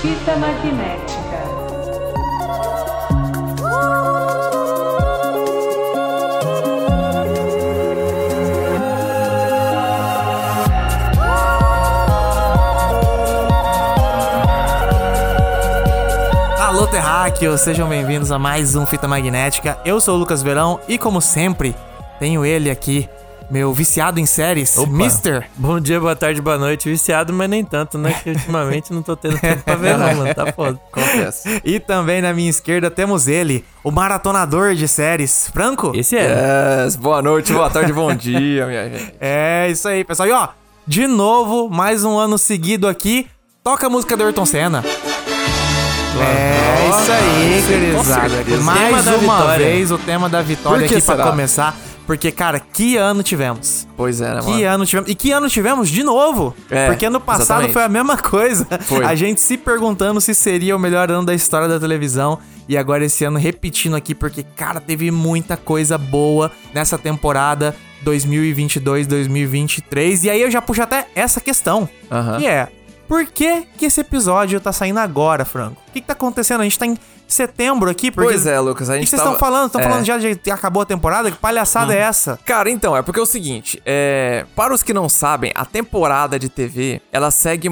Fita magnética. Alô, terráqueos! Sejam bem-vindos a mais um Fita Magnética. Eu sou o Lucas Verão e, como sempre, tenho ele aqui, meu viciado em séries, Opa. Mister. Bom dia, boa tarde, boa noite. Viciado, mas nem tanto, né? Que ultimamente não tô tendo tempo pra ver, não, mano. Tá foda. Confesso. E também na minha esquerda temos ele, o maratonador de séries, Franco. Esse é. Yes, boa noite, boa tarde, bom dia, minha gente. É isso aí, pessoal. E ó, de novo, mais um ano seguido aqui, toca a música do Ayrton Senna. É isso aí, querizada. certeza. Tema Mais da uma vitória. vez o tema da vitória Por que aqui pra será? começar. Porque, cara, que ano tivemos? Pois é, né, Que mano? ano tivemos? E que ano tivemos de novo? É, Porque ano passado exatamente. foi a mesma coisa. Foi. A gente se perguntando se seria o melhor ano da história da televisão. E agora esse ano repetindo aqui, porque, cara, teve muita coisa boa nessa temporada 2022, 2023. E aí eu já puxo até essa questão. Aham. Que é, por que que esse episódio tá saindo agora, Franco? O que que tá acontecendo? A gente tá em setembro aqui, porque... Pois é, Lucas, a O que gente que vocês tava- estão falando? Estão É. Uhum. falando já de que acabou a temporada? Que palhaçada é essa? Cara, então, é porque é o seguinte, é, para os que não sabem, a temporada de TV, ela segue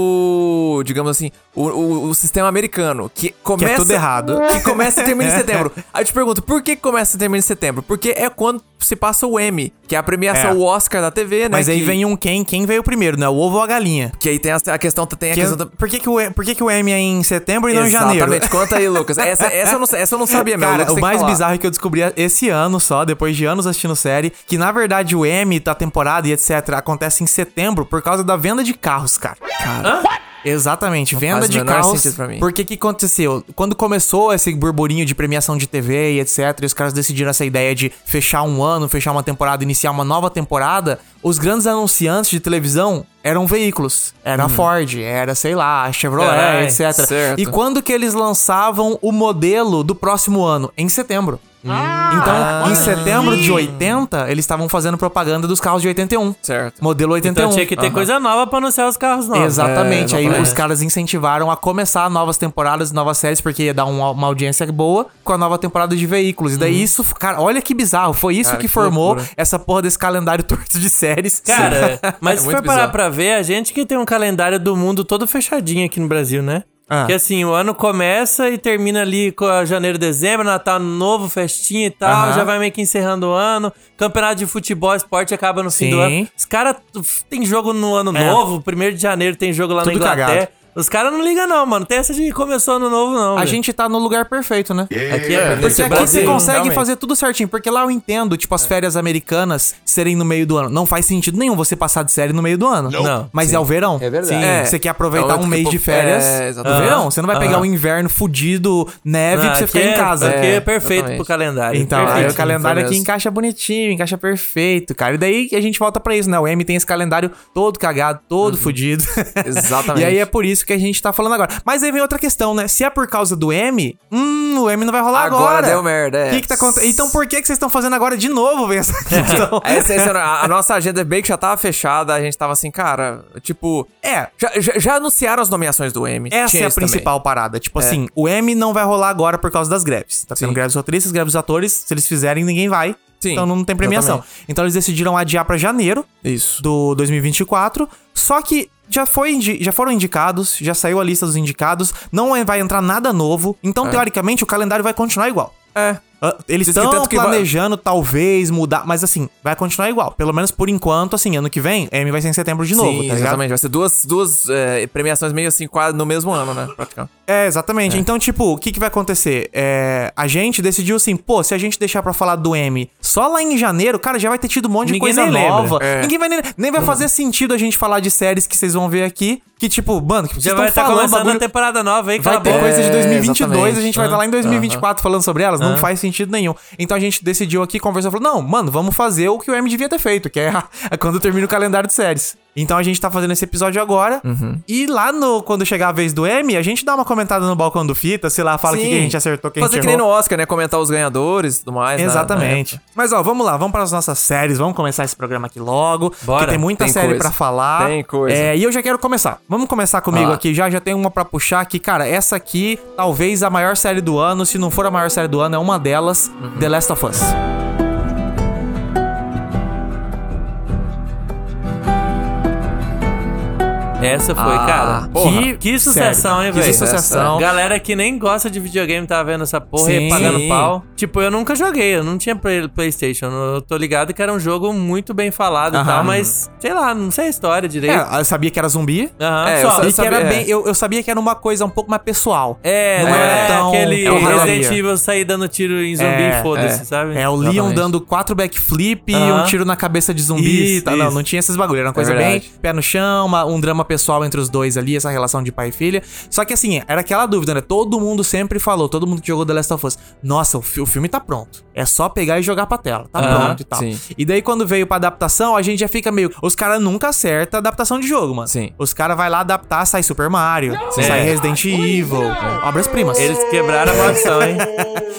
muito, digamos assim, o, o- o sistema americano, que começa... é tudo errado. Que começa e termina em setembro. Aí eu te pergunto, por que começa e termina em setembro? Porque é quando se passa o Emmy, que é a premiação, É. o Oscar da TV, né? Mas aí que- vem um quem, quem veio primeiro, né? O ovo ou a galinha? É Que aí tem a, a questão, tem a Que- questão da... por que, que, o, E- por que, que o M é em setembro e não em Exatamente. janeiro? Conta aí, Lucas. Essa, essa, eu, não, essa eu não sabia mesmo. Cara, Lucas o tem que mais falar. bizarro é que eu descobri esse ano só, depois de anos assistindo série, que na verdade o M da temporada e etc. acontece em setembro por causa da venda de carros, cara. Cara. Exatamente, venda faz o de menor carros. sentido pra mim. Porque que aconteceu? Quando começou esse burburinho de premiação de TV e etc, e os caras decidiram essa ideia de fechar um ano, fechar uma temporada, iniciar uma nova temporada, os grandes anunciantes de televisão eram veículos. Uhum. Era a Ford, era, sei lá, a Chevrolet, Carai, etc. certo. E quando que eles lançavam o modelo do próximo ano? Em setembro. então, Ah. em setembro de 80, eles estavam fazendo propaganda dos carros de 81. Certo. Modelo 81. Então tinha que ter Aham. coisa nova pra anunciar os carros novos. Ah, Exatamente. É, aí exatamente. os caras incentivaram a começar novas temporadas, novas séries, porque ia dar um, uma, uma audiência boa com a nova temporada de veículos. E daí Uhum. isso, cara, olha que bizarro. Foi isso Cara, que que formou loucura. essa porra desse calendário torto de séries. Cara, é, É mas se muito for parar bizarro. pra ver, a gente que tem um calendário do mundo todo fechadinho aqui no Brasil, né? Ah. Que assim, o ano começa e termina ali com a janeiro, dezembro, Natal, Ano novo, festinha e tal, Aham. já vai meio que encerrando o ano. Campeonato de futebol, esporte acaba no fim do Sim. ano. Os caras f- tem jogo no ano É. novo, primeiro de janeiro tem jogo lá na Tudo Inglaterra. cagado. Os caras não ligam não, mano. Tem essa de começou ano novo não. A velho. gente tá no lugar perfeito, né? aqui é, Porque nesse aqui Brasil, você consegue realmente. fazer tudo certinho. Porque lá eu entendo, tipo, as férias americanas serem no meio do ano. Não faz sentido nenhum você passar de série no meio do ano. Não. Mas é o verão. É verdade. É. Você quer É aproveitar o um que, mês tipo, de férias é, do exatamente. verão. Você não vai pegar o inverno fudido, neve, Ah, pra você aqui ficar em é- casa. Aqui é, É, perfeito pro exatamente. calendário. Então, aí perfeito. o calendário foi aqui mesmo. encaixa bonitinho, encaixa perfeito, cara. E daí a gente volta pra isso, né? O M tem esse calendário todo cagado, todo fudido. Exatamente. e aí é por isso que a gente tá falando agora. Mas aí vem outra questão, né? Se é por causa do M, hum, o M não vai rolar agora. Agora deu merda, O é. que que tá acontecendo? Então por que que vocês estão fazendo agora de novo, vem essa questão? É, é Essa- essa era- a, a nossa agenda bem que já tava fechada, a gente tava assim, cara, tipo. É. Já, já- já anunciaram as nomeações do M. Essa tinha é a isso também. É. principal parada. Tipo assim, o M não vai rolar agora por causa das greves. Tá tendo Sim. greves roteiristas, greves atores. Se eles fizerem, ninguém vai. Sim, Então não tem premiação. Então eles decidiram adiar pra janeiro Isso. do 2024. Só que já, foi indi- já foram indicados, já saiu a lista dos indicados, não é- vai entrar nada novo. Então, teoricamente, o calendário vai continuar igual. É. Ah, Eles Diz que estão tanto que vai- planejando, talvez, mudar, mas assim, vai continuar igual. Pelo menos por enquanto, assim, ano que vem, M vai ser em setembro de novo, Sim, tá ligado? exatamente. Vai ser duas, duas é, premiações meio assim, quase no mesmo ano, né? Praticamente. É, exatamente. Então, tipo, o que, que vai acontecer? É, a gente decidiu assim, pô, se a gente deixar pra falar do M só lá em janeiro, cara, já vai ter tido um monte de Ninguém coisa nem nova. lembra. É. Hum. Ninguém vai nem, nem vai fazer sentido a gente falar de séries que vocês vão ver aqui, que tipo, mano, que vocês Já estão vai estar falando começando bagulho... a temporada nova aí, Vai cala a ter boca. coisa de É, 2022, a exatamente. gente vai estar lá em 2024 falando sobre elas, não faz sentido nenhum. Então a gente decidiu aqui, conversou, falou, não, mano, vamos fazer o que o M devia ter feito, que é a- quando termina o calendário de séries. Então a gente tá fazendo esse episódio agora. Uhum. E lá no quando chegar a vez do M, a gente dá uma comentada no balcão do Fita, sei lá, fala o que, Sim. que a gente acertou, quem a gente Fazer que errou. nem no Oscar, né? Comentar os ganhadores e tudo mais. É né? Exatamente. Mas ó, vamos lá, vamos para as nossas séries, vamos começar esse programa aqui logo. Bora, Porque tem muita tem série coisa. pra falar. Tem coisa. É, e eu já quero começar. Vamos começar comigo lá. aqui já, já tem uma pra puxar que, cara, essa aqui talvez a maior série do ano, se não for a maior série do ano, é uma delas, Uhum. The Last of Us. Essa foi, Ah, cara. porra. que, que sucessão, série. hein, Que velho? sucessão. Galera que nem gosta de videogame tá vendo essa porra Sim. e pagando pau. Tipo, eu nunca joguei, eu não tinha play- PlayStation. Eu tô ligado que era um jogo muito bem falado e Aham. tal, mas sei lá, não sei a história direito. É, eu sabia que era zumbi. Aham, É, só. eu E que era sabia, é. bem, eu, eu sabia que era uma coisa um pouco mais pessoal. É, Não não era é, tão- aquele é uma Resident radaria. Evil sair dando tiro em zumbi É, e foda-se, é. sabe? É o Leon Exatamente. dando quatro backflip e Aham. um tiro na cabeça de zumbi. Isso, tá, não, isso. não tinha esses bagulho. Era uma coisa bem verdade. pé no chão, uma- um drama pessoal entre os dois ali, essa relação de pai e filha. Só que assim, era aquela dúvida, né? Todo mundo sempre falou, todo mundo que jogou The Last of Us, nossa, o, fi- o filme tá pronto. É só pegar e jogar pra tela. Tá Aham, pronto e tal. sim. E daí quando veio pra adaptação, a gente já fica meio. Os caras nunca acertam a adaptação de jogo, mano. Sim. Os caras vai lá adaptar, sai Super Mario, sai É. Resident Evil, obras primas. Eles quebraram a maldição, hein?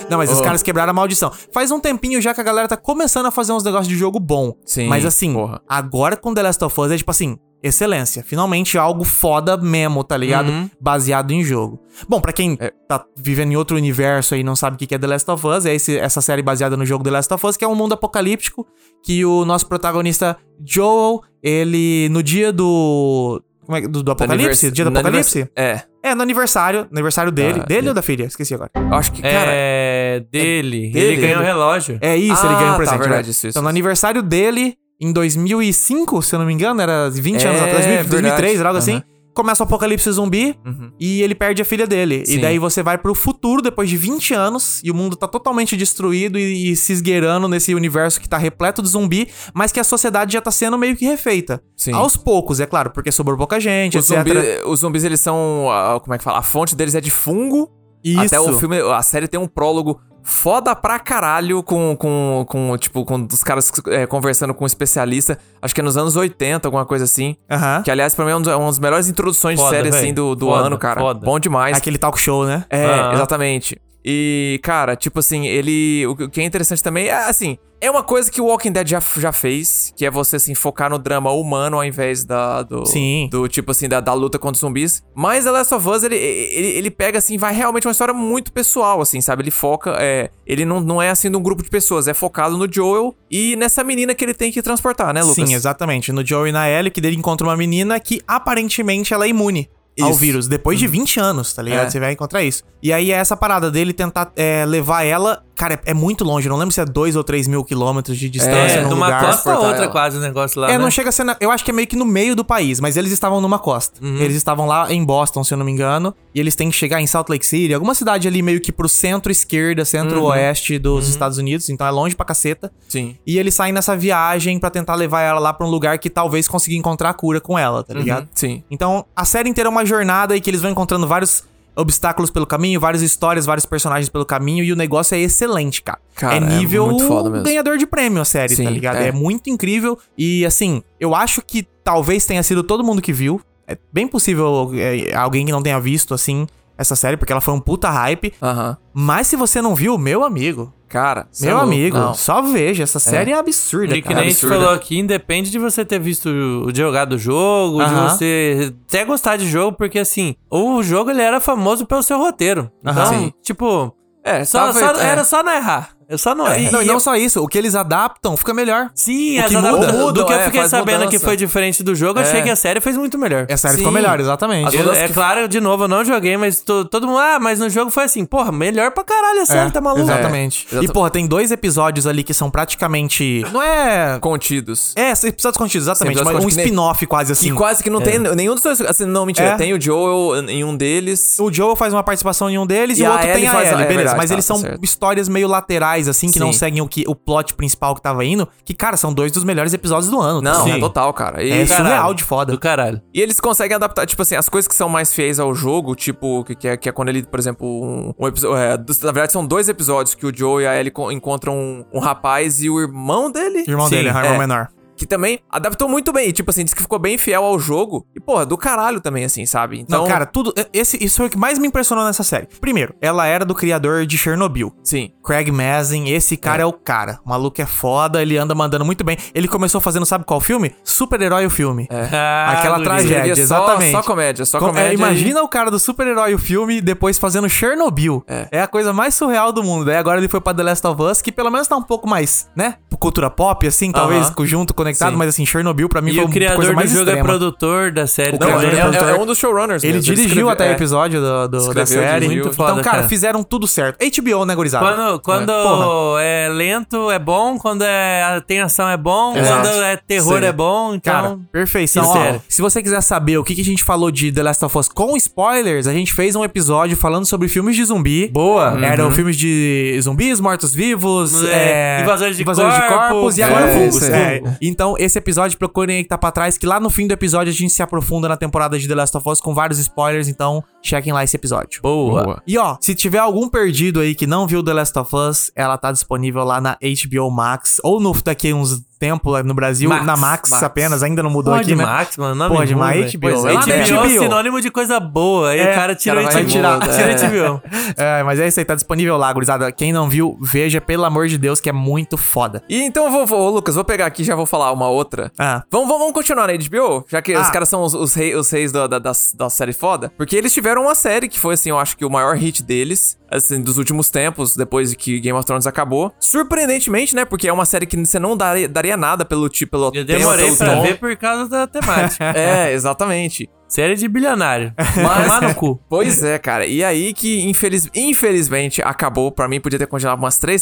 Não, mas os caras quebraram a maldição. Faz um tempinho já que a galera tá começando a fazer uns negócios de jogo bom. Sim, Mas assim, porra. agora com The Last of Us é tipo assim, excelência. Finalmente algo foda mesmo, tá ligado? Uhum. Baseado em jogo. Bom, pra quem É. tá vivendo em outro universo aí e não sabe o que que é The Last of Us, é esse- essa série baseada no jogo The Last of Us, que é um mundo apocalíptico que o nosso protagonista Joel, ele no dia do. Como é que- do, do apocalipse? Anivers- Dia do no apocalipse? anivers- É. É, no aniversário. Aniversário dele. Ah, dele é. ou da filha? Esqueci agora. Eu acho que, cara. é dele. dele? Ele ganhou o relógio. É isso, ele Ah, ganhou um tá, presente. verdade, né? isso, isso, então, no isso. aniversário dele, em 2005, se eu não me engano, era 20 anos É, atrás, 2000, verdade. 2003, era algo assim. Aham. Uhum. Começa o apocalipse zumbi e ele perde a filha dele. E Sim. daí você vai pro futuro depois de 20 anos e o mundo tá totalmente destruído e, e se esgueirando nesse universo que tá repleto de zumbi, mas que a sociedade já tá sendo meio que refeita. Sim. Aos poucos, é claro, porque sobrou pouca gente, Os, etc. zumbi- os zumbis, eles são. ah, como é que fala? A fonte deles é de fungo. Até o filme. A série tem um prólogo foda pra caralho com. com, com tipo, com os caras é, conversando com um especialista. Acho que é nos anos 80, alguma coisa assim. Aham. Que, aliás, pra mim é um dos- uma das melhores introduções Foda, de série, véi. assim, do, do Foda, ano, cara. foda. Bom demais. Aquele talk show, né? É, Aham. exatamente. E, cara, tipo assim, ele. O que- o que é interessante também é, assim. É uma coisa que o Walking Dead já, já fez, que é você, assim, focar no drama humano ao invés da. Do, Sim. Do tipo assim, da, da luta contra os zumbis. Mas The Last of Us, ele, ele, ele pega, assim, vai realmente uma história muito pessoal, assim, sabe? Ele foca. É, ele não, não é, assim, num grupo de pessoas. É focado no Joel e nessa menina que ele tem que transportar, né, Lucas? Sim, exatamente. No Joey e na Ellie, que dele encontra uma menina que aparentemente ela é imune. Ao Isso. vírus, depois de 20 anos, tá ligado? É. Você vai encontrar isso. E aí é essa parada dele tentar é, levar ela. Cara, é, é muito longe, eu não lembro se é 2 ou 3 mil quilômetros de distância É, num de uma lugar. costa a transportar outra ela. quase o negócio lá, É, né? não chega a ser. na- eu acho que é meio que no meio do país, mas eles estavam numa costa. Eles estavam lá em Boston, se eu não me engano. E eles têm que chegar em Salt Lake City, alguma cidade ali meio que pro centro-esquerda, centro-oeste dos Estados Unidos. Então é longe pra caceta. Sim. E eles saem nessa viagem pra tentar levar ela lá pra um lugar que talvez consiga encontrar a cura com ela, Uhum. tá ligado? Sim. Então, a série inteira é uma jornada e que eles vão encontrando vários obstáculos pelo caminho, várias histórias, vários personagens pelo caminho e o negócio é excelente, cara. Cara, é é nível muito foda mesmo. ganhador de prêmio a série, tá Sim, ligado? É. é. muito incrível e assim, eu acho que talvez tenha sido todo mundo que viu. É bem possível é, alguém que não tenha visto assim essa série, porque ela foi um puta hype, Aham. mas se você não viu, meu amigo, Cara. cê é meu louco. amigo, Não. só veja, essa série é, absurda, E que cara. nem a gente absurda. falou aqui, independe de você ter visto o jogado o jogo, de Aham. você até gostar de jogo, porque assim, o jogo ele era famoso pelo seu roteiro. Aham. Então, Sim. tipo, É, só, tava- só- é. era só não errar. Eu só não errar. Não, e não só isso, o que eles adaptam fica melhor. Sim, O as que adapta- muda- do que eu é, fiquei faz sabendo mudança. que foi diferente do jogo, achei que a série fez muito melhor. Essa É, série Sim. ficou melhor, exatamente. As Eu- mudanças é que- claro, de novo, eu não joguei, mas to- todo mundo. Ah, mas no jogo foi assim. Porra, melhor pra caralho a série, tá maluco? É, Exatamente. É, exata- E, porra, tem dois episódios ali que são praticamente. Não é. Contidos. É, são episódios contidos, exatamente. Episódios Mas um contidos que nem- spin-off quase assim. E quase que não tem nenhum dos dois. Assim, não, mentira. É. Tem o Joel em um deles. O Joe faz uma participação em um deles e, E o a outro tem Ellie a faz a- Ellie, é beleza. verdade, Mas tá, eles tá são certo. histórias meio laterais, assim, que não Sim. seguem o, que, o plot principal que tava indo. Que, cara, são dois dos melhores episódios do ano. tá? Não, Sim. é total, cara. E, É cara, surreal de foda. Do caralho. e eles conseguem adaptar, tipo assim, as coisas que são mais fiéis ao jogo, tipo, que, que, é, que é quando ele, por exemplo, um, episódio. na verdade, são dois episódios que o Joe e a Ellie co- encontram um, um rapaz e o irmão dele. Irmão Sim, dele, é, é. irmão menor. que também adaptou muito bem. Tipo assim, disse que ficou bem fiel ao jogo. E, porra, do caralho também, assim, sabe? Então. Não, cara, tudo. Esse, isso foi o que mais me impressionou nessa série. Primeiro, ela era do criador de Chernobyl. Sim. Craig Mazin, esse cara é, o cara. O maluco é foda, ele anda mandando muito bem. Ele começou fazendo, sabe qual filme? Super-herói o filme. É, Ah, É. Aquela Luiz. tragédia, Seria só- exatamente. Só comédia, só Com- é, comédia. e- imagina o cara do super-herói o filme depois fazendo Chernobyl. É. a coisa mais surreal do mundo. Daí agora ele foi pra The Last of Us, que pelo menos tá um pouco mais, né? Cultura pop, assim, talvez Aham. junto, conectado, Sim. mas assim, Chernobyl pra mim E foi o uma criador coisa do mais jogo é extrema. produtor da série Não, criador também. do é, né? é- é um dos showrunners. Ele mesmo, dirigiu escreveu- até o é. episódio do, do- da Escreveu, série. dirigiu. Então, Foda, cara, cara. fizeram tudo certo. HBO, né, gurizada? Quando, quando É. Porra. é lento é bom, quando é, tem ação é bom, Exato. quando é terror Sim. é bom, então... Cara, perfeição. que Ó, série. se você quiser saber o que, que a gente falou de The Last of Us com spoilers, a gente fez um episódio falando sobre filmes de zumbi. Boa! Uhum. Eram filmes de zumbis, mortos-vivos, É, é, invasores de corpos, corpos, e agora é, fungos. isso aí. É. Então, esse episódio, procurem aí que tá pra trás, que lá no fim do episódio a gente se aprofunda na temporada de The Last of Us com vários spoilers, então chequem lá esse episódio. Boa. Boa. E ó, se tiver algum perdido aí que não viu The Last of Us, ela tá disponível lá na HBO Max ou no daqui a uns tempos lá no Brasil, Max, na Max, Max. apenas, ainda não mudou Pode aqui, né? Max, mano. Nome Pode ruim, mais HBO. velho. Pois é, é, HBO, é HBO. sinônimo de coisa boa. Aí É, o cara tira o cara vai HBO. tirar. Tira HBO. É, mas é isso aí, tá disponível lá, gurizada. Quem não viu, veja, pelo amor de Deus, que é muito foda. E então eu vou, vou, Lucas, vou pegar aqui e já vou falar uma outra. Ah. Vamos, vamos, vamos continuar na HBO, já que Ah. os caras são os, os rei- os reis da, da, da- da série foda. Porque eles tiveram uma série que foi, assim, eu acho que o maior hit deles, assim, dos últimos tempos, depois que Game of Thrones acabou. Surpreendentemente, né? Porque é uma série que você não daria, daria nada pelo tipo, pelo Eu tema, demorei pelo pra tom. ver por causa da temática. É, exatamente. Série de bilionário. Mas- Tomar no cu. Pois é, cara. E aí que, infeliz- infelizmente, acabou. Pra mim, podia ter continuado umas três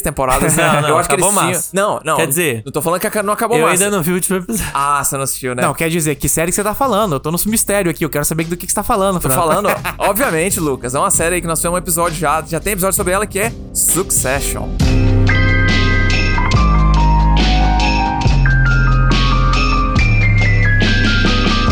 temporadas. Não, não, eu acho que eles acabou tinham... massa. Não, não. Quer dizer, Não tô falando que a- não acabou Eu massa. ainda não vi o último episódio. Ah, você não assistiu, É. né? Não, quer dizer, que série que você tá falando? Eu tô no mistério aqui, eu quero saber do que, que você tá falando, Tô falando, ó, obviamente, Lucas, é uma série aí que nós temos um episódio já, já tem episódio sobre ela que é Succession.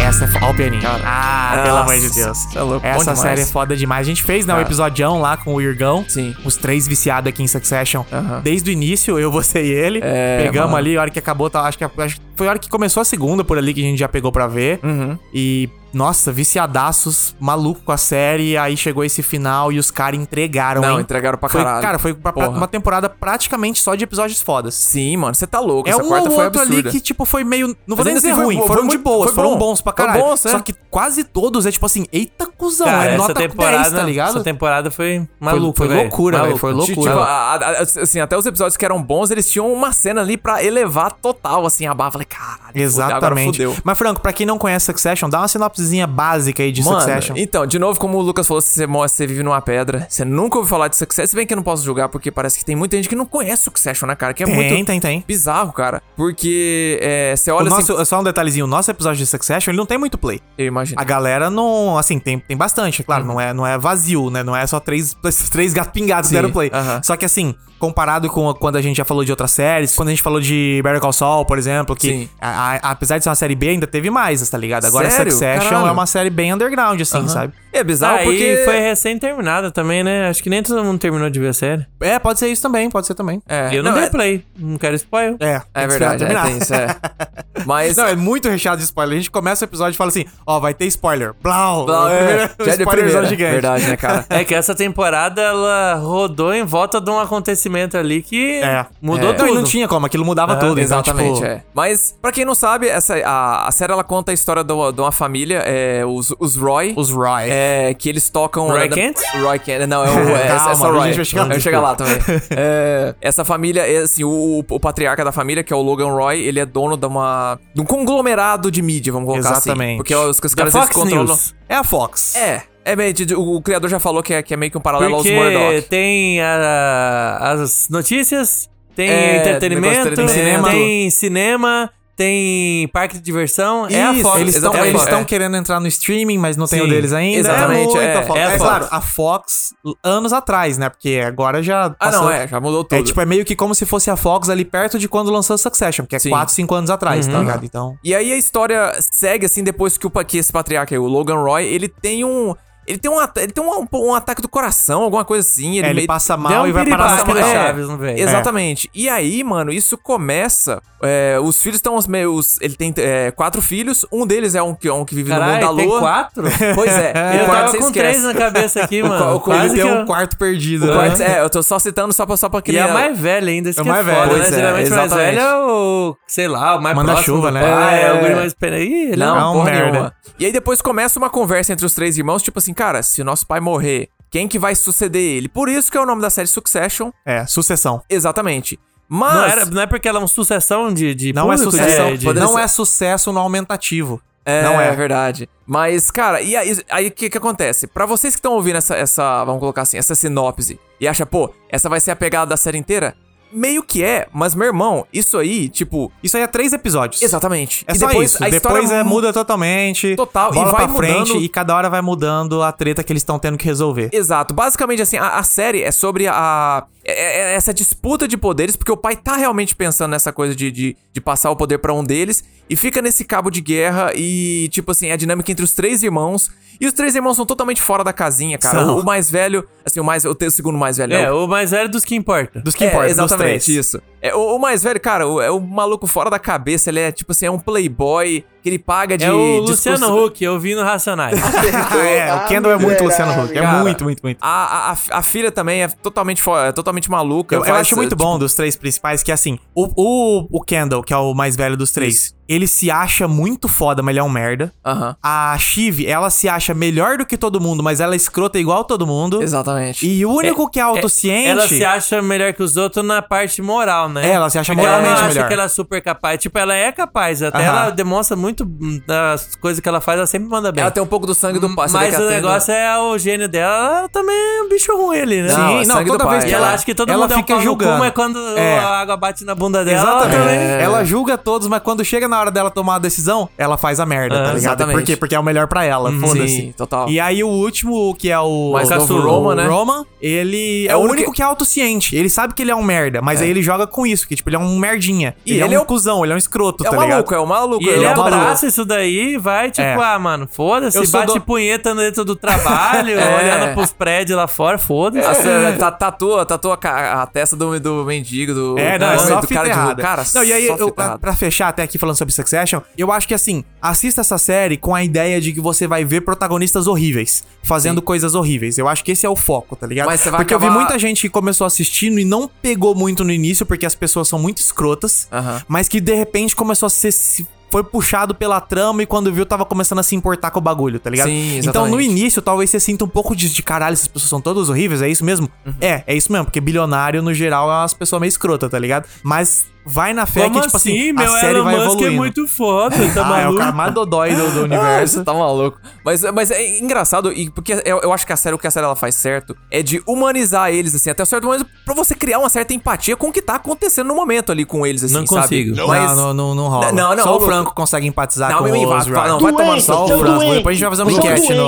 Essa é foda. Ó, o pianinho. Ah, pelo Nossa, amor de Deus. isso é louco, bom Essa demais. série é foda demais. A gente fez, né, um Cara. episodião lá com o Irgão. Sim. Os três viciados aqui em Succession. Aham. Desde o início, eu, você e ele. É, Pegamos mano. ali, a hora que acabou, tá, acho, que, acho que foi a hora que começou a segunda por ali que a gente já pegou pra ver. Uhum. E, nossa, viciadaços, maluco com a série. Aí chegou esse final e os caras entregaram, Não, Então, hein? entregaram pra Foi, caralho. cara, foi pra- pra- Porra. uma temporada praticamente só de episódios fodas. Sim, mano, você tá louco. É Essa um quarta ou foi outro ali absurda. que, tipo, foi meio. Não vou Mas nem ainda dizer assim foi ruim, bom, foram foi de muito- boas, foi foram bom. bons pra Foi caralho. bom, certo. Só que quase todos é tipo assim, eita cuzão, Cara, é essa nota 10, temporada, tá ligado? essa temporada foi maluco, foi velho. loucura, velho, foi Tipo, loucura. a- a- a- assim, até os episódios que eram bons, eles tinham uma cena ali pra elevar total, assim, a barra. Falei, caralho, fudeu, agora Exatamente. fudeu. Mas, Franco, pra quem não conhece Succession, dá uma sinopsezinha básica aí de Mano, Succession. então, de novo, como o Lucas falou, você, mo- você vive numa pedra, você nunca ouviu falar de Succession, se bem que eu não posso julgar, porque parece que tem muita gente que não conhece Succession, né, cara? Que é Tem, muito tem, tem. bizarro, cara. Porque é, você O olha assim, nosso- só um detalhezinho, o nosso episódio de Succession, ele não tem muito play. eu imagino. A galera não, assim, tem, tem bastante, é claro, não, é, não é vazio, né? Não é só três, esses três gatos pingados Sim, deram play. aham. Só que assim, comparado com a- quando a gente já falou de outras séries, quando a gente falou de Better Call Saul, por exemplo, que Sim. a- a- apesar de ser uma série B, ainda teve mais, tá ligado? Agora Sério? Succession Caralho. é uma série bem underground, assim, sabe? É bizarro Aí porque foi recém-terminada também, né? Acho que nem todo mundo terminou de ver a série. É, pode ser isso também, pode ser também. É, eu não, não, dei é- play. Não quero spoiler. É, É tem que verdade, é, esperar terminar. tem isso, é. Mas Não, é muito recheado de spoiler. A gente começa o episódio e fala assim, ó, vai ter spoiler. Blau! Não, é, já é de spoilerzão primeira, gigante. verdade, né, cara? É que essa temporada ela rodou em volta de um acontecimento ali que É. mudou É. Não, e tudo. não tinha como, aquilo mudava Aham, tudo. então, Exatamente, tipo, é. Mas, pra quem não sabe, essa, a, a série ela conta a história de uma, de uma família, é, os, os Roy. Os Roy. É, que eles tocam. Roy é da- Kent? Roy Kent. Não, é, o, é, Calma, é só Roy. a gente vai chegar lá. Eu chegar lá também. É, essa família, é, assim, o, o patriarca da família, que é o Logan Roy, ele é dono de uma. de um conglomerado de mídia, vamos colocar Exatamente. assim. Porque os, os Da caras eles Fox controlam. News. É a Fox. É. É meio, de- de- o, o criador já falou que é, que é meio que um paralelo Porque aos Murdoch. tem a- as notícias, tem É, entretenimento, negócio de entretenimento. tem cinema, tem parque de diversão. é a Isso, Fox. Eles estão é a Fox, é. querendo entrar no streaming, mas não tem Sim, o deles ainda. exatamente, É, é, muito a Fox. é a É Fox. claro, a Fox anos atrás, né? Porque agora já. Ah, passou- não, é, já mudou tudo. É tipo, é meio que como se fosse a Fox ali perto de quando lançou Succession, que é Sim. Uhum. 4, 5 anos atrás, tá ligado? Então. E aí a história segue assim depois que, o, pa- que esse patriarca, aí, o Logan Roy, ele tem um. Ele tem, um, ata- ele tem um, um ataque do coração, alguma coisa assim. Ele, É, ele meio- passa Deu mal um e vai parar na piripaque máquina do da Chaves. Chaves. É. não veio. Exatamente. E aí, mano, isso começa. é, os filhos estão os meus. Ele tem é, quatro filhos. Um deles é um que, um que vive no mundo da Caralho, tem lua. quatro? Pois é. Eu o quarto tava você com esquece. três na cabeça aqui, qua- mano. o- Quase Ele que tem um eu- quarto perdido, O né? quarto- é, eu tô só citando só pra, só pra E criar. é mais velho ainda, isso É que é mais foda, velho. né? Pois é, Geralmente o mais exatamente. velho é o, sei lá, o mais Manda próximo chuva, do né? pai, é o É. guri mais... Peraí, ele Não, É um porra merda. nenhuma. E aí depois começa uma conversa entre os três irmãos, tipo assim, cara, se nosso pai morrer, quem que vai suceder ele? Por isso que é o nome da série Succession, É, sucessão. exatamente. Mas Não, era, não é porque ela é uma sucessão de, de Não é público, sucessão. de- de- poderia Não ser. é sucesso no aumentativo. É, Não é. verdade. Mas, cara, e aí aí o que, que acontece? Pra vocês que estão ouvindo essa, essa, vamos colocar assim, essa sinopse e acha, pô, essa vai ser a pegada da série inteira? Meio que é, mas meu irmão, isso aí, tipo, Isso aí é três episódios. exatamente. É só isso. Depois é, muda totalmente. Total, e bola vai pra frente mudando. e cada hora vai mudando a treta que eles estão tendo que resolver. Exato. Basicamente, assim, a, a série é sobre a. é- é- essa disputa de poderes, porque o pai tá realmente pensando nessa coisa de, de, de passar o poder pra um deles e fica nesse cabo de guerra e, tipo assim, a dinâmica entre os três irmãos. E os três irmãos são totalmente fora da casinha, cara. São. O, o mais velho, assim, o mais o te- o segundo mais velho É, o. o mais velho dos que importa. Dos que importa, é, dos exatamente três. isso. É, o, o mais velho, cara, o- é um maluco fora da cabeça. Ele é, tipo assim, é um playboy que ele paga de. é o discurso- Luciano Huck, eu vi no Racionais. Ah, é, o Kendall é muito Luciano Huck. É Cara, muito, muito, muito. A, a, a- a filha também é totalmente, fo- é totalmente maluca. Eu, eu faz, acho muito tipo, bom dos três principais que, assim, o, o, o Kendall, que é o mais velho dos três, ele se acha muito foda, mas ele é um merda. Aham. A Shiv, ela se acha melhor do que todo mundo, mas ela é escrota igual todo mundo. Exatamente. E o único que é autociente. Ela se acha melhor que os outros na parte moral, né? É, ela se acha Porque ela moralmente não acha melhor. que ela é super capaz. Tipo, ela é capaz. Até Aham. ela demonstra muito hum, das coisas que ela faz, ela sempre manda bem. Ela tem um pouco do sangue do pai. você Hum, vê Mas o que ela tem- um negócio é o gênio dela, ela também é um bicho ruim ali, né? Sim, Sim, não, não, sangue do toda pai. vez que E ela acha que todo ela mundo é um fica pau no cu, julgando. mas quando É. a água bate na bunda dela, ela Exatamente. também... Ela julga todos, mas quando chega na hora dela tomar a decisão, ela faz a merda, Ah, tá ligado? exatamente. Por quê? Porque é o melhor pra ela, Uhum. sim, foda-se. total. E aí o último, que é o... Mais o novo, o Roman, né? Roman, ele é, o único que... é autociente. Ele sabe que ele é um merda, mas aí ele joga com isso, que tipo, ele é um merdinha. E ele, ele é é um o- cuzão, ele é um escroto, é tá um ligado? maluco, é um maluco. E ele é um maluco. abraça isso daí e vai, tipo, É. ah, mano, foda-se, Eu sou bate do- punheta dentro do trabalho, É. olhando pros prédios lá fora, foda-se. Nossa, tá- tatua, tatua a ca- a testa do, do mendigo, do. É, não, é do só do fita de- errada. Cara, não, e aí, só eu, fita pra, errada. pra fechar até aqui falando sobre Succession, eu acho que assim, assista essa série com a ideia de que você vai ver protagonistas horríveis, fazendo coisas horríveis. Eu acho que esse é o foco, tá ligado? Mas você vai porque eu vi acabar- muita gente que começou assistindo e não pegou muito no início, porque as pessoas são muito escrotas, Aham. mas que de repente começou a ser... se- Foi puxado pela trama e quando viu, tava começando a se importar com o bagulho, tá ligado? Sim, então, no exatamente. início, talvez você sinta um pouco de, de caralho, essas pessoas são todas horríveis, é isso mesmo? Uhum. É, é isso mesmo, porque bilionário, no geral, é umas pessoas meio escrotas, tá ligado? Mas vai na É fé Como que, tipo assim, assim, a meu série Elon vai Musk é evoluindo. muito foda, ah, tá é o maluco? cara mais dodói do, do Ah, universo. Você tá maluco. Mas, mas é engraçado, e porque eu, eu acho que a série, o que a série ela faz certo é de humanizar eles, assim, até um certo momento, pra você criar uma certa empatia com o que tá acontecendo no momento ali com eles, assim, Não sabe? consigo. Não, Mas, não, não, não rola. Não, não, Só o Lu- Franco consegue empatizar Não, com me- me- os vai- vai- não, Roy. vai tomar no Só sol. o Sou Franco. doente, Depois a gente vai fazer uma sou enquete doente.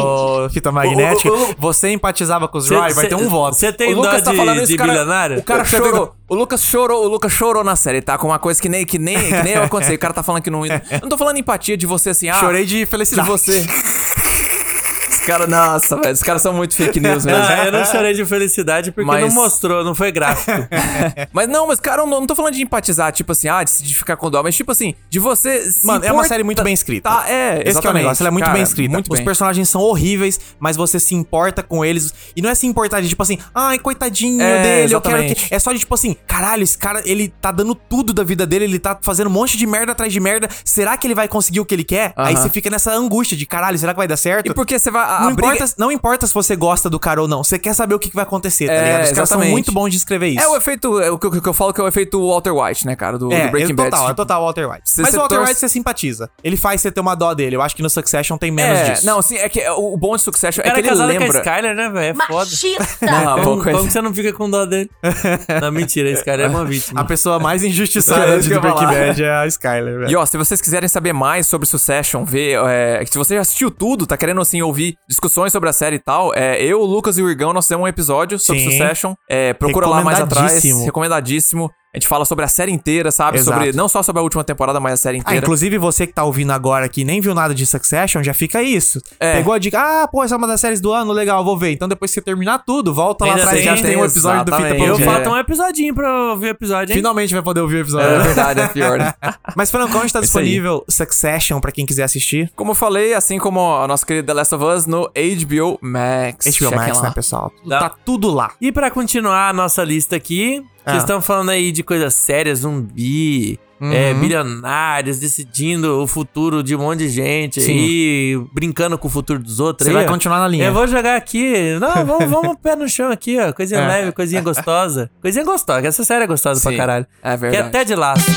no Fita Magnética. Ô, ô, ô, ô. Você empatizava com os Cê- Roy, vai ter cê- um voto. cê tem O dó Lucas tá de- falando de isso, cara, bilionário? O cara Você tem chorou. O Lucas chorou, o Lucas chorou na série, tá? Com uma coisa que nem que nem, que nem aconteceu. O cara tá falando que não. Eu não tô falando empatia de você assim, ah. Chorei de de felicidade. você. tá. Os caras, nossa, velho, os caras são muito fake news mesmo. Ah, eu não chorei de felicidade porque Mas- É não mostrou, não foi gráfico. é. Mas não, mas cara, eu não, não tô falando de empatizar, tipo assim, ah, de, de ficar com dó, mas tipo assim, de você. se Mano, é uma importar- série muito bem escrita. Tá, é, Esse que é o exatamente, negócio, ela é muito cara, bem escrita. Muito Os bem. personagens são horríveis, mas você se importa com eles. E não é se importar de tipo assim, ai, coitadinho É, dele, eu quero exatamente. que. É só de tipo assim, caralho, esse cara, ele tá dando tudo da vida dele, ele tá fazendo um monte de merda atrás de merda. Será que ele vai conseguir o que ele quer? Aí Aham. você fica nessa angústia de caralho, será que vai dar certo? E porque você vai. A, a Não briga- importa, não importa se você gosta do cara ou não, você quer saber o que que vai acontecer, tá É, ligado? Os caras são exatamente. muito bons de escrever isso. É o efeito. É o que, o que eu falo que é o efeito Walter White, né, cara? Do, É, do Breaking é total, Bad. é total Walter White. Você- Mas você o Walter torce- White você simpatiza. Ele faz você ter uma dó dele. Eu acho que no Succession tem menos É, disso. não, sim, é que é, o o bom de Succession O cara é é que ele casado com a lembra. Skyler, né, velho? É foda. Não, Como, pouco é- como que você não fica com dó dele? Não, mentira, esse cara é uma vítima. A pessoa mais injustiçada É isso de que eu ia Breaking falar. Bad é a Skyler, velho. E ó, se vocês quiserem saber mais sobre Succession, ver. é, se você já assistiu tudo, tá querendo assim ouvir discussões sobre a série e tal, é, eu, o Lucas e o Irgão, nós temos um episódio sobre Sim. Succession. É, procura lá mais atrás. Recomendadíssimo. Recomendadíssimo. A gente fala sobre a série inteira, sabe? Exato. Sobre não só sobre a última temporada, mas a série Ah, inteira. inclusive você que tá ouvindo agora que nem viu nada de Succession, já fica isso. É. Pegou a dica, ah, pô, essa é uma das séries do ano, legal, vou ver. Então depois que você terminar tudo, volta lá Ainda atrás, tem, já tem um episódio do Fita exatamente. Eu É. Pão. falta um episodinho pra eu ouvir o episódio, hein? Finalmente vai poder ouvir o É episódio. verdade, é pior. né? Mas, Francão, está Isso aí. disponível Succession pra quem quiser assistir. Como eu falei, assim como a nossa querida The Last of Us no HBO Max. HBO Chequem Max, lá. né, pessoal? Tudo- Dá. Tá tudo lá. E pra continuar a nossa lista aqui, Ah. vocês estão falando aí de coisas sérias, zumbi, é, Uhum. bilionários, decidindo o futuro de um monte de gente Sim. aí, brincando com o futuro dos outros. Você É, aí, vai ó. continuar na linha. Eu vou jogar aqui. Não, vamos, vamos pé no chão aqui, ó. Coisinha É. leve, coisinha gostosa. Coisinha gostosa, que essa série é gostosa Sim, pra caralho. Que É é verdade. até de laço.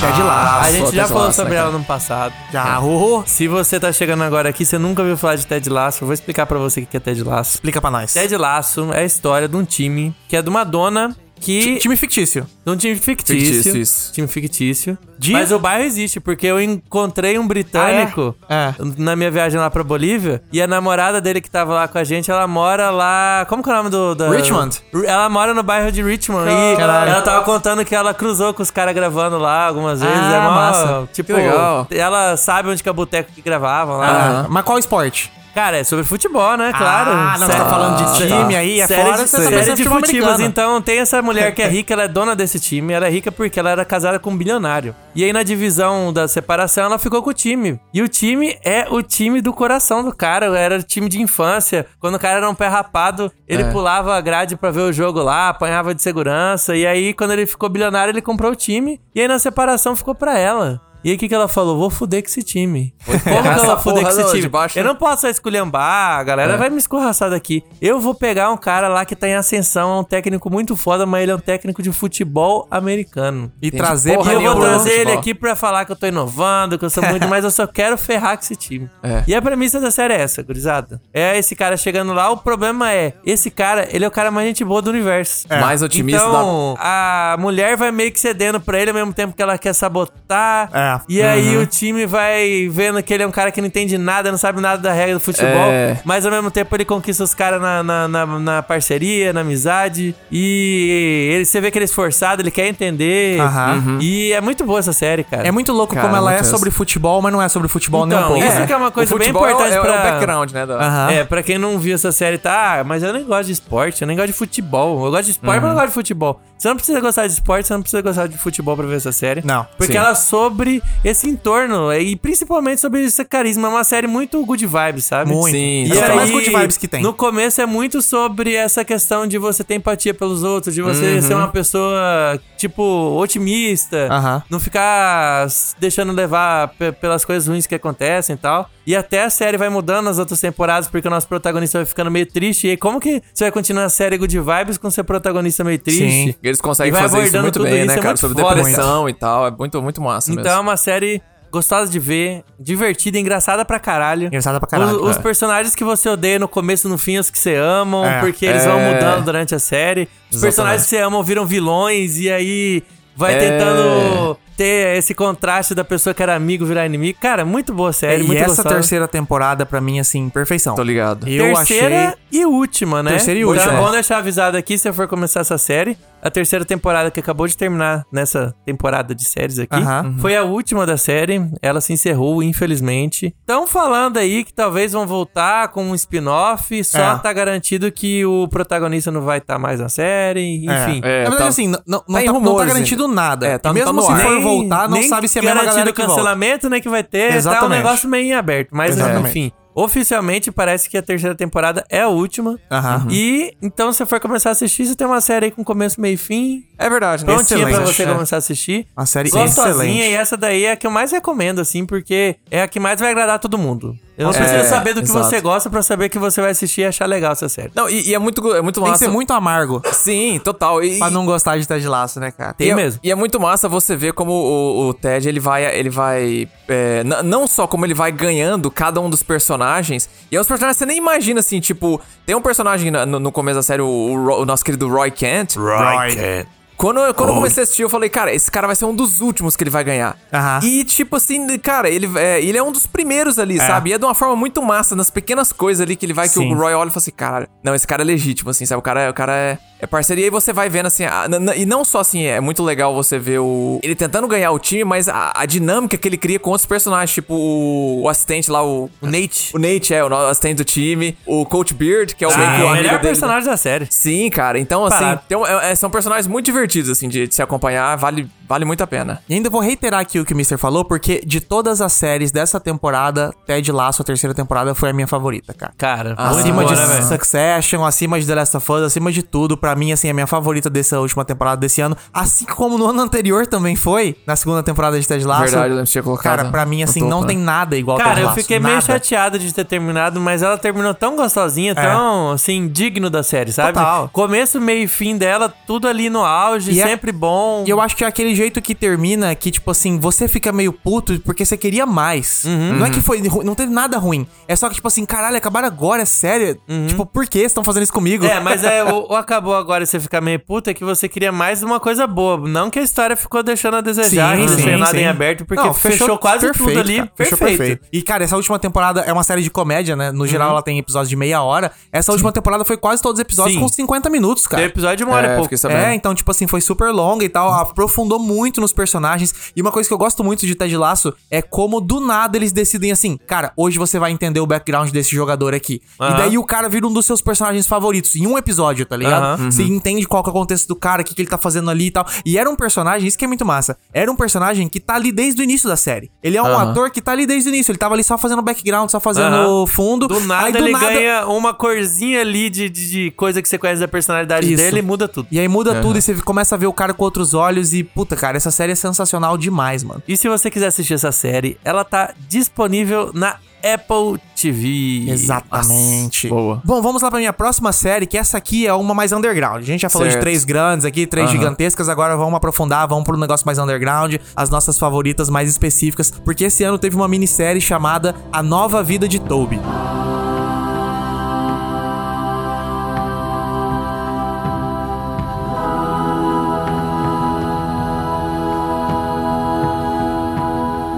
Pé de lá. a gente Ted já falou Lasso, sobre né, ela no passado. É. Já, uhul. Se você tá chegando agora aqui, você nunca ouviu falar de Ted Lasso, eu vou explicar pra você o que é Ted Lasso. Explica pra nós. Ted Lasso é a história de um time que é de uma dona que. Time fictício. de um time fictício. Fictício, isso. Time fictício. De- Mas o bairro existe, porque eu encontrei um britânico. É. Na minha viagem lá pra Bolívia. E a namorada dele que tava lá com a gente, ela mora lá. Como que é o nome do. da- Richmond. Ela mora no bairro de Richmond. E Caralho. ela tava contando que ela cruzou com os caras gravando lá algumas vezes. Ah, é mó- massa. Tipo, Que legal. ela sabe onde que é o boteco que gravavam lá. Ah, Mas qual esporte? Cara, é sobre futebol, né? Claro. Ah, não, você Série- tá falando de time aí, é série fora, de, você tá série pensando de em futebol futivas, americano. então tem essa mulher que é rica, ela é dona desse time, ela é rica porque ela era casada com um bilionário. E aí na divisão da separação ela ficou com o time. E o time é o time do coração do cara, era o time de infância. Quando o cara era um pé rapado, ele É. pulava a grade pra ver o jogo lá, apanhava de segurança. E aí quando ele ficou bilionário, ele comprou o time. E aí na separação ficou pra ela. E aí, o que, que ela falou? Vou fuder com esse time. Como que ferrar eu essa vou fuder com porra, esse não, de time? baixo, eu né? não posso esculhambar, a É. galera vai me escorraçar daqui. Eu vou pegar um cara lá que tá em ascensão, é um técnico muito foda, mas ele é um técnico de futebol americano. E Entendi. trazer Porra e eu vou nenhuma. pro- trazer ele Futebol. aqui pra falar que eu tô inovando, que eu sou muito, mas eu só quero ferrar com esse time. É. E a premissa da série é essa, gurizada. É esse cara chegando lá, o problema é, esse cara, ele é o cara mais gente boa do universo. Mais otimista Então, a mulher vai meio que cedendo pra ele ao mesmo tempo que ela quer sabotar. É. E aí o time vai vendo que ele é um cara que não entende nada, não sabe nada da regra do futebol. É. Mas ao mesmo tempo ele conquista os caras na, na, na- na parceria, na amizade. E ele, você vê que ele é esforçado, ele quer entender. Aham. Uhum. E é muito boa essa série, cara. É muito louco Cara, como ela é muito isso. sobre futebol, mas não é sobre futebol nem um Então, pouco. isso né? que é uma da... O coisa bem futebol é o- importante é, o- pra... é o background, né? da- Aham. É, pra quem não viu essa série, tá, ah, mas eu nem gosto de esporte, eu nem gosto de futebol. Eu gosto de Uhum. esporte, mas eu não gosto de futebol. Você não precisa gostar de esporte, você não precisa gostar de futebol pra ver essa série. Não, Porque sim. ela é sobre esse entorno, e principalmente sobre esse carisma. É uma série muito good vibes, sabe? Muito. Sim, e tá é bom. mais good vibes que tem. No começo é muito sobre essa questão de você ter empatia pelos outros, de você Uhum. ser uma pessoa, tipo, otimista, Aham. não ficar s- deixando levar pe- pelas coisas ruins que acontecem e tal. E até a série vai mudando nas outras temporadas, porque o nosso protagonista vai ficando meio triste. E aí, como que você vai continuar a série Good Vibes com seu protagonista meio triste? Sim. Eles E conseguem vai fazer isso abordando muito tudo bem, isso, né, é cara? muito Sobre foda, depressão e tal. É muito, muito massa Então é mesmo. uma série gostosa de ver, divertida, engraçada pra caralho. Engraçada pra caralho, Os, os é. personagens que você odeia no começo e no fim, os que você amam, É. porque eles vão É. mudando durante a série. Os Exatamente. personagens que você ama viram vilões e aí vai É. tentando ter esse contraste da pessoa que era amigo virar inimigo. Cara, muito boa série, É, e muito essa gostosa. terceira temporada, pra mim, assim, perfeição. Tô ligado. Eu terceira achei. e última, né? Terceira e Então última. é bom deixar avisado aqui, se eu for começar essa série, a terceira temporada que acabou de terminar nessa temporada de séries aqui, Aham. Uhum. foi a última da série, ela se encerrou, infelizmente. Estão falando aí que talvez vão voltar com um spin-off, só É. tá garantido que o protagonista não vai estar mais na série, enfim. É. É, Na verdade, tá- assim, não, não, não em tá, não tá rumores garantido nada. É, tá- Mesmo tá no se ar. for Nem- voltar, não nem sabe se é a mesma garantido galera que volta. cancelamento, né, que vai ter. Tá um Exatamente. negócio meio em aberto. Mas, Exatamente. enfim, oficialmente parece que a terceira temporada é a última. Aham. Uhum. E, então, se você for começar a assistir, você tem uma série aí com começo, meio e fim. É verdade, né? Prontinha pra Excelente, você é. começar a assistir. Uma série Gostosinha, excelente. e essa daí é a que eu mais recomendo, assim, porque é a que mais vai agradar todo mundo. Eu É, não preciso saber do que exato. você gosta pra saber que você vai assistir e achar legal essa série. Não, e, e é muito, é muito Tem que massa. ser muito amargo Sim, total. E, pra não gostar de Ted Laço, né, cara? Tem e é, mesmo. E é muito massa você ver como o, o Ted, ele vai... Ele vai é, n- não só como ele vai ganhando cada um dos personagens. E é os personagens que você nem imagina, assim, tipo... Tem um personagem na- no, no começo da série, o, o Ro- o nosso querido Roy Kent. Roy. Quando, eu- quando eu comecei a assistir, eu falei, cara, esse cara vai ser um dos últimos que ele vai ganhar. Aham. E, tipo assim, cara, ele é, ele é um dos primeiros ali, sabe? E é de uma forma muito massa, nas pequenas coisas ali que ele vai, que Sim. o Roy olha e fala assim, cara, não, esse cara é legítimo, assim, sabe? O cara, é- o cara é, é parceiro. E aí você vai vendo, assim, a- na- na- e não só assim, é muito legal você ver o. Ele tentando ganhar o time, mas a, a dinâmica que ele cria com outros personagens, tipo o, o assistente lá, o. O Nate. O Nate, é, o no- assistente do time. O Coach Beard, que é o, meio que Ah, o o amigo melhor dele. personagem da série. Assim, Sim, cara. Então, Parado. assim, tem um- é- é- são personagens muito divertidos, assim, de, de se acompanhar. Vale, vale muito a pena. E ainda vou reiterar aqui o que o Mr. falou, porque de todas as séries dessa temporada, Ted Lasso, a terceira temporada, foi a minha favorita, cara. Cara, Acima muito de boa, né, velho? Succession, acima de The Last of Us, acima de tudo, pra mim, assim, a minha favorita dessa última temporada desse ano, assim como no ano anterior também foi, na segunda temporada de Ted Lasso. Verdade, eu lembro que tinha colocado Cara, pra mim, no assim, topo, não né? tem nada igual Cara, Ted eu Lasso, fiquei nada. É. meio chateado de ter terminado, mas ela terminou tão gostosinha, tão, assim, digno da série, sabe? Total. Começo, meio e fim dela, tudo ali no auge, E é- sempre bom. E eu acho que é aquele jeito que termina que, tipo assim, você fica meio puto porque você queria mais. Uhum. não é que foi. ru- Não teve nada ruim. É só que, tipo assim, caralho, acabaram agora, é sério? Tipo, por que estão fazendo isso comigo? Uhum. É, mas é, o, o acabou agora e você ficar meio puta é que você queria mais uma coisa boa. Não que a história ficou deixando a desejar Sim, e sim, deixando nada sim. em aberto, porque Não, fechou, quase tudo perfeito, ali. cara. Perfeito. Uhum. Fechou E, cara, essa última temporada é uma série de comédia, né? No geral, ela tem episódios de meia hora. Essa última temporada foi quase todos os episódios Sim. com 50 minutos, Tem cara. episódio de uma hora É, e pouco. fiquei sabendo. É, então, tipo assim, foi super longa e tal, aprofundou muito nos personagens. E uma coisa que eu gosto muito de Ted Lasso é como do nada eles decidem assim, cara, hoje você vai entender o background desse jogador aqui. E Aham. daí o cara vira um dos seus personagens favoritos em um episódio, tá ligado? Aham. Uhum. Você entende qual que é o contexto do cara, o que, que ele tá fazendo ali e tal. E era um personagem, isso que é muito massa, era um personagem que tá ali desde o início da série. Ele é um ator que tá ali desde o início, ele tava ali só fazendo background, só fazendo Aham. fundo. Do nada Aí, ele ganha uma corzinha ali de, de, de coisa que você conhece da personalidade Isso. dele e muda tudo. E aí muda tudo e você começa a ver o cara com outros olhos e, puta, cara, essa série é sensacional demais, mano. E se você quiser assistir essa série, ela tá disponível na Apple TV. Exatamente. Nossa, boa. Bom, vamos lá pra minha próxima série, que essa aqui é uma mais underground. A gente já falou de Certo. três grandes aqui, três Aham. gigantescas, agora vamos aprofundar, vamos pro negócio mais underground, as nossas favoritas mais específicas, porque esse ano teve uma minissérie chamada A Nova Vida de Toby.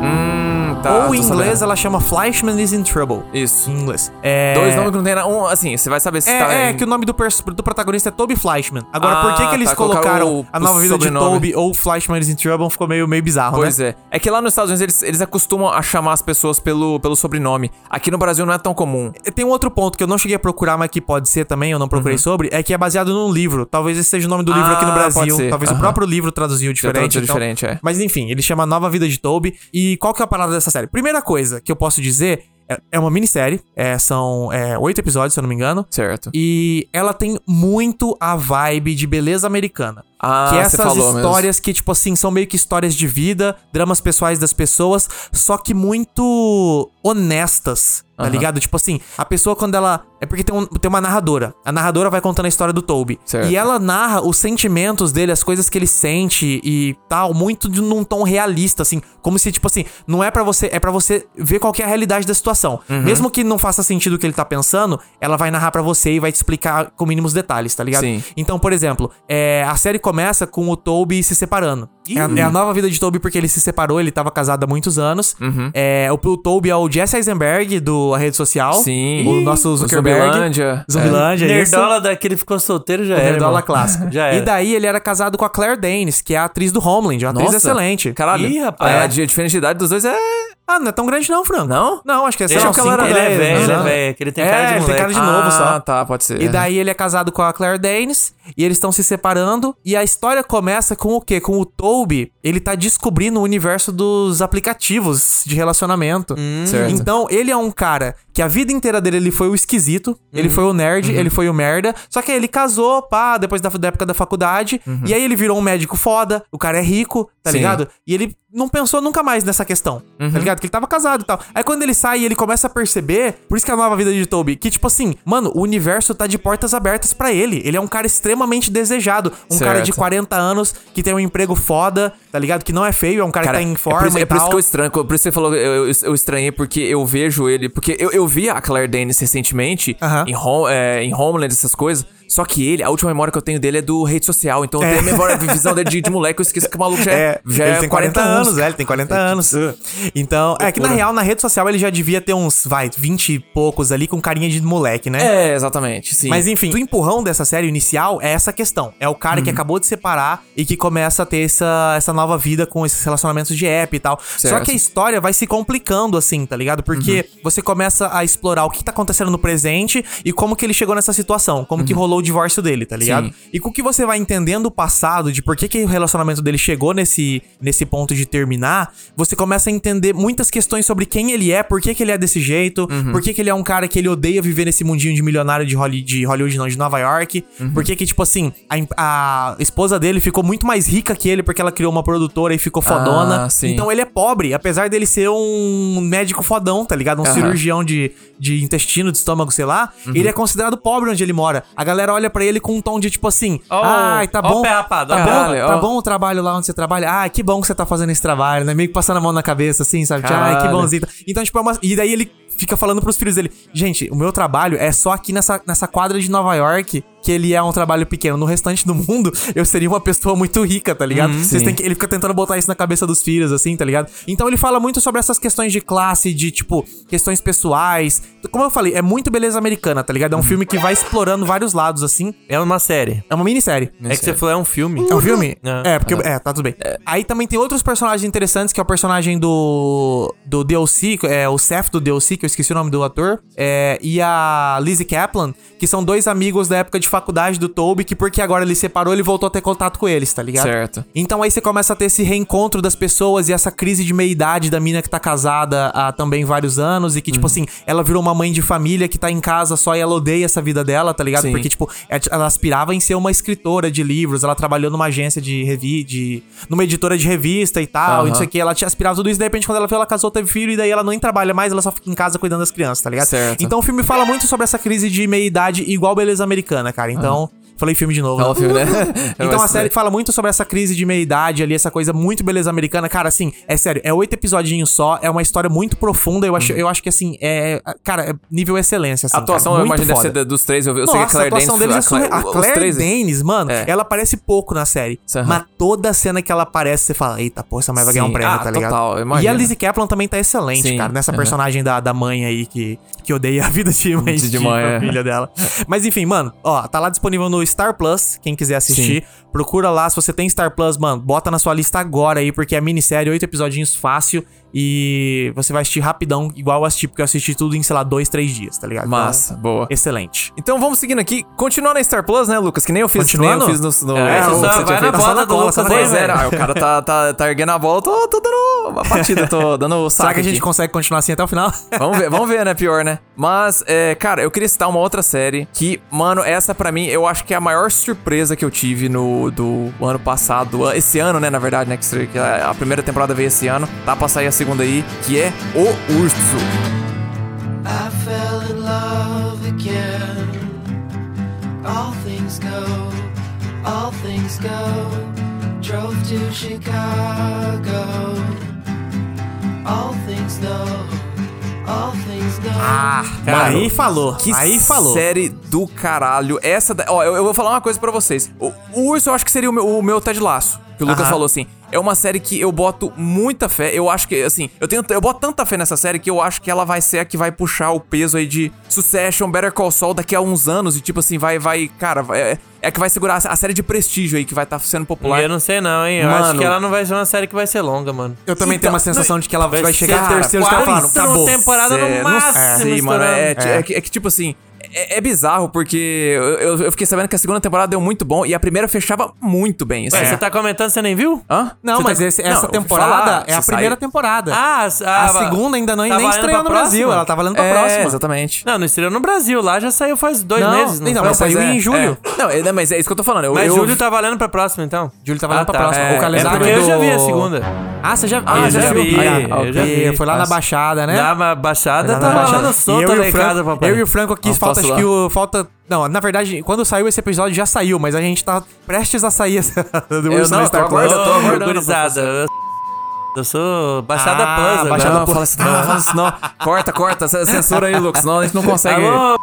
Hum, tá, Ou tô em sabendo. inglês ela chama Fleischman is in Trouble. Isso. Em inglês. É... Dois nomes que não tem nada. Um, assim, você vai saber se É, tá. é em- que o nome do, pers- do protagonista é Toby Fleischman. Agora, por que, Ah, que eles tá, colocaram colocaram o- a nova o vida de sobrenome. Toby ou Fleischman is in Trouble? Ficou meio, meio bizarro, Pois né? é. É que lá nos Estados Unidos eles, eles acostumam a chamar as pessoas pelo, pelo sobrenome. Aqui no Brasil não é tão comum. Tem um outro ponto que eu não cheguei a procurar, mas que pode ser também, eu não procurei sobre, é que é baseado num livro. Talvez esse seja o nome do livro aqui no Uhum. Ah, Brasil. pode ser. Talvez o Aham. próprio livro traduziu diferente. traduziu então- diferente, é. Mas enfim, ele chama Nova Vida de Toby. E qual que é a parada dessa série? Primeira coisa que eu posso dizer é, é uma minissérie. é, são é, oito episódios, se eu não me engano. Certo. E ela tem muito a vibe de beleza americana. Ah, que você essas falou mesmo. histórias que, tipo assim, são meio que histórias de vida, dramas pessoais das pessoas, só que muito honestas, tá Aham. ligado? Tipo assim, a pessoa quando ela. É porque tem, um- tem uma narradora. A narradora vai contando a história do Toby. Certo. E ela narra os sentimentos dele, as coisas que ele sente e tal, muito de, num tom realista, assim. Como se, tipo assim, não é pra você. É pra você ver qual que é a realidade da situação. Uhum. Mesmo que não faça sentido o que ele tá pensando, ela vai narrar pra você e vai te explicar com mínimos detalhes, tá ligado? Sim. Então, por exemplo, é, a série começa com o Toby se separando. É a, é a nova vida de Toby porque ele se separou, ele tava casado há muitos anos. Uhum. É, o, o Toby é o Jesse Eisenberg do A Rede Social. Sim. O nosso O Zuckerberg. Zumbilândia. Zumbilândia, é. isso. Nerdola daquele ficou solteiro já era. Nerdola irmão. é, clássica. Já era. E daí ele era casado com a Claire Danes, que é a atriz do Homeland, uma atriz Nossa. excelente. Caralho. Ih, rapaz. É, a di- a diferença de idade dos dois é. Ah, não é tão grande não, Franco. Não? Não, acho que é Ele, só é, uns cinco, ele dez, é velho, ele é né? velho. é que Ele tem É, cara de ele tem moleque. cara de novo ah, só. tá, pode ser. E daí ele é casado com a Claire Danes e eles estão se separando. E a história começa com o quê? Com o Toby, ele tá descobrindo o universo dos aplicativos de relacionamento. Certo. Então, ele é um cara que a vida inteira dele ele foi o esquisito, ele Uhum. foi o nerd, ele foi o merda. Só que aí ele casou, pá, depois da, da época da faculdade. E aí ele virou um médico foda, o cara é rico, tá Uhum. Sim. Uhum. ligado? E ele não pensou nunca mais nessa questão, tá ligado? Que ele tava casado e tal. Aí quando ele sai, ele começa a perceber, por isso que é a nova vida de Toby, que tipo assim, mano, o universo tá de portas abertas pra ele. Ele é um cara extremamente desejado, um cara de Certo. 40 anos que tem um emprego foda, tá ligado? Que não é feio, é um cara, Cara, que tá em é por, forma isso, e é por isso tal. que eu estranho. Por isso que você falou, eu, eu, eu estranhei, porque eu vejo ele. Porque eu, eu vi a Claire Danes recentemente Aham. em, Hom- é, em Homeland, essas coisas. Só que ele, a última memória que eu tenho dele é do rede social. Então eu tenho a memória, a visão dele de, de moleque, eu esqueço que o maluco já é, já ele é tem 40, anos, cara. é, ele tem 40 anos. Então, é que na real, na rede social ele já devia ter uns, vai, 20 e poucos ali com carinha de moleque, né? É, exatamente, sim. Mas enfim, o empurrão dessa série inicial é essa questão. É o cara Uhum. que acabou de separar e que começa a ter essa, essa nova vida com esses relacionamentos de app e tal. Só Certo. que a história vai se complicando, assim, tá ligado? Porque Uhum. você começa a explorar o que tá acontecendo no presente e como que ele chegou nessa situação, como que rolou o divórcio dele, tá ligado? Uhum. Sim. E com o que você vai entendendo o passado, de por que, que o relacionamento dele chegou nesse, nesse ponto de terminar, você começa a entender muitas questões sobre quem ele é, por que, que ele é desse jeito, Uhum. por que, que ele é um cara que ele odeia viver nesse mundinho de milionário de, Holly, de Hollywood, não, de Nova York. Uhum. Por que, que, tipo assim, a, em- a esposa dele ficou muito mais rica que ele porque ela criou uma produtora e ficou fodona. Ah, sim. Então ele é pobre, apesar dele ser um médico fodão, tá ligado? Um Aham. cirurgião região de, de intestino, de estômago, sei lá, Uhum. ele é considerado pobre onde ele mora. A galera olha pra ele com um tom de tipo assim: Ó, ai, tá ó o bom. pé rapado, ó tá, o pé bom rapado, tá ó." bom o trabalho lá onde você trabalha. Ah, que bom que você tá fazendo esse trabalho, né? Meio que passando a mão na cabeça, assim, sabe? Tipo, Ai, que Caralho. bonzinho. Então, tipo, é uma. E daí ele fica falando pros filhos dele: gente, o meu trabalho é só aqui nessa, nessa quadra de Nova York. Que ele é um trabalho pequeno. No restante do mundo, eu seria uma pessoa muito rica, tá ligado? Vocês sim. têm que- ele fica tentando botar isso na cabeça dos filhos, assim, tá ligado? Então ele fala muito sobre essas questões de classe, de tipo, questões pessoais. Como eu falei, é muito beleza americana, tá ligado? É um filme que vai explorando vários lados, assim. É uma série. É uma minissérie. É que você falou, é um filme. É um filme? É. É, porque. É, tá tudo bem. Aí também tem outros personagens interessantes, que é o personagem do. Do DLC, é, o Seth do DLC, que eu esqueci o nome do ator. É, e a Lizzie Kaplan, que são dois amigos da época de faculdade do Toby, que porque agora ele separou, ele voltou a ter contato com eles, tá ligado? Certo. Então aí você começa a ter esse reencontro das pessoas e essa crise de meia-idade da mina que tá casada há também vários anos e que, Uhum. tipo assim, ela virou uma mãe de família que tá em casa só e ela odeia essa vida dela, tá ligado? Sim. Porque, tipo, é- ela aspirava em ser uma escritora de livros, ela trabalhou numa agência de revi... de... numa editora de revista e tal, e não sei o que, ela tinha aspirado tudo isso, de repente quando ela viu, ela casou, teve filho e daí ela nem trabalha mais, ela só fica em casa cuidando das crianças, tá ligado? Certo. Então o filme fala muito sobre essa crise de meia-idade igual Beleza Americana, cara, então... Falei filme de novo. É né? um filme, né? Então a Mas- série fala muito sobre essa crise de meia-idade ali, essa coisa muito beleza americana. Cara, assim, é sério, é oito episodinhos só, é uma história muito profunda. Eu acho, eu acho que, assim, é. Cara, é nível excelência. Assim, Uhum. A atuação, cara, eu muito imagino, deve foda. ser da- dos três. Eu, eu sei que a Nossa, a Claire Danes... atuação deles é surreal. A os Claire três- Danes, mano, É. ela aparece pouco na série. Aham. Mas toda cena que ela aparece, você fala, eita, pô, essa mais vai ganhar um Sim. prêmio, Ah, tá ligado? total, e eu a imagino. Lizzie Kaplan também tá excelente, Sim, cara, nessa aham. personagem da, da mãe aí que, que odeia a vida de mãe de, De mãe, é. família dela. Mas enfim, mano, ó, tá lá disponível no Star Plus, quem quiser assistir. Procura lá, se você tem Star Plus, mano, bota na sua lista agora aí, porque é minissérie, oito episodinhos fácil. E você vai assistir rapidão, igual eu assisti, porque eu assisti tudo em, sei lá, dois, três dias, tá ligado? Então, Massa, boa. excelente. Então vamos seguindo aqui. Continuando na Star Plus, né, Lucas? Que nem eu fiz, que nem eu Continuando? fiz no... no É, no- só no- vai você tinha na feito. Tá só bola do cola, Lucas só na aí, cola. Pois é, velho. ah, o cara tá, tá, tá erguendo a bola, tô, tô dando uma batida, tô dando o saco Será que a gente aqui. consegue continuar assim até o final? Vamos ver, vamos ver, né? Pior, né? Mas, é, cara, eu queria citar uma outra série que, mano, essa pra mim, eu acho que é a maior surpresa que eu tive no do ano passado. an- Esse ano, né? Na verdade, né? Que se- que a a primeira temporada veio esse ano. Tá pra sair a segunda aí, que é O Urso. I fell in love again. All things go, all things go. Drove to Chicago. All things know, all things know. Cara, Mano, É, aí falou. Que aí falou. série do caralho. Essa. da- Ó, eu, eu vou falar uma coisa pra vocês. O, o Urso eu acho que seria o meu, o meu Ted Laço. Que o Lucas Aham. falou assim. É uma série que eu boto muita fé. Eu acho que, assim, eu, tenho, eu boto tanta fé nessa série que eu acho que ela vai ser a que vai puxar o peso aí de Succession, Better Call Saul daqui a uns anos. E, tipo assim, vai, vai, cara, vai- é, é a que vai segurar a série de prestígio aí que vai estar sendo popular. Eu não sei não, hein? Eu acho Mano. que ela não vai ser uma série que vai ser longa, mano. Eu também Então, tenho uma sensação de que ela vai, vai chegar ser no terceiro cara, e falaram, quarenta acabou. temporada no É, máximo Não sei, mano. É, estourando. é que, é que, tipo assim. É, é bizarro, porque eu, eu- eu fiquei sabendo que a segunda temporada deu muito bom e a primeira fechava muito bem. assim. Ué, você tá comentando, você nem viu? Hã? É. Não, Você mas tá- esse- Não, essa eu vou temporada falar, é a se primeira sair- temporada. Ah, a segunda ainda não, tá nem valendo estreou pra no Brasil. próxima? Ela tá valendo pra É, próxima. exatamente. Não, não estreou no Brasil. Lá já saiu faz dois Não, meses. então, foi? mas saiu Pois é, em julho. É. Não, é, não, mas é isso que eu tô falando. Eu, Mas eu- julho tá valendo pra próxima, então. Julho tá valendo Ah, pra tá. próxima. É, o É calendário porque eu já do- vi a segunda. Ah, você já, eu ah, já já viu? vi, Ah, eu já ok. vi. Foi lá na Baixada, né? Na ba- Baixada Tá tá na Baixada. E rolando solta eu, e lá o em Franco- casa, papai. eu e o Franco aqui, Não, falta, posso acho lá. que o, falta... Não, na verdade, quando saiu esse episódio já saiu, mas a gente tá prestes a sair essa, do Eu Urso não, no eu Star tô Plus. aguardando, eu tô aguardando. gurizada. Eu, eu sou Baixada Ah, Plus agora. né? Baixada assim, Tá Tá Não, fala isso não, fala isso não. Corta, corta, c- censura aí, Lucas, senão a gente não consegue. Alô,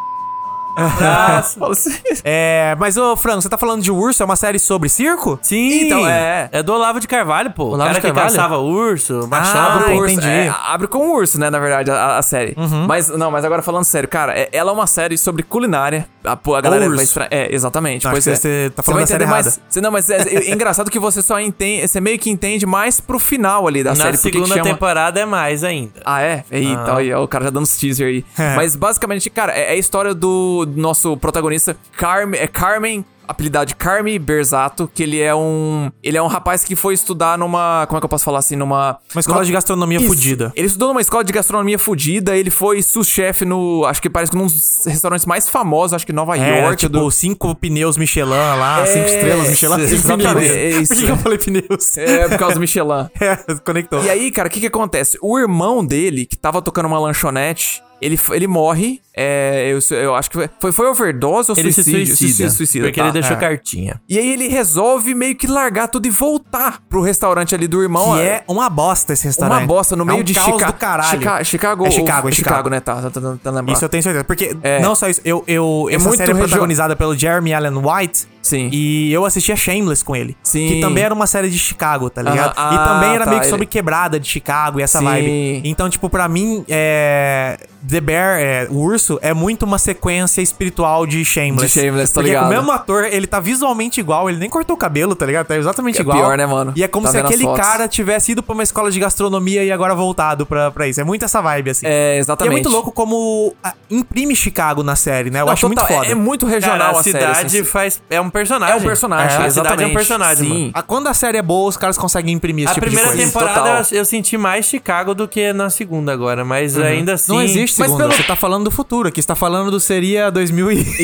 Abraço. Fala assim. É, mas ô, Franco, você tá falando de urso? É uma série sobre circo? Sim. Então, é. É do Olavo de Carvalho, Ah, pô. Olavo o cara de que Carvalho? caçava urso, machado. abre com o urso. entendi. Uhum. é, abre com o urso, né, na verdade, a, a série. Mas, não, mas agora falando sério, cara, é- ela é uma série sobre culinária. A, pô, a galera urso. vai estranhar. É, exatamente. Não, pois acho é. que você tá falando vai da série entender mais- errada. você- não, mas é, é engraçado que você só entende. Você meio que entende mais pro final ali da Na série. porque que segunda chama- temporada é mais ainda. Ah, é? Eita, Ah. olha, o cara já dando uns teaser aí. É. Mas basicamente, cara, é é a história do nosso protagonista, Carmen. É Carmen. Apelidado de Carme Berzato, que ele é um. Ele é um rapaz que foi estudar numa. Como é que eu posso falar assim? Numa. Uma escola de gastronomia Isso. fodida. Ele estudou numa escola de gastronomia fodida, ele foi sous-chefe no. Acho que parece que num dos restaurantes mais famosos, acho que Nova É, York. tipo, do- cinco pneus Michelin lá, É, cinco estrelas Michelin. isso, Cinco exatamente, pneus. é isso. Por que que eu falei pneus? É, por causa do Michelin. É, conectou. E aí, cara, o que que acontece? O irmão dele, que tava tocando uma lanchonete, ele, f- ele morre. É, eu, eu acho que foi, foi, foi overdose ou Ele suicídio? se suicida. Suicídio, suicida, porque tá, ele deixou é. cartinha. E aí ele resolve meio que largar tudo e voltar pro restaurante ali do irmão. Que é uma bosta esse restaurante. uma bosta no É meio um de caos Chica- do caralho. Chica- Chicago. É ou- Chicago, é Chicago. né? Tá, tá, tá, tá lembrado. Isso eu tenho certeza. Porque É. não só isso, eu, eu, É essa muito série é regio- protagonizada pelo Jeremy Allen White. Sim. E eu assistia Shameless com ele. Sim. Que também era uma série de Chicago, tá ligado? Aham, e ah, também era tá, meio que ele- sobre quebrada de Chicago e essa Sim. vibe. Então, tipo, pra mim, é... The Bear, é, o urso, é muito uma sequência espiritual de Shameless. De Shameless, tô Porque ligado. o mesmo ator, ele tá visualmente igual, ele nem cortou o cabelo, tá ligado? Tá exatamente É igual. pior, né, mano? E é como Tá se vendo as aquele fotos. cara tivesse ido pra uma escola de gastronomia e agora voltado pra, pra isso. É muito essa vibe, assim. É, E é exatamente. muito louco como ah, imprime Chicago na série, né? Eu Não, acho muito total, foda. É, é muito Cara, regional a, a, série, cidade assim. faz. É um personagem. É um personagem, a cidade é um exatamente. personagem, Sim. mano. Ah, Quando a série é boa, os caras conseguem imprimir esse A tipo primeira de coisa. temporada total. eu, eu senti mais Chicago do que na segunda agora, mas ainda assim. Não existe Mas segunda, pelo- você tá falando do futuro aqui, você tá falando do seria 2024.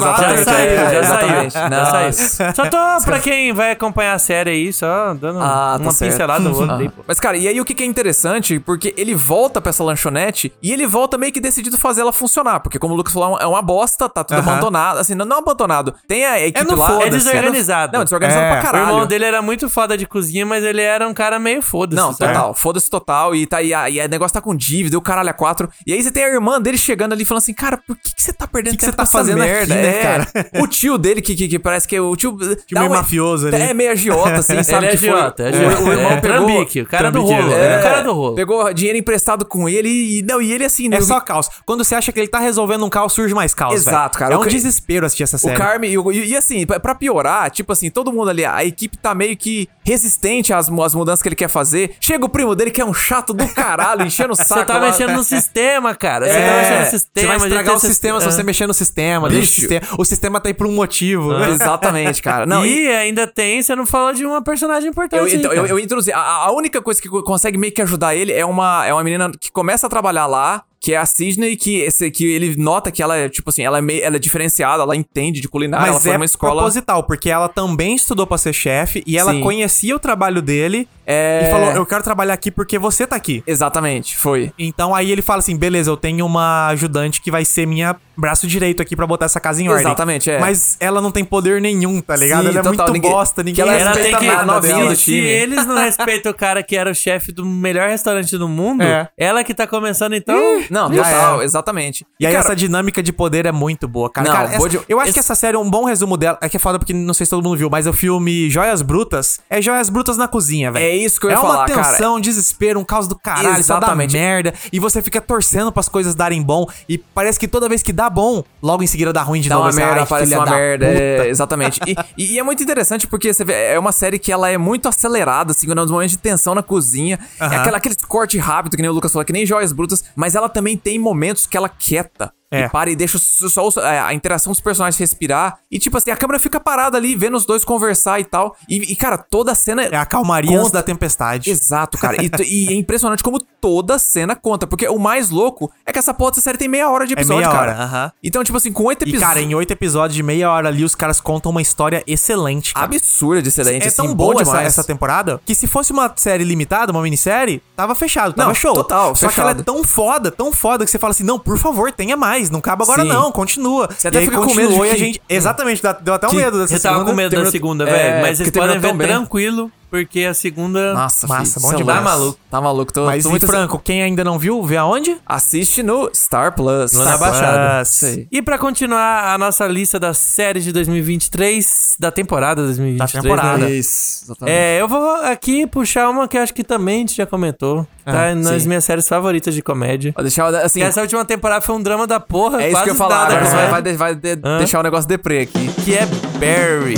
Já né? exatamente. saiu, É, já saiu. exatamente. Já Nossa. saiu. Só tô pra quem vai acompanhar a série aí, só dando Ah, tá uma certo. pincelada ou outra. aí, pô. Mas, cara, e aí o que, que é interessante, porque ele volta pra essa lanchonete e ele volta meio que decidido fazer ela funcionar. Porque, como o Lucas falou, é uma bosta, tá tudo Aham. abandonado. Assim, não, não abandonado. Tem a equipe no lá. foda-se, é desorganizado. Não, desorganizado É, pra o O caralho. irmão dele era muito foda de cozinha, mas ele era um cara meio foda-se. Não, sabe? total. Foda-se total. E tá aí, aí o negócio tá com dívida, o caralho a quatro. E aí você tem a irmã dele chegando ali e falando assim, cara, por que, que você tá perdendo Que que tempo você tá com essa fazendo aqui, merda? né, é, cara? O tio dele, que, que, que parece que é o tio. dá meio uma- mafioso ali. É, meio agiota, assim, sabe? Ele é que foi- agiota, é o- agiota. O, irmão É, pegou. trambique, o cara do trambiqueiro. rolo. Ele é o cara do rolo. Pegou dinheiro emprestado com ele e. Não, e ele assim, né? É só caos. Quando você acha que ele tá resolvendo um caos, surge mais caos. Exato, velho. cara. É O um ca- desespero assistir essa O série. Carme, e, o- e- e assim, pra pra piorar, tipo assim, todo mundo ali, a equipe tá meio que resistente às, mu- às mudanças que ele quer fazer. Chega o primo dele, que é um chato do caralho, enchendo o saco. Você tá lá. mexendo no sistema, cara. Você É, tá mexendo no você você sistema. vai a gente estragar o tem- É. sistema se você mexer no sistema. Deixa o Bicho. sistema. O sistema tá aí por um motivo. Ah, né? Exatamente, cara. Não, e- e, ainda tem, você não falou de uma personagem importante. Eu, aí, então, assim, cara. eu, eu introduzi. A, a única coisa que co- consegue meio que ajudar ele é uma, é uma menina que começa a trabalhar lá, que é a Sidney, que, esse, que ele nota que ela é, tipo assim, ela é, meio, ela é diferenciada, ela entende de culinária, ela Mas foi é numa escola. proposital, porque ela também estudou pra ser chefe e ela Sim. conhecia o trabalho dele É. e falou: Eu quero trabalhar aqui porque você tá aqui. Exatamente, foi. Então aí ele fala assim: beleza, eu tenho uma ajudante que vai ser minha braço direito aqui pra botar essa casa em ordem. Exatamente, é. Mas ela não tem poder nenhum, tá ligado? Sim, ela é total, muito ninguém- bosta, que ninguém ela Ela tem respeita que a nada novinha dela. do se, se time. eles não respeitam o cara que era o chefe do melhor restaurante do mundo, É. ela que tá começando então. Não, Já total, era. exatamente. E aí cara, essa dinâmica de poder é muito boa, cara. Não, Cara, essa- boa de- eu acho que esse- essa série é um bom resumo dela. É que é foda porque não sei se todo mundo viu, mas o filme Joias Brutas é Joias Brutas na cozinha, velho. É isso que eu ia É uma falar, cara. tensão, um desespero, um caos do caralho, só dá Exatamente. merda. E você fica torcendo pras coisas darem bom. E parece que toda vez que dá bom, logo em seguida dá ruim de Dá novo. uma Você, merda, "Ai, aparece filha uma da merda. puta". é, exatamente. E, e- e é muito interessante porque você vê, é uma série que ela é muito acelerada, assim, nos momentos de tensão na cozinha. É aquela, aquele corte rápido, que nem o Lucas falou, que nem joias brutas, mas ela também tem momentos que ela quieta. É. E para e deixa só só os- é, a interação dos personagens respirar. E, tipo assim, a câmera fica parada ali, vendo os dois conversar e tal. E, e, cara, toda a cena. É a calmaria antes Conta- da tempestade. Exato, cara. E, t- e é impressionante como toda cena conta. Porque o mais louco é que essa porra dessa série tem meia hora de episódio, É meia cara. hora, aham. Então, tipo assim, com oito E, episódios. cara, em oito episódios de meia hora ali, os caras contam uma história excelente. cara. absurda de excelente. É assim, tão bom boa essa, demais. essa temporada que se fosse uma série limitada, uma minissérie, tava fechado, tava Não, show. total, Só que ela é fechado. tão foda, tão foda que você fala assim: não, por favor, tenha mais, não acaba agora Sim. não, continua. Você até e aí fica com continuou medo de e a que- Hum. gente. Exatamente, dá- deu até um que- medo dessa Eu tava segunda, com medo da terminou- segunda, É, velho. Mas vocês porque terminou podem ver tão bem. tranquilo porque a segunda. Nossa, Massa, filho, bom cê é demais. Tá maluco. Tá maluco. Tô, Mas tô e muito- Franco, quem ainda não viu, vê aonde? Assiste no Star Plus. Lá na Star Baixada. Plus. Isso aí. E pra continuar a nossa lista das séries de 2023, da temporada 2023. Da temporada. né? Isso, exatamente. É, eu vou aqui puxar uma que acho que também a gente já comentou. que Tá nas Ah, sim. minhas séries favoritas de comédia. Vou deixar o- assim, E essa última temporada foi um drama da porra. é isso quase que eu ia falar. nada, Agora você vai, né? vai, de- vai de- Hã? deixar o negócio deprê aqui. Que é Barry.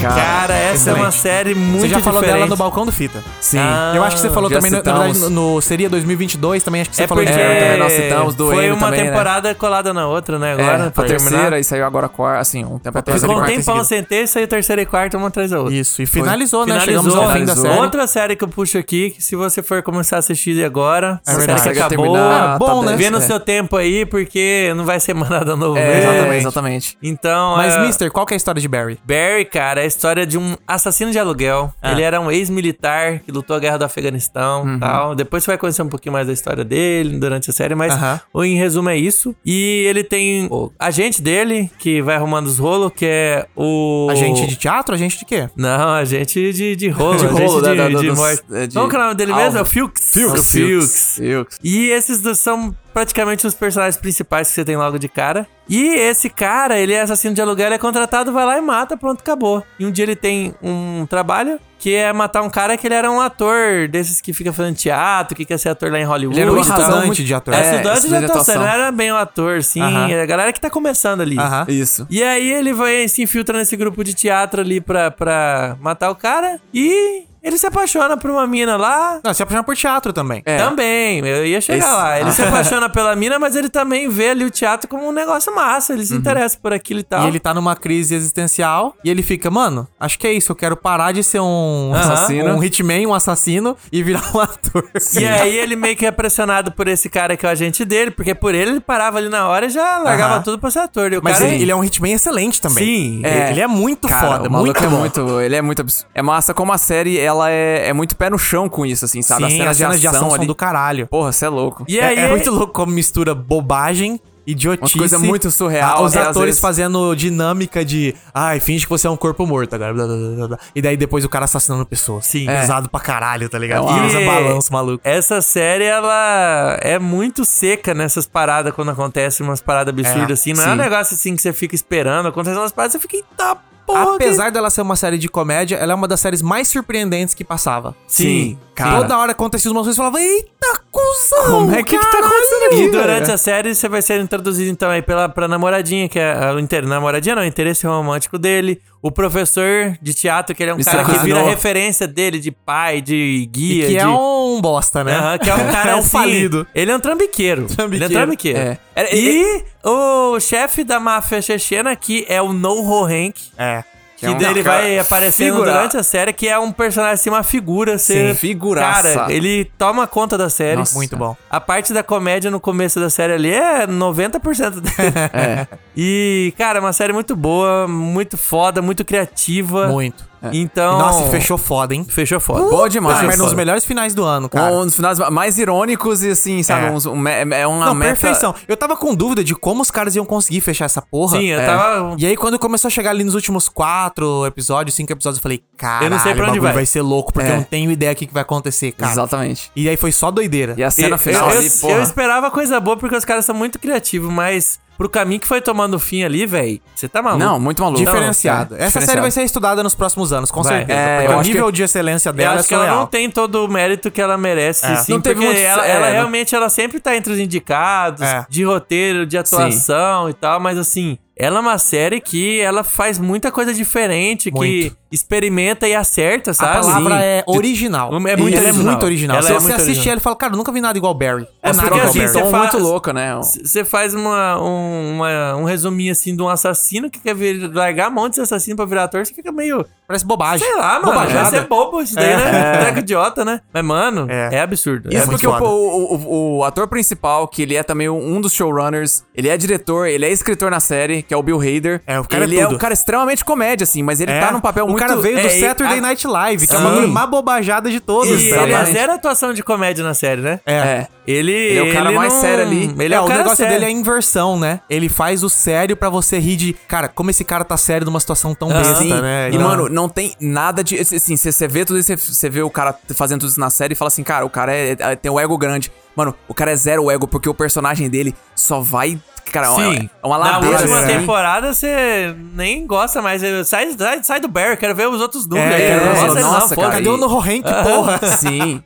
Cara, essa é uma Ah, excelente. série muito Você já falou diferente. dela no Balcão do Fita. Sim. Ah, eu acho que você falou já também, na- na verdade, citamos. no, seria 2022 também, então, acho que você É falou porque de Barry também, Barry. nós citamos, do foi Amy uma também, né? temporada colada na outra, né? É, Agora, pra a terminar. terceira e saiu agora a quarta, assim, um tempo atrás. Ficou ali, um quarta em tempão seguida. sem ter, saiu terceira e quarta, uma atrás da outra. Isso, e finalizou, né? Finalizou. Chegamos ao fim da Finalizou. série. Outra série que eu puxo aqui, que se você for começar a assistir agora, É uma série verdade. que Consegue acabou, terminar, Ah, bom, né? vê no É. seu tempo aí, porque não vai ser mandada novo É, mesmo. exatamente, exatamente. Então, Mas, é, Mister, qual que é a história de Barry? Barry, cara, é a história de um assassino de aluguel. Ah. Ele era um ex-militar que lutou a guerra do Afeganistão Uhum. e tal. Depois você vai conhecer um pouquinho mais da história dele durante a série, mas Aham. o em resumo é isso. E ele tem o agente dele, que vai arrumando os rolos, que é o... Agente de teatro? Agente de quê? Não, a gente de, de rolo, De a gente rolo, de, né, da- da- de dos- morte. é, de Qual que é o nome dele alvo. mesmo? É o Fuchs. É o Fuchs. Fuchs. Fuchs. E esses dois são praticamente os personagens principais que você tem logo de cara. E esse cara, ele é assassino de aluguel, ele é contratado, vai lá e mata, pronto, acabou. E um dia ele tem um trabalho que é matar um cara que ele era um ator desses que fica fazendo teatro, que quer ser ator lá em Hollywood. Ele era um e tal. estudante de ator. É, É, estudante de estudante de atuação. Não atuação. era bem um ator, sim. Aham. É a galera que tá começando ali. Aham. Isso. E aí ele vai se infiltra nesse grupo de teatro ali pra, pra matar o cara. E ele se apaixona por uma mina lá. Não, se apaixonar por teatro também. É. Também, eu ia chegar Esse- lá. Ele se apaixona pela mina, mas ele também vê ali o teatro como um negócio massa. Ele se interessa por aquilo e tal. Uhum. E ele tá numa crise existencial e ele fica, mano, acho que é isso, eu quero parar de ser um Assassino. um hitman, um assassino e virar um ator. E aí ele meio que é pressionado por esse cara que é o agente dele, porque por ele ele parava ali na hora e já largava Aham. tudo pra ser ator. E o Mas cara ele, ele é um hitman excelente também. Sim. É, ele é muito Cara, foda, o maluco muito é bom. muito, ele é muito abs- é massa como a série, ela é, é muito pé no chão com isso assim, sabe? Sim, as cenas de ação, são ali. do caralho. Porra, você é louco. E é, aí- é muito louco como mistura bobagem, idiotice. Umas coisas muito surreal, Ah, Os né, às atores vezes. fazendo dinâmica de. Ai, finge que você é um corpo morto agora. blá, blá, blá, blá, blá." E daí depois o cara assassinando pessoas. Sim. Pesado pra caralho, tá ligado? É E uma- usa balanço, maluco. Essa série, ela é muito seca nessas paradas quando acontece umas paradas absurdas, É, assim. Não é um sim. negócio assim que você fica esperando. Acontece umas paradas, você fica, eita porra. que- Apesar dela ser uma série de comédia, ela é uma das séries mais surpreendentes que passava. Sim, cara. cara. Toda hora acontecia umas coisas e falava, eita, cuzão! Como é que que tá acontecendo aqui, E Sim, durante é. a série você vai ser introduzido então aí pela pra namoradinha, que é a, o inter, namoradinha não, o interesse romântico dele, o professor de teatro, que ele é um Mr. cara que vira Cosmo. referência dele de pai, de E guia, que de é um bosta, né? Aham, que é um cara é um assim, falido. Ele é um trambiqueiro. Trambiqueiro. Ele é um trambiqueiro. É. E o chefe da máfia chechena que é o Noho Hank, É. que é um daí ele vai cara- aparecendo figura- durante a série, que é um personagem assim, uma figura. Assim, Sim, figuraça. Cara, ele toma conta da série. Nossa, muito bom. A parte da comédia no começo da série ali é 90% dele. É. E, cara, é uma série muito boa, muito foda, muito criativa. Muito. Então... Nossa, e fechou foda, hein? Fechou foda. Bom demais, Mas nos foda. melhores finais do ano, cara. Um, um dos finais mais irônicos e assim, sabe, É. uns- um, me- é uma Não, meta perfeição. Eu tava com dúvida de como os caras iam conseguir fechar essa porra. Sim, eu É. tava- E aí, quando começou a chegar ali nos últimos quatro episódios, cinco episódios, eu falei, cara, Eu não sei pra onde vai." vai ser louco, porque É. eu não tenho ideia do que que vai acontecer, cara. Exatamente. E aí foi só doideira. E a Eu, cena final eu- ali, eu- porra. eu esperava coisa boa porque os caras são muito criativos, mas pro caminho que foi tomando fim ali, velho, você tá maluco. Não, muito maluco. É, Diferenciada. Não, Essa série vai ser estudada nos próximos anos, com Vai. certeza. É, porque eu o acho nível que- de excelência Eu dela é acho que ela surreal. não tem todo o mérito que ela merece, É. sim, Não teve porque muito- ela, é, ela não- realmente ela sempre tá entre os indicados, É. de roteiro, de atuação e tal, mas assim, ela é uma série que ela faz muita coisa diferente, Muito. que experimenta e acerta, A sabe? palavra Sim. é original. É muito Ela é original. muito original. Ela Se é você muito assistir original. ela e fala, cara, eu nunca vi nada igual Barry. É nada porque, igual assim, Barry. você Tom fala- muito louco, né? Você faz uma, um, uma- um resuminho assim de um assassino que quer vir, largar a mão desse assassino pra virar ator, você fica meio. Parece bobagem. Sei lá, mano. Bobajada. Vai ser bobo isso daí, né? Treco idiota, né? Mas, mano, É. é, absurdo. Isso é porque muito o, foda. um o- o- o ator principal, que ele é também um dos showrunners, ele é diretor, ele é escritor na série, que é o Bill Hader. É, o cara é ele é tudo. um cara extremamente comédia, assim, mas ele É. tá num papel o muito... cara veio do é, ele- Saturday a- Night Live, que é a Sim. bagulho mais bobajada de todos. E tá ele é ligado? zero atuação de comédia na série, né? É. Ele, é o cara mais não- sério ali. Ele é, o, cara negócio sério. dele é a inversão, né? Ele faz o sério pra você rir de, cara, como esse cara tá sério numa situação tão besta, Sim. né? E, Então- mano, não tem nada de. Assim, você- você vê tudo isso, você- você vê o cara fazendo tudo isso na série e fala assim, cara, o cara é- é- tem um ego grande. Mano, o cara é zero ego, porque o personagem dele só vai. Cara, é uma- Sim. é uma Na ladeira. última assim. temporada você nem gosta mais. Sai, sai, sai do Barry, quero ver os outros números. É, quero ver é, vocês, nossa, foda-se. cara, Cadê o Nohohank, porra? Sim.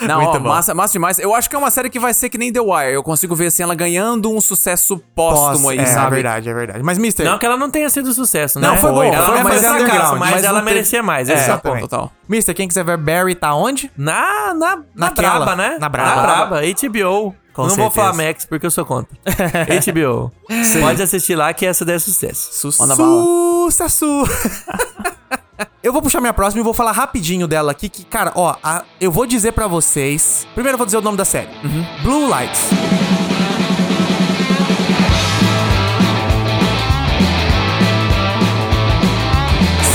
Não, Muito ó, bom. massa, massa demais. Eu acho que é uma série que vai ser que nem The Wire. Eu consigo ver assim ela ganhando um sucesso póstumo aí, é, sabe? É verdade, é verdade. Mas, Mister, Não que ela não tenha sido sucesso, né? Não, foi bom, Ela foi, não mas foi é fracasso, underground, mas, mas ela não teve- merecia mais. É, Esse é o ponto. exatamente. total. Mister, quem quiser ver Barry tá onde? Na, na, na, Naquela. Braba, né? Na Braba. HBO. Com não certeza. vou falar Max porque eu sou contra. HBO. Pode assistir lá que essa daí é sucesso. Manda bala. Sucesso! Eu vou puxar minha próxima e vou falar rapidinho dela aqui, que, cara, ó, a- eu vou dizer pra vocês. Primeiro eu vou dizer o nome da série: Uhum. Blue Lights.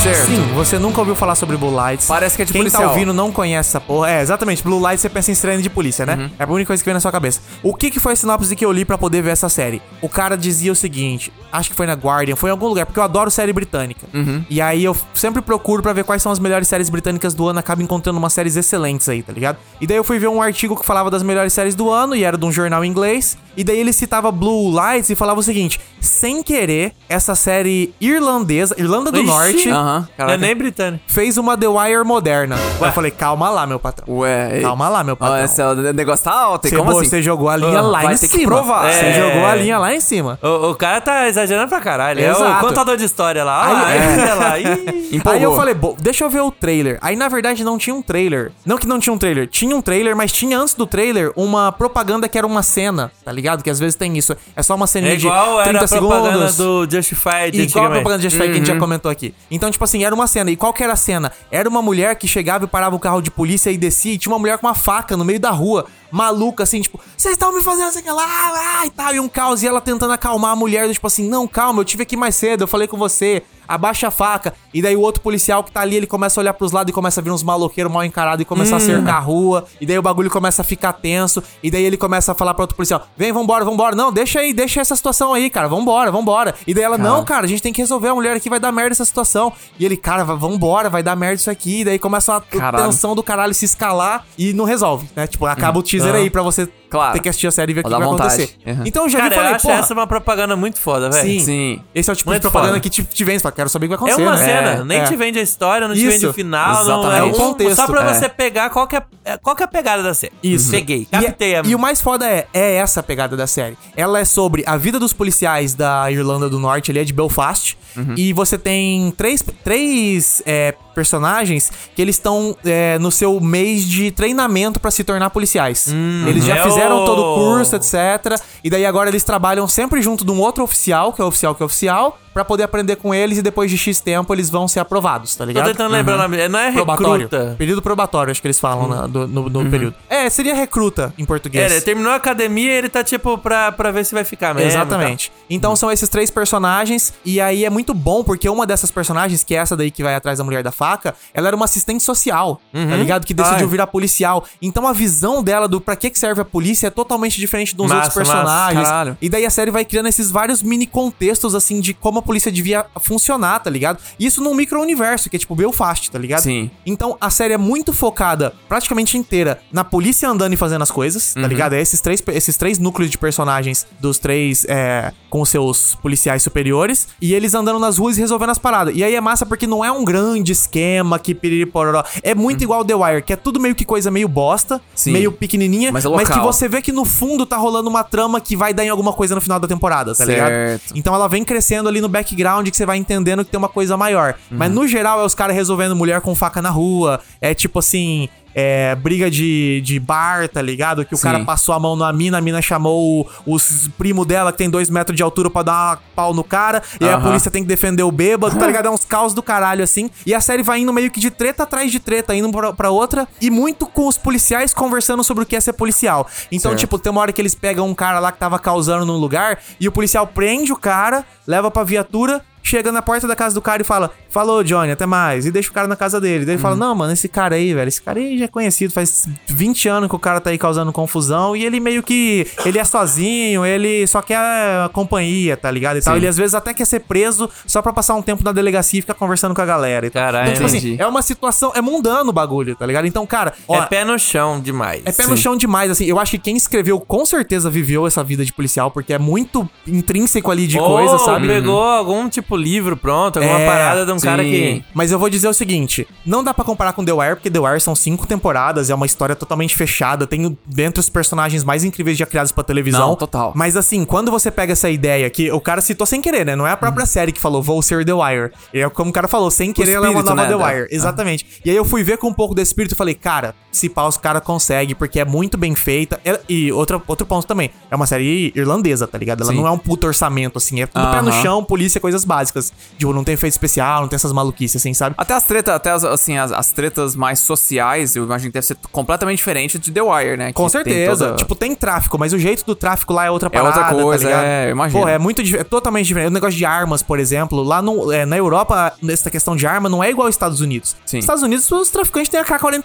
Certo. Sim, você nunca ouviu falar sobre Blue Lights. Parece que é de Quem tá policial. ouvindo não conhece essa porra. É, exatamente. Blue Lights você pensa em sirene de polícia, né? É a única coisa que vem na sua cabeça. O que, que foi a sinopse que eu li pra poder ver essa série? O cara dizia o seguinte, acho que foi na Guardian, foi em algum lugar, porque eu adoro série britânica. E aí eu sempre procuro pra ver quais são as melhores séries britânicas do ano, acabo encontrando umas séries excelentes aí, tá ligado? E daí eu fui ver um artigo que falava das melhores séries do ano, e era de um jornal inglês, e daí ele citava Blue Lights e falava o seguinte, sem querer, essa série irlandesa, Irlanda do Ixi. Norte, Aham. Não é caraca. nem britânico. fez uma The Wire moderna. Eu falei, calma lá, meu patrão. Ué. Calma lá, meu patrão. Ó, esse é o negócio tá alto. hein? Você, Como bo- assim? você jogou a linha Ah, lá vai em ter que cima. provar. Você É. jogou a linha lá em cima. O, o cara tá exagerando pra caralho. É o Exato. contador de história lá. Ah, Aí- é. lá. Ih. Empolgou. Aí eu falei, "Bo- deixa eu ver o trailer. Aí na verdade não tinha um trailer. Não que não tinha um trailer, tinha um trailer, mas tinha antes do trailer uma propaganda que era uma cena, tá ligado? Que às vezes tem isso. É só uma cena É de igual 30 era a propaganda segundos. do Justified. Igual a antigamente. propaganda de Shrek que a gente já comentou aqui. Então, tipo assim, era uma cena. E qual que era a cena? Era uma mulher que chegava e parava o carro de polícia e descia e tinha uma mulher com uma faca no meio da rua, maluca, assim, tipo, vocês estão me fazendo assim, lá, lá, e tal, e um caos. E ela tentando acalmar a mulher, tipo assim, não, calma, eu tive aqui mais cedo, eu falei com você, abaixa a faca. E daí o outro policial que tá ali, ele começa a olhar pros lados e começa a vir uns maloqueiros mal encarados e começa a cercar a rua. E daí o bagulho começa a ficar tenso. E daí ele começa a falar pra outro policial: vem, vambora, vambora. Não, deixa aí, deixa essa situação aí, cara, vambora, vambora. E daí ela, não, cara, a gente tem que resolver, a mulher aqui vai dar merda essa situação. E ele, cara, va- vambora, vai dar merda isso aqui. E daí começa a Caralho. tensão do caralho se escalar e não resolve, né? Tipo, acaba o teaser aí pra você Claro. ter que assistir a série e ver o que, Ou que dá vai vontade. acontecer. Uhum. Então eu já Cara, vi e eu falei, acho porra, essa uma propaganda muito foda, velho. Sim. Sim. Esse é o tipo Muito de propaganda foda. que te, te vende, fala, quero saber o que vai É acontecer. uma né? cena, É, nem é. te vende a história, não Isso, te vende o final, não é exatamente. um, Contexto, só pra é. você pegar qual que é, é, qual que é a pegada da série. Isso. Peguei, E é- captei a E, o mais foda é, é essa a pegada da série. Ela é sobre a vida dos policiais da Irlanda do Norte, ele é de Belfast. Uhum. E você tem três, três é, personagens que eles estão é, no seu mês de treinamento pra se tornar policiais. eles já é fizeram o- todo o curso, etc. E daí agora eles trabalham sempre junto de um outro oficial, que é o oficial que é oficial, pra poder aprender com eles e depois de X tempo eles vão ser aprovados, tá Tô ligado? tentando lembrar o nome, não é Probatório. recruta. Uhum. Período probatório, acho que eles falam na- do- no, no período. É, seria recruta em É, um português. ele terminou a academia e ele tá tipo pra, pra ver se vai ficar mesmo. e tal. Exatamente. Então Uhum. são esses três personagens, e aí é muito bom, porque uma dessas personagens, que é essa daí que vai atrás da mulher da faca, ela era uma assistente social, Uhum. tá ligado? Que decidiu Ai. virar policial. Então a visão dela do pra que que serve a polícia é totalmente diferente dos Massa, outros massa. personagens. Caralho. E daí a série vai criando esses vários mini contextos, assim, de como a polícia devia funcionar, tá ligado? E Isso num micro-universo, que é tipo Belfast, tá ligado? Sim. Então a série é muito focada, praticamente inteira, na polícia andando e fazendo as coisas, Uhum. tá ligado? É esses três, esses três núcleos de personagens dos três é, com os seus policiais superiores e eles andando nas ruas e resolvendo as paradas. E aí é massa porque não é um grande esquema que piriri pororó. É muito igual The Wire, que é tudo meio que coisa meio bosta, Uhum. Sim. meio pequenininha, Mas é que local. você vê que no fundo tá rolando uma trama que vai dar em alguma coisa no final da temporada, tá ligado? Certo. Então ela vem crescendo ali no background que você vai entendendo Uhum. que tem uma coisa maior. Mas no geral é os caras resolvendo mulher com faca na rua. É tipo assim. é, briga de, de bar, tá ligado? Que o Sim. cara passou a mão na mina, a mina chamou o- os primo dela, que tem dois metros de altura, pra dar uma pau no cara, e aí a Aham. polícia tem que defender o bêbado, tá ligado? É uns caos do caralho, assim. E a série vai indo meio que de treta atrás de treta, indo pra, pra outra, e muito com os policiais conversando sobre o que é ser policial. Então, Certo. tipo, tem uma hora que eles pegam um cara lá que tava causando num lugar, e o policial prende o cara, leva pra viatura. Chega na porta da casa do cara e fala: Falou, Johnny, até mais. E deixa o cara na casa dele. Daí ele fala: Não, mano, esse cara aí, velho, esse cara aí já é conhecido. Faz 20 anos que o cara tá aí causando confusão. E ele meio que. Ele é sozinho, ele só quer a companhia, tá ligado? E tal. Sim. Ele às vezes até quer ser preso só pra passar um tempo na delegacia e ficar conversando com a galera. e tal. Caralho, Então, tipo assim, entendi. é uma situação. É mundano o bagulho, tá ligado? Então, cara. ó, é pé no chão demais. é pé no Sim. chão demais, assim. Eu acho que quem escreveu com certeza viveu essa vida de policial, porque é muito intrínseco ali de Ou coisa, sabe? pegou algum tipo livro pronto, alguma É, parada de um cara sim. que... Mas eu vou dizer o seguinte: não dá pra comparar com The Wire, porque The Wire são cinco temporadas, é uma história totalmente fechada, tem dentro os personagens mais incríveis já criados pra televisão. Não, total. Mas assim, quando você pega essa ideia que o cara citou sem querer, né? Não é a Uhum. própria série que falou, vou ser The Wire. É como o cara falou, sem querer ela é uma espírito, nova né, The da- Wire. Exatamente. E aí eu fui ver com um pouco do espírito e falei, cara, se pá, os cara consegue, porque é muito bem feita. É- E outra, outro ponto também, é uma série irlandesa, tá ligado? Ela Sim. não é um puto orçamento, assim, é tudo pé no Aham. chão, polícia, coisas básicas. Tipo, não tem efeito especial, não tem essas maluquices, assim, sabe? Até as tretas, até as, assim, as, as tretas mais sociais, eu imagino que deve ser completamente diferente de The Wire, né? Com Que tem certeza. toda- Tipo, tem tráfico, mas o jeito do tráfico lá é outra É parada. outra coisa, tá ligado? é, eu imagino. Porra, é muito dif- é totalmente diferente. O negócio de armas, por exemplo, lá no, é, na Europa, essa questão de arma não é igual aos Estados Unidos. Sim. Nos Estados Unidos, os traficantes têm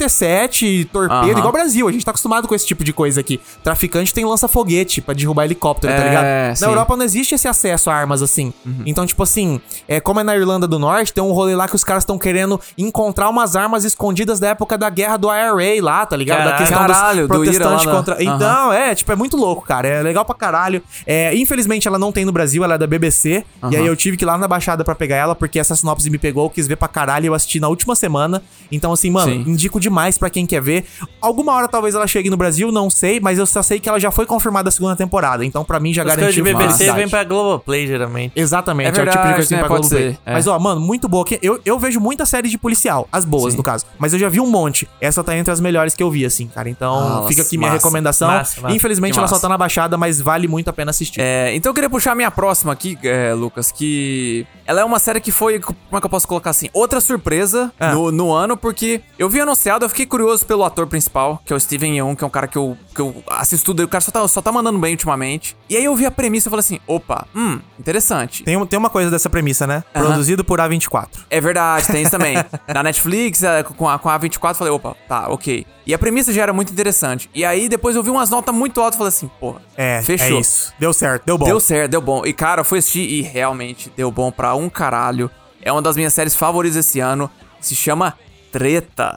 AK-47, torpedo, Aham. igual ao Brasil. A gente tá acostumado com esse tipo de coisa aqui. Traficante tem lança-foguete pra derrubar helicóptero, tá É, ligado? sim. Uhum. Na Europa não existe esse acesso a armas assim. Então, tipo assim, é, como é na Irlanda do Norte, tem um rolê lá que os caras estão querendo encontrar umas armas escondidas da época da guerra do IRA lá, tá ligado? da Caralho. questão Caralho, dos do protestantes Ira lá, né? contra. Aham. Então, não, é, tipo, é muito louco, cara. É legal pra caralho. É, infelizmente ela não tem no Brasil, ela é da BBC. E aí eu tive que ir lá na Baixada pra pegar ela, porque essa sinopse me pegou, eu quis ver pra caralho, eu assisti na última semana. Então, assim, mano, Sim. indico demais pra quem quer ver. Alguma hora talvez ela chegue no Brasil, não sei, mas eu só sei que ela já foi confirmada a segunda temporada. Então, pra mim, já Os caras de garantiu BBC veracidade. vêm pra Globoplay, geralmente. Exatamente, É é o tipo de verdade, coisa que né? tem pra Pode Globoplay. ser, é. Mas, ó, mano, muito boa. Que- Eu, eu vejo muita série de policial, as boas, Sim. no caso. Mas eu já vi um monte. Essa tá entre as melhores que eu vi, assim, cara. Então, Ah, Nossa, fica aqui minha massa, recomendação. massa, massa. Infelizmente, Que ela só massa. tá na baixada, mas vale muito a pena assistir. É, então eu queria puxar a minha próxima aqui, é, Lucas, que ela é uma série que foi, como é que eu posso colocar assim, outra surpresa Ah. no, no ano, porque eu vi anunciado, eu fiquei curioso pelo ator principal, que é o Steven Yeun, que é um cara que eu, que eu assisto tudo, e o cara só tá, só tá mandando bem ultimamente. E aí eu vi a premissa e falei assim, opa, hum, interessante. Tem, um- tem uma coisa dessa premissa, né? Aham. Produzido por A24. É verdade, tem isso também. Na Netflix, eh, com a, com a 24, falei, opa, tá, ok. E a premissa já era muito interessante. E aí depois eu vi umas notas muito altas e falei assim, porra, É, fechou. é isso. Deu certo, deu bom. Deu certo, deu bom. E cara, eu fui assistir e realmente deu bom pra um caralho. É uma das minhas séries favoritas esse ano. Se chama Treta.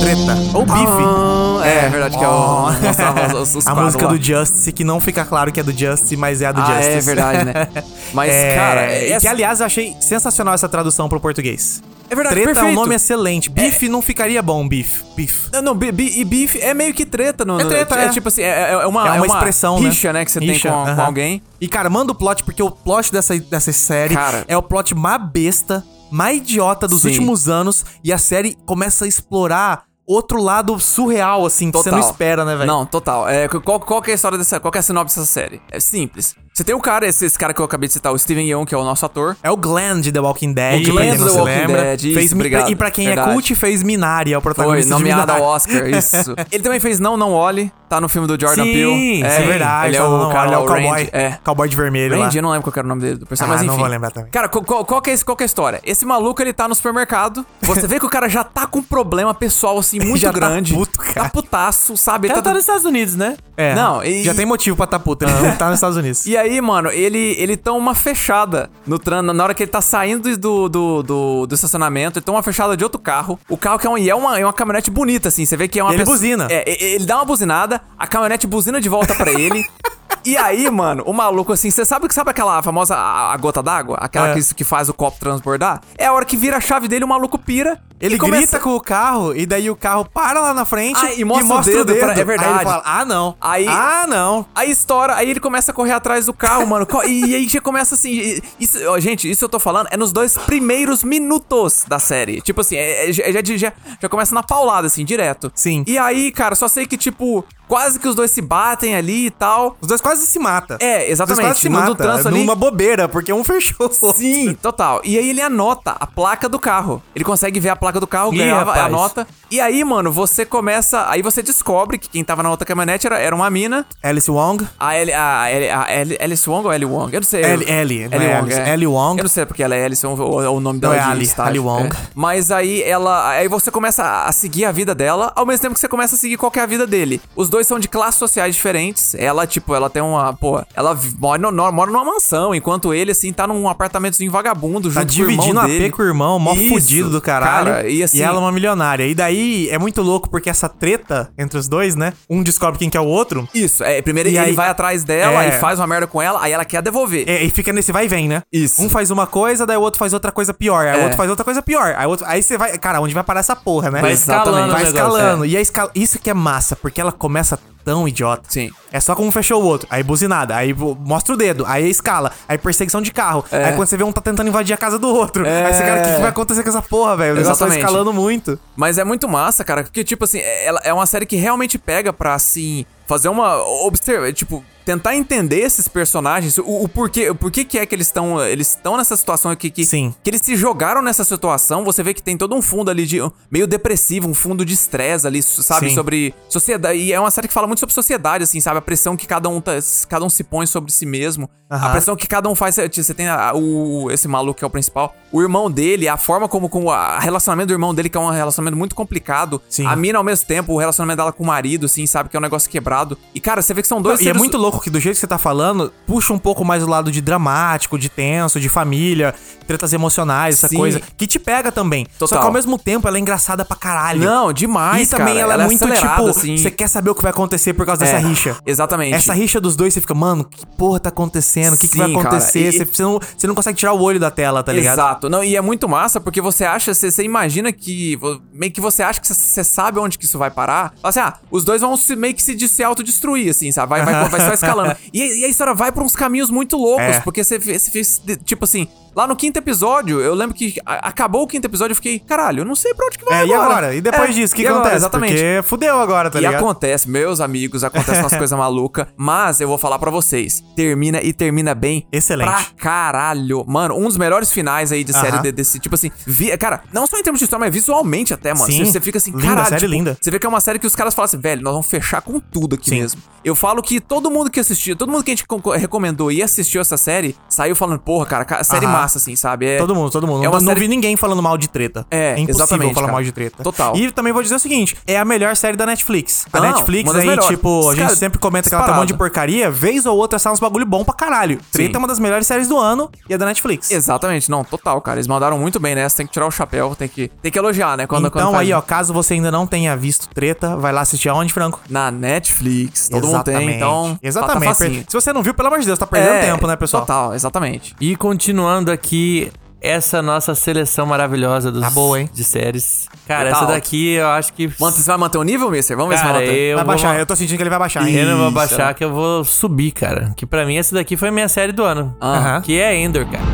Treta. Ah, Ou bife. É, é verdade que é o. Mostrava os, os, os a quadros música lá. do Justice, que não fica claro que é do Justice, mas é a do ah, Justice. é verdade, né? Mas, É, cara, e que essa- aliás eu achei sensacional essa tradução pro português. É verdade, Treta é um perfeito. nome excelente. Bife não ficaria bom, bife. Bife. Não, não, bi- bi- e beef é meio que treta, não? É treta, é, é. tipo assim, é, é- é uma, é uma expressão, né? rixa, né, que você Rixa, tem com, com aham. alguém. E, cara, manda o plot, porque o plot dessa, dessa série Cara. é o plot mais besta, mais idiota dos Sim. últimos anos. E a série começa a explorar outro lado surreal, assim, que você não espera, né, velho? Não, total. É, qual, qual que é a história dessa. Qual que é a sinopse dessa série? É simples. Você tem o cara, esse, esse cara que eu acabei de citar, o Steven Yeun, que é o nosso ator. É o Glenn de The Walking Dead, O pra Glenn quem do não The se Walking lembra. Dead, isso, fez, Mi- obrigado. E pra quem é Verdade. cult, fez Minari, é o Foi protagonista de nomeado ao Minari. Oscar, isso. ele também fez Não Não Olhe, tá no filme do Jordan Sim, Peele. É verdade, Ele é tá o, no- cara, ele é o Randy, cowboy. É. Cowboy de vermelho lá. Randy, eu não lembro qual que era o nome dele, do Ah, personagem, mas enfim. não vou lembrar também. Cara, qual, qual- qual que é, esse- qual que é a história? Esse maluco, ele tá no supermercado. Você vê que o cara já tá com um problema pessoal, assim, muito Já tá grande. puto, cara. Tá putaço, sabe? Ela Ele tá nos Estados Unidos, né? É, Não, e- já tem motivo pra tá puto, ele não tá nos Estados Unidos. E aí, mano, ele, ele toma uma fechada no tran na hora que ele tá saindo do, do, do, do estacionamento, ele toma uma fechada de outro carro. O carro que é, um, e é, uma, é uma caminhonete bonita, assim, você vê que é uma Ele pessoa- buzina. É, e- e- ele dá uma buzinada, a caminhonete buzina de volta pra ele. E aí, mano, o maluco assim, você sabe que sabe aquela famosa a, a gota d'água, aquela É. que, isso que faz o copo transbordar? É a hora que vira a chave dele, o maluco pira Ele começa- grita com o carro e daí o carro para lá na frente Ah, e mostra o dedo pra- é Aí verdade. ele fala, ah, não. Aí- Ah, não. Aí estoura, aí ele começa a correr atrás do carro, mano. Co- E, aí já começa assim. e- Isso, ó, gente, isso eu tô falando é nos dois primeiros minutos da série. Tipo assim, é- é- já, já- já- já começa na paulada, assim, direto. Sim. E aí, cara, só sei que, tipo, quase que os dois se batem ali e tal. Os dois quase se matam. É, Os dois exatamente. quase se no- no matam. trânsito ali. Numa bobeira, porque um fechou o outro. Sim, total. E aí ele anota a placa do carro. Ele consegue ver a placa do carro, Ih, ganhava, rapaz. anota. E aí, mano, você começa. Aí você descobre que quem tava na outra caminhonete era, era uma mina. Alice Wong. A L. A L. A L. Alice Wong ou L. Wong? Eu não sei. L- L, não é Alice. L. Wong. Eu não sei porque ela é Alice Wong ou, ou o nome Não, dela é de Ali, estágio. Ali Wong. É. Mas aí ela. Aí você começa a- a seguir a vida dela, ao mesmo tempo que você começa a seguir qual que é a vida dele. Os dois são de classes sociais diferentes. Ela, tipo, ela tem uma. Pô, ela vi- mora, no- no- mora numa mansão, enquanto ele, assim, tá num apartamentozinho vagabundo, Tá junto dividindo com o irmão a dele. P com o irmão, mó Isso, fudido do caralho. cara, e assim- ela é uma milionária. E daí é muito louco porque essa treta entre os dois, né? Um descobre quem que é o outro. Isso, é, primeiro E ele aí- vai atrás dela, É. aí faz uma merda com ela, aí ela quer devolver. É, e fica nesse vai e vem, né? Isso. Um faz uma coisa, daí o outro faz outra coisa pior. Aí o É. outro faz outra coisa pior. Aí, o outro... aí você vai. Cara, onde vai parar essa porra, né? Vai escalando Exatamente. o Vai negócio, escalando. E a escala... isso que é massa, porque ela começa tão idiota. Sim. É só como um fechou o outro. Aí buzinada. Aí bu- mostra o dedo. Aí escala. Aí perseguição de carro. Aí quando você vê um tá tentando invadir a casa do outro. Aí você, cara, o que, que vai acontecer com essa porra, velho? O negócio tá Exatamente. escalando muito. Mas é muito massa, cara, porque, tipo assim, é- ela é uma série que realmente pega pra, assim, fazer uma. Observa, tipo, tentar entender esses personagens, o, o porquê, o porquê que é que eles estão eles estão nessa situação aqui, que, Sim. que eles se jogaram nessa situação. Você vê que tem todo um fundo ali de. meio depressivo, um fundo de estresse ali, sabe? Sim. Sobre sociedade. E é uma série que fala muito sobre sociedade, assim, sabe? A pressão que cada um, tá- cada um se põe sobre si mesmo. Aham. A pressão que cada um faz. Você você tem a- o, esse maluco que é o principal, o irmão dele, a forma como, como o relacionamento do irmão dele, que é um relacionamento muito complicado. Sim. A mina ao mesmo tempo, o relacionamento dela com o marido, assim, sabe? Que é um negócio quebrado. E, cara, você vê que são dois E é seres- muito louco que do jeito que você tá falando, puxa um pouco mais o lado de dramático, de tenso, de família, tretas emocionais, essa Sim. coisa. Que te pega também. Só Total. que ao mesmo tempo ela é engraçada pra caralho. Não, demais, E também cara. ela, é muito tipo, acelerada, assim. você quer saber o que vai acontecer por causa É, dessa rixa. Exatamente. Essa rixa dos dois, você fica, mano, que porra tá acontecendo? O que, que vai Sim, cara, acontecer? e- Você, você não, você não consegue tirar o olho da tela, tá ligado? Exato. Não, e é muito massa porque você acha, você, você imagina que. vo- Meio que você acha que você- você sabe onde que isso vai parar. Fala assim, ah, os dois vão se- meio que se, de- se autodestruir, assim, sabe? Vai, vai, vai só escalando. E, e a história vai pra uns caminhos muito loucos, É. porque você fe- você fez. de- Tipo assim, lá no quinto episódio, eu lembro que a- acabou o quinto episódio, eu fiquei, caralho, eu não sei pra onde que vai É, e agora. agora? E depois É, disso, o que e agora? acontece? Exatamente. Porque fudeu agora, tá E ligado? acontece, meus amigos, acontece umas coisas malucas, mas eu vou falar pra vocês, termina e termina bem. Excelente. Pra caralho. Mano, um dos melhores finais aí de série Aham. de- desse, tipo assim, vi- cara, não só em termos de história, mas visualmente até, mano. Sim. Você, você fica assim, Linda, caralho. série tipo, linda. Você vê que é uma série que os caras falam assim, velho, nós vamos fechar com tudo aqui Sim. mesmo. Eu falo que todo mundo que assistiu, todo mundo que a gente con- recomendou e assistiu essa série, saiu falando, porra, cara, ca- série Aham. massa, assim, sabe? É- Todo mundo, todo mundo. É não, uma não série vi ninguém falando mal de treta. É, impossível exatamente, falar cara. mal de treta. Total. E também vou dizer o seguinte: é a melhor série da Netflix. A Não, Netflix uma das aí, melhores. tipo, a gente Cara, sempre comenta que ela tá um monte disparado. de porcaria, vez ou outra sai uns bagulho bom pra caralho. Treta Sim. é uma das melhores séries do ano e é da Netflix. Exatamente, não, total, cara. Eles mandaram muito bem nessa, tem que tirar o chapéu, tem que, tem que elogiar, né? Quando, então quando faz aí, isso. ó, caso você ainda não tenha visto treta, vai lá assistir aonde, Franco? na Netflix, todo mundo tem, então. Exatamente. Tá, tá facinho. Se você não viu, pelo amor de Deus, tá perdendo É, tempo, né, pessoal? Total, exatamente. E continuando aqui essa nossa seleção maravilhosa dos, Tá boa, hein? de séries. Cara, Tá essa alto. daqui eu acho que. Mano, você vai manter o nível, Mister? Vamos ver se cara, vai manter. eu Vai vou- baixar, eu tô sentindo que ele vai baixar. hein? Eu não vou baixar, será? que eu vou subir, cara. Que pra mim essa daqui foi a minha série do ano. Aham. Que é Endor, cara.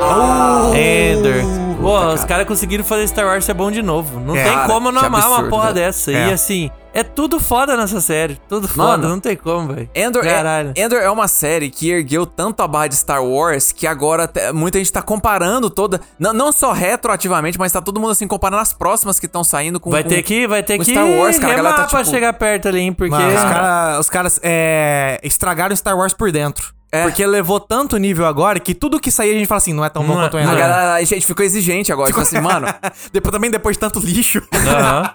Uh! Ender. Pô, os caras conseguiram fazer Star Wars ser bom de novo. Não É, tem cara, como eu não que amar uma absurdo, porra velho. dessa. É. E assim, é tudo foda nessa série. Tudo foda, Mano, não tem como, velho. Endor Caralho. é, Endor é uma série que ergueu tanto a barra de Star Wars que agora até- muita gente tá comparando toda. Não, não só retroativamente, mas tá todo mundo assim comparando as próximas que estão saindo com. vai com- ter que, vai ter com que um Star Wars, cara. A remar galera tá, pra tipo, chegar perto ali, hein? Porque. Mano, os caras os caras é, estragaram Star Wars por dentro. É. Porque levou tanto nível agora que tudo que saía a gente fala assim, não é tão bom Não é. quanto Não A, era. galera, a gente ficou exigente agora. Ficou assim, mano. Depois, também depois de tanto lixo. Aham.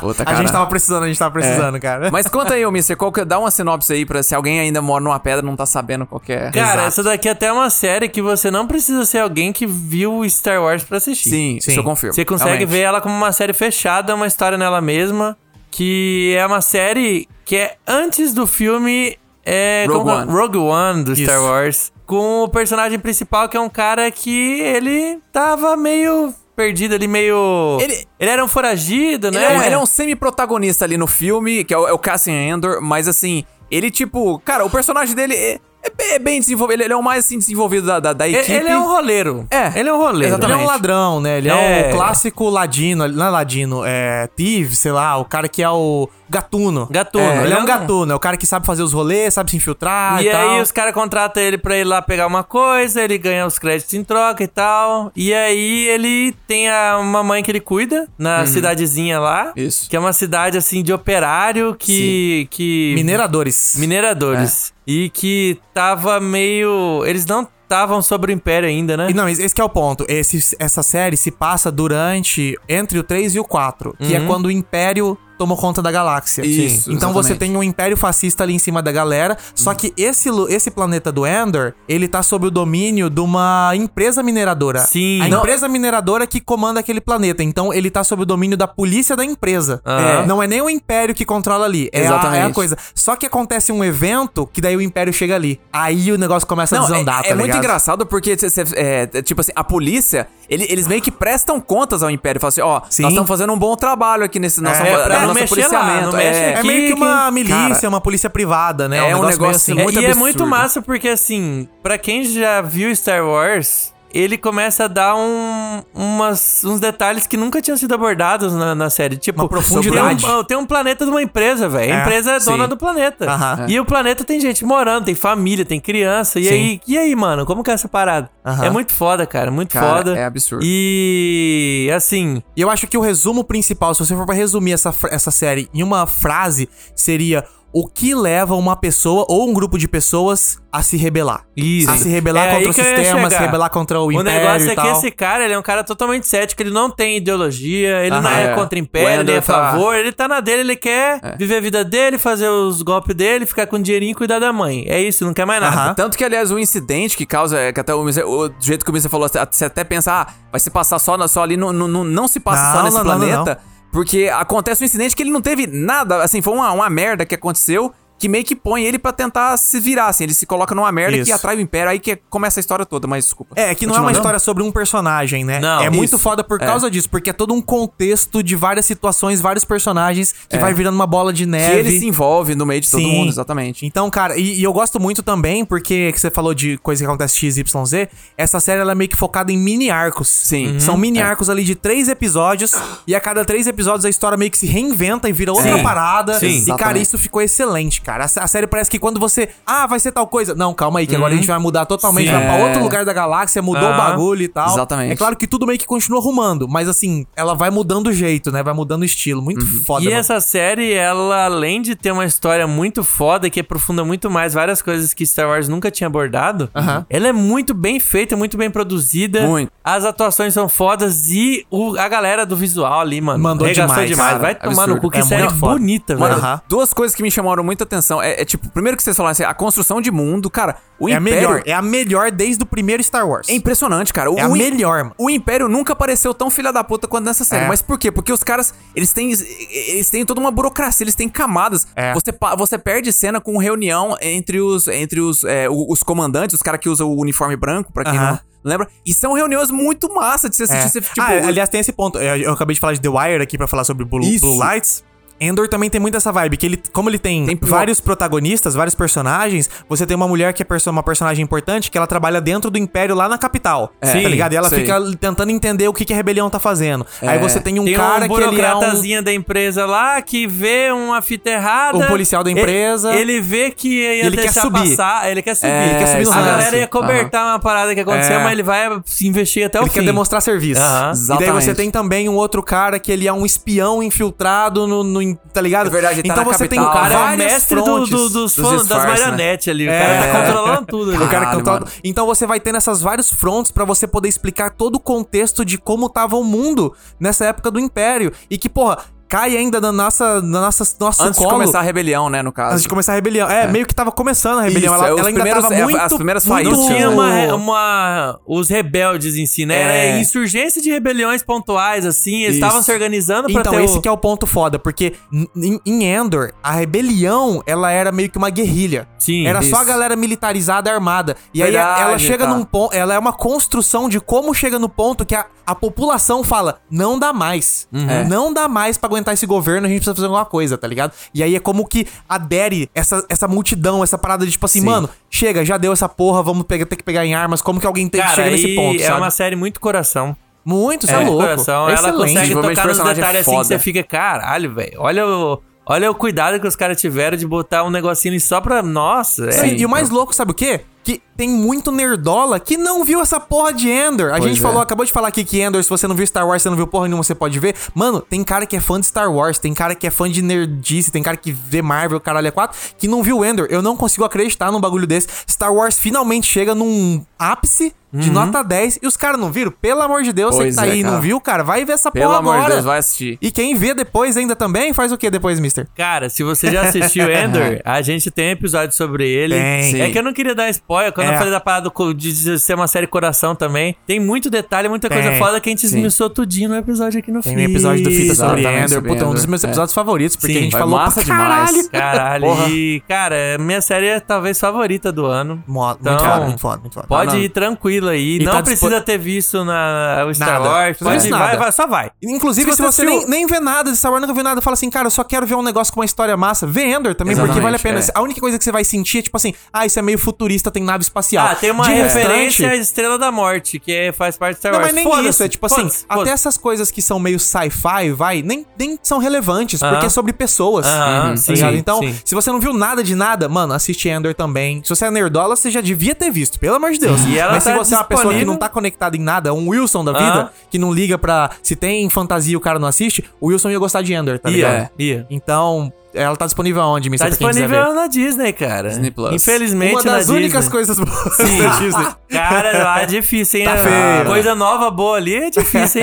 Puta, A cara. gente tava precisando, a gente tava precisando, tá- cara. Mas conta aí, ô Mister, qual que, é, dá uma sinopse aí pra se alguém ainda mora numa pedra e não tá sabendo qual que é. Cara, Exato. essa daqui até é uma série que você não precisa ser alguém que viu Star Wars pra assistir. Sim, isso eu confirmo. Você consegue realmente. ver ela como uma série fechada, uma história nela mesma, que é uma série que é antes do filme é, Rogue como- One. Rogue One do Star Isso. Wars, com o personagem principal que é um cara que ele tava meio perdido ali, meio... Ele- era um foragido, né? Ele é, um- ele é um semi-protagonista ali no filme, que é o, é o Cassian Endor, mas assim, ele tipo. Cara, o personagem dele é, é bem- é bem desenvolvido. Ele, ele é o mais assim, desenvolvido da, da, da Ele- equipe. ele é um roleiro. É, Ele é um roleiro. Ele é um Exatamente. ladrão, né? Ele é, É. o clássico ladino, não é ladino, é Tive, sei lá, o cara que é o gatuno. Gatuno, É, ele ele é é um- um gatuno, é o cara que sabe fazer os rolês, sabe se infiltrar e, E Ah, tal. aí os caras contratam ele pra ir lá pegar uma coisa, ele ganha os créditos em troca e tal. E aí ele tem a, uma mãe que ele cuida na cidadezinha lá. Isso. Que é uma cidade assim de operário que. que Mineradores. Mineradores. E que tava meio. Eles não estavam sobre o império ainda, né? E não, esse que é o ponto. Esse- essa série se passa durante. entre o 3 e o 4, que é quando o Império tomou conta da galáxia. Uhum. Isso, Então você exatamente. tem um Império fascista ali em cima da galera. Só que esse, lu- esse planeta do Endor, ele tá sob o domínio de uma empresa mineradora. Sim. A Não- empresa mineradora que comanda aquele planeta. Então ele tá sob o domínio da polícia da empresa. Aham. É, Não é nem o Império que controla ali. É a, é a Exatamente. coisa. Só que acontece um evento que daí o Império chega ali. Aí o negócio começa a Não, é, desandar, tá é muito ligado? engraçado porque, cê- cê- é, é, tipo assim, a polícia, ele- eles meio que prestam contas ao Império. Falam assim, ó, Sim. nós estamos fazendo um bom trabalho aqui nesse É, nosso, pra não na nossa mexer lá, não policiamento. mexe é, aqui. É meio que uma Cara, milícia, uma polícia privada, né? é um meio negócio É, muito e absurdo. é muito massa porque, assim, pra quem já viu Star Wars, ele começa a dar um, umas- uns detalhes que nunca tinham sido abordados na, na série. Tipo, Uma profundidade. Tem um, tem um planeta de uma empresa, velho. A É, empresa é dona sim. do planeta. Aham. E o planeta tem gente morando, tem família, tem criança. E, Sim. aí, e aí, mano, como que é essa parada? Aham. É muito foda, cara. Muito Cara, foda. é absurdo. E, assim, E eu acho que o resumo principal, se você for pra resumir essa, fra- essa série em uma frase, seria o que leva uma pessoa ou um grupo de pessoas a se rebelar. Isso. A se rebelar É contra aí o que eu ia sistema, se chegar. rebelar contra o O império negócio e é tal. que esse cara, ele é um cara totalmente cético, ele não tem ideologia, ele não Aham, é, é. contra o O império, Ender ele é a tá- favor, ele tá na dele, ele quer É. viver a vida dele, fazer os golpes dele, ficar com o dinheirinho e cuidar da mãe. É isso, não quer mais nada. Aham. Tanto que, aliás, o incidente que causa, é que até o, Mr. o do jeito que o Mr. falou, você- você até pensa, ah, vai se passar só, na- só ali, não, não, não, não se passa Não, só nesse não, não, não, planeta, porque acontece um incidente que ele não teve nada, assim, foi uma, uma merda que aconteceu, que meio que põe ele pra tentar se virar, assim, ele se coloca numa merda Isso. que atrai o Império, aí que começa a história toda, mas desculpa. É, que não é uma Continua, história sobre um personagem, né? Não, é muito isso. foda por É. causa disso, porque é todo um contexto de várias situações, vários personagens que É. vai virando uma bola de Que neve. ele se envolve no meio de todo Sim. mundo, exatamente. Então, cara, e, e eu gosto muito também, porque que você falou de coisa que acontece XYZ, essa série ela é meio que focada em mini arcos. Sim. São Uhum. mini É. arcos ali de três episódios, e a cada três episódios a história meio que se reinventa e vira outra Sim. parada. Sim. E, cara, Exatamente. isso ficou excelente, cara. A, sé- a série parece que quando você. Ah, vai ser tal coisa. Não, calma aí, que agora a gente vai mudar totalmente, Sim. vai pra Uhum. É. outro lugar da galáxia, mudou Ah. o bagulho e tal. Exatamente. É claro que tudo meio que continua arrumando, mas assim, ela vai mudando o jeito, né? Vai mudando o estilo. Muito Uhum. foda, E mano. essa série, ela, além de ter uma história muito foda, que aprofunda muito mais várias coisas que Star Wars nunca tinha abordado, ela é muito bem feita, muito bem produzida. Muito. As atuações são fodas e o- a galera do visual ali, mano. Mandou arregaçou demais, cara. Vai tomar no Absurdo. cu, que É série muito foda. bonita, Mano, velho. duas coisas que me chamaram muita atenção. É, é tipo, primeiro que vocês falaram assim, a construção de mundo, cara, o É a Império. melhor. É a melhor desde o primeiro Star Wars. É impressionante, cara. O, É a o im- melhor, mano. O Império nunca pareceu tão filha da puta quanto nessa série. É. Mas por quê? Porque os caras, eles têm eles têm toda uma burocracia, eles têm camadas. É. Você, pa- você perde cena com reunião entre os entre os, é, o- os comandantes, os caras que usam o uniforme branco, pra quem Aham. não lembra. E são reuniões muito massa de você É. assistir. Você, tipo, Ah, aliás, tem esse ponto. Eu, eu acabei de falar de The Wire aqui pra falar sobre Blue, Isso. Blue Lights. Endor também tem muito essa vibe, que ele, como ele tem, Tem pro- vários protagonistas, vários personagens, você tem uma mulher que é perso- uma personagem importante, que ela trabalha dentro do Império lá na capital, Sim, tá ligado? E ela É. sei. É. fica tentando entender o que, que a rebelião tá fazendo. Aí você tem um Tem cara um que ele é um... burocratazinha da empresa lá que vê uma fita errada. Um policial da ele- empresa. Ele, vê que ia Ele quer deixar subir. passar. Ele quer subir. É, ele quer subir no a lance. É. galera ia cobertar uma parada que aconteceu, mas ele vai se investir até o Ele fim. quer demonstrar serviço. Aham. E daí você Exatamente. tem também um outro cara que ele é um espião infiltrado no, no em- tá ligado? É verdade, ele tá então na você tem capital. O cara é o várias mestre do, frontes. do- dos dos fãs- das disfarces, né? marionetes ali. O É. cara tá controlando tudo ali. O cara Caralho, cantando. mano. Então você vai tendo essas vários fronts pra você poder explicar todo o contexto de como tava o mundo nessa época do Império. E que, porra, cai ainda na nossa, na nossa nosso Antes de colo. começar a rebelião, né, no caso. Antes de começar a rebelião. É, meio que tava começando a rebelião. Isso, ela é, os ela ainda primeiros- tava é, muito... é, as primeiras muito... faíscas. né? Não tinha tá uma, uma- Os rebeldes em si, né? Era É. insurgência de rebeliões pontuais, assim. Eles Isso. estavam se organizando pra Então, ter esse o... que é o ponto foda, porque n- em, em Endor, a rebelião, ela era meio que uma guerrilha. Sim, Era só a isso. galera militarizada, armada. E aí Verdade, ela chega tá. num ponto, ela é uma construção de como chega no ponto que a, a população fala, não dá mais. Uhum. É. Não dá mais pra aguentar esse governo, a gente precisa fazer alguma coisa, tá ligado? E aí é como que adere essa, essa multidão, essa parada de tipo assim, Sim. mano, chega, já deu essa porra, vamos pegar- ter que pegar em armas, como que alguém tem, Cara, chega nesse aí ponto, é sabe? uma série muito coração. Muito, você é, É, louco. coração. Ela Excelente. consegue Desenvolvimento tocar de nos personagem é detalhes assim que foda. você fica, caralho, velho. Olha o, olha o cuidado que os caras tiveram de botar um negocinho ali só pra... Nossa, Não, é... e- e o mais louco, sabe o quê? Que tem muito nerdola que não viu essa porra de Endor. A gente é. falou, acabou de falar aqui que Endor, se você não viu Star Wars, você não viu porra nenhuma, você pode ver. Mano, tem cara que é fã de Star Wars, tem cara que é fã de nerdice, tem cara que vê Marvel, caralho, é quatro, que não viu Endor. Eu não consigo acreditar num bagulho desse. Star Wars finalmente chega num ápice de nota 10 e os caras não viram? Pelo amor de Deus, Uhum. Pois você que tá é, aí e não cara. viu, cara, vai ver essa Pelo porra amor de agora. Deus, vai assistir. E quem vê depois ainda também, faz o que depois, mister? Cara, se você já assistiu Ender, a gente tem episódio sobre ele. Tem. É Sim. que eu não queria dar spoiler. Quando É. eu falei da parada do co- de ser uma série coração também, tem muito detalhe, muita coisa Tem. foda que a gente esmiuçou tudinho no episódio aqui no Tem fim. um episódio do Fita sobre Exatamente, Ender. sobre Puta, é um dos Ender. meus episódios favoritos, porque Sim, a gente vai falou massa pra caralho. demais. Caralho, Porra. e, cara, minha série é talvez favorita do ano. Mo- Muito Então, foda, muito foda, muito foda. Pode Tá na- ir tranquilo aí. E não tá dispo- precisa ter visto na o Star Nada. Wars. Não Pode precisa ir, nada. vai, vai, só vai. Inclusive, Se se você você assistiu- nem, nem vê nada de Star Wars, nunca viu nada, fala assim, cara, eu só quero ver um negócio com uma história massa. Vê Ender também, porque Exatamente, vale a pena. é. A única coisa que você vai sentir é tipo assim, ah, isso é meio futurista, tem nave espacial. Ah, tem uma Tá. De referência à restante- Estrela da Morte, que é- faz parte do Star Não, Wars. mas nem Foda-se, isso. É tipo assim, foda-se, até foda-se. essas coisas que são meio sci-fi, vai, nem, nem são relevantes, porque é sobre pessoas. Aham, tá sim, ligado? Então, sim. se você não viu nada de nada, mano, assiste Ender também. Se você é nerdola, você já devia ter visto, pelo amor de Deus. E ela mas se tá você é uma pessoa que disponível- não tá conectada em nada, um Wilson da vida, Aham. que não liga pra. Se tem fantasia e o cara não assiste, o Wilson ia gostar de Ender, tá Ia, ligado? ia. Então, ela tá disponível aonde, Mr. Tá pra quem quiser disponível na Disney, cara. Disney Plus. ver? Infelizmente, Uma das na únicas Disney. coisas boas da Disney. Cara, lá é difícil, hein? Tá feio. Coisa nova, boa ali, é difícil,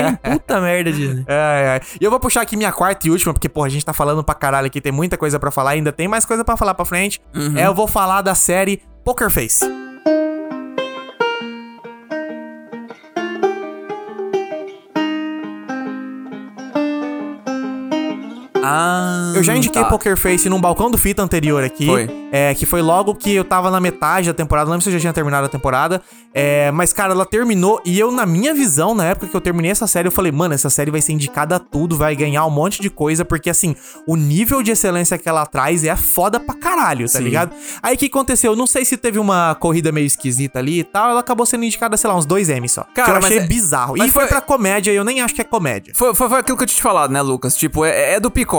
hein? Puta merda, Disney. Ai, ai. E eu vou puxar aqui minha quarta e última, porque, porra, a gente tá falando pra caralho aqui, tem muita coisa pra falar, ainda tem mais coisa pra falar pra frente. É, eu vou falar da série Poker Face. Ah, Eu já indiquei tá. Poker Face num balcão do fita anterior aqui. Foi. É, que foi logo que eu tava na metade da temporada. Não lembro se eu já tinha terminado a temporada. É, mas, cara, ela terminou. E eu, na minha visão, na época que eu terminei essa série, eu falei, mano, essa série vai ser indicada a tudo, vai ganhar um monte de coisa. Porque, assim, o nível de excelência que ela traz é foda pra caralho, tá ligado? Aí o que aconteceu? Não sei se teve uma corrida meio esquisita ali e tal. Ela acabou sendo indicada, sei lá, uns dois M só. Cara, que eu mas achei é- bizarro. E mas foi foi- pra comédia, e eu nem acho que é comédia. Foi, foi, foi aquilo que eu tinha te falado, né, Lucas? Tipo, é, é do Peacock.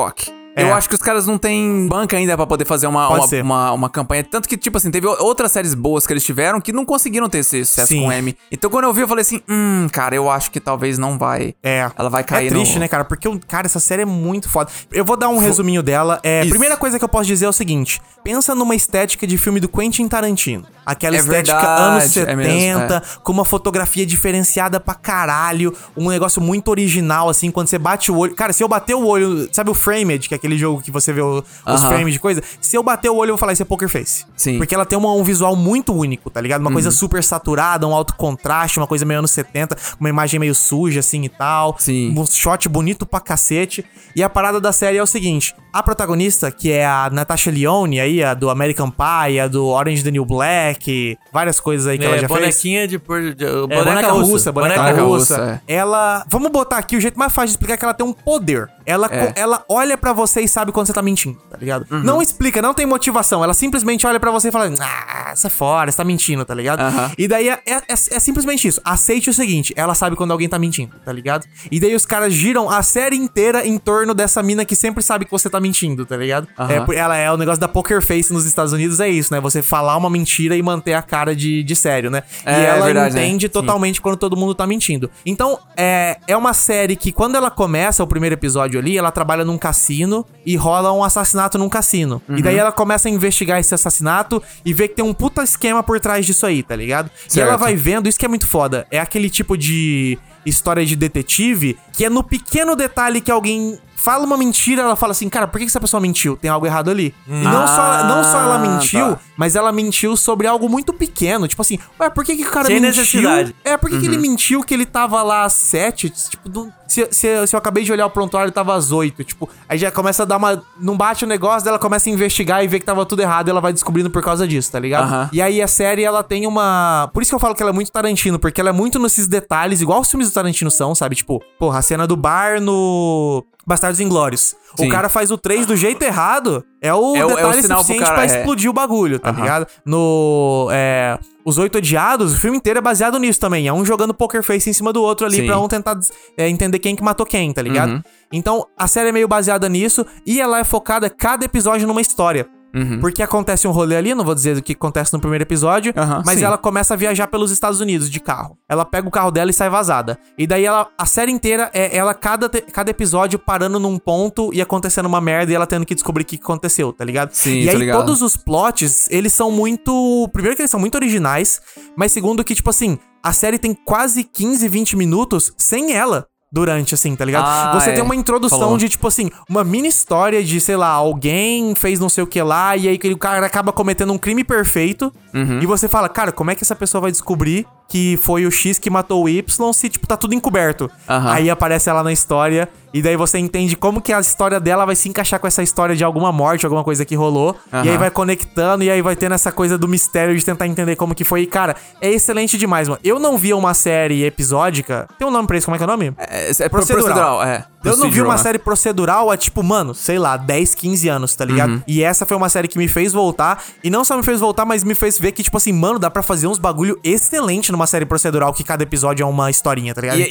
É. Eu acho que os caras não têm banca ainda pra poder fazer uma, Pode uma, ser. uma, uma campanha. Tanto que, tipo assim, teve o- outras séries boas que eles tiveram que não conseguiram ter esse sucesso Sim. com o M. Então quando eu vi, eu falei assim, hum, cara, eu acho que talvez não vai. É. Ela vai cair É triste, no... né, cara? Porque, o- cara, essa série é muito foda. Eu vou dar um resuminho dela. É, Isso. primeira coisa que eu posso dizer é o seguinte: pensa numa estética de filme do Quentin Tarantino. Aquela É estética verdade, anos é 70, mesmo, é. com uma fotografia diferenciada pra caralho, um negócio muito original, assim, quando você bate o olho. Cara, se eu bater o olho, sabe o Framed, que é aquele jogo que você vê o- os Aham. frames de coisa? Se eu bater o olho, eu vou falar, isso é Poker Face. Sim. Uhum. Porque ela tem uma- um visual muito único, tá ligado? Uma coisa super saturada, um alto contraste, uma coisa meio anos 70, uma imagem meio suja, assim e tal. Sim. Um shot bonito pra cacete. E a parada da série é o seguinte: a protagonista, que é a Natasha Lyonne, aí, a do American Pie, a do Orange is the New Black, várias coisas aí que ela É, já fez. bonequinha de, por- de- É, boneca, russa, boneca, russa. É. russa, Ela. Vamos botar aqui o jeito mais fácil de explicar é que ela tem um poder. Ela, É. Uhum. co- ela olha pra você e sabe quando você tá mentindo, tá ligado? Não explica, não tem motivação. Ela simplesmente olha pra você e fala: Ah, sai fora, você tá mentindo, tá ligado? Aham. E daí é, é- é simplesmente isso. Aceite o seguinte: ela sabe quando alguém tá mentindo, tá ligado? E daí os caras giram a série inteira em torno dessa mina que sempre sabe que você tá mentindo, tá ligado? Aham. É, por- ela é o negócio da poker face nos Estados Unidos, é isso, né? Você falar uma mentira e manter a cara de, de sério, né? É, e ela é verdade, né? entende totalmente quando todo mundo tá mentindo. Então, é, é uma série que quando ela começa, o primeiro episódio ali, ela trabalha num cassino e rola um assassinato num cassino. Uhum. E daí ela começa a investigar esse assassinato e vê que tem um puta esquema por trás disso aí, tá ligado? E ela Certo. vai vendo, isso que é muito foda. É aquele tipo de história de detetive que é no pequeno detalhe que alguém fala uma mentira, ela fala assim, cara, por que que essa pessoa mentiu? Tem algo errado ali. E não só, não só ela Ah, mentiu, tá. mas ela mentiu sobre algo muito pequeno. Tipo assim, ué, por que, que o cara Sem mentiu? necessidade. É, por que, que ele mentiu que ele tava lá às sete? Tipo, do- se, se- se eu acabei de olhar o prontuário, ele tava às oito. Tipo, aí já começa a dar uma. Não bate o negócio, daí ela começa a investigar e vê que tava tudo errado e ela vai descobrindo por causa disso, tá ligado? Aham. E aí a série, ela tem uma. Por isso que eu falo que ela é muito Tarantino, porque ela é muito nesses detalhes, igual os filmes do Tarantino são, sabe? Tipo, porra, a cena do bar no. Bastardos Inglórios. O Sim. cara faz o 3 do jeito errado, é o É o- é o detalhe sinal pro suficiente cara, pra é. explodir o bagulho, tá Aham. ligado? No. é, Os Oito Odiados, o filme inteiro é baseado nisso também. É um jogando poker face em cima do outro ali Sim. Uhum. pra um tentar é, entender quem que matou quem, tá ligado? Então, a série é meio baseada nisso e ela é focada cada episódio numa história. Uhum. Porque acontece um rolê ali, não vou dizer o que acontece no primeiro episódio, Aham, mas sim. ela começa a viajar pelos Estados Unidos de carro. Ela pega o carro dela e sai vazada. E daí ela, a série inteira é ela, cada, te- cada episódio, parando num ponto e acontecendo uma merda e ela tendo que descobrir o que que aconteceu, tá ligado? Sim, e tô aí ligado. todos os plots, eles são muito. Primeiro que eles são muito originais, mas segundo que, tipo assim, a série tem quase 15, 20 minutos sem ela. Durante, assim, tá ligado? Ah, Você é. tem uma introdução Falou. de, tipo assim, uma mini história de, sei lá, alguém fez não sei o que lá, e aí que o cara acaba cometendo um crime perfeito, Uhum. e você fala, cara, como é que essa pessoa vai descobrir que foi o X que matou o Y se, tipo, tá tudo encoberto? Aham. Aí aparece ela na história, e daí você entende como que a história dela vai se encaixar com essa história de alguma morte, alguma coisa que rolou, e aí Aham. vai conectando, e aí vai tendo essa coisa do mistério de tentar entender como que foi. E, cara, é excelente demais, mano. Eu não via uma série episódica. Tem um nome pra isso, como é que é o nome? É, é procedural. Procedural. é. Eu não vi Procedural, uma né? série procedural há, tipo, mano, sei lá, 10, 15 anos, tá ligado? Uhum. E essa foi uma série que me fez voltar. E não só me fez voltar, mas me fez ver que, tipo assim, mano, dá pra fazer uns bagulho excelente numa série procedural, que cada episódio é uma historinha, tá ligado? E,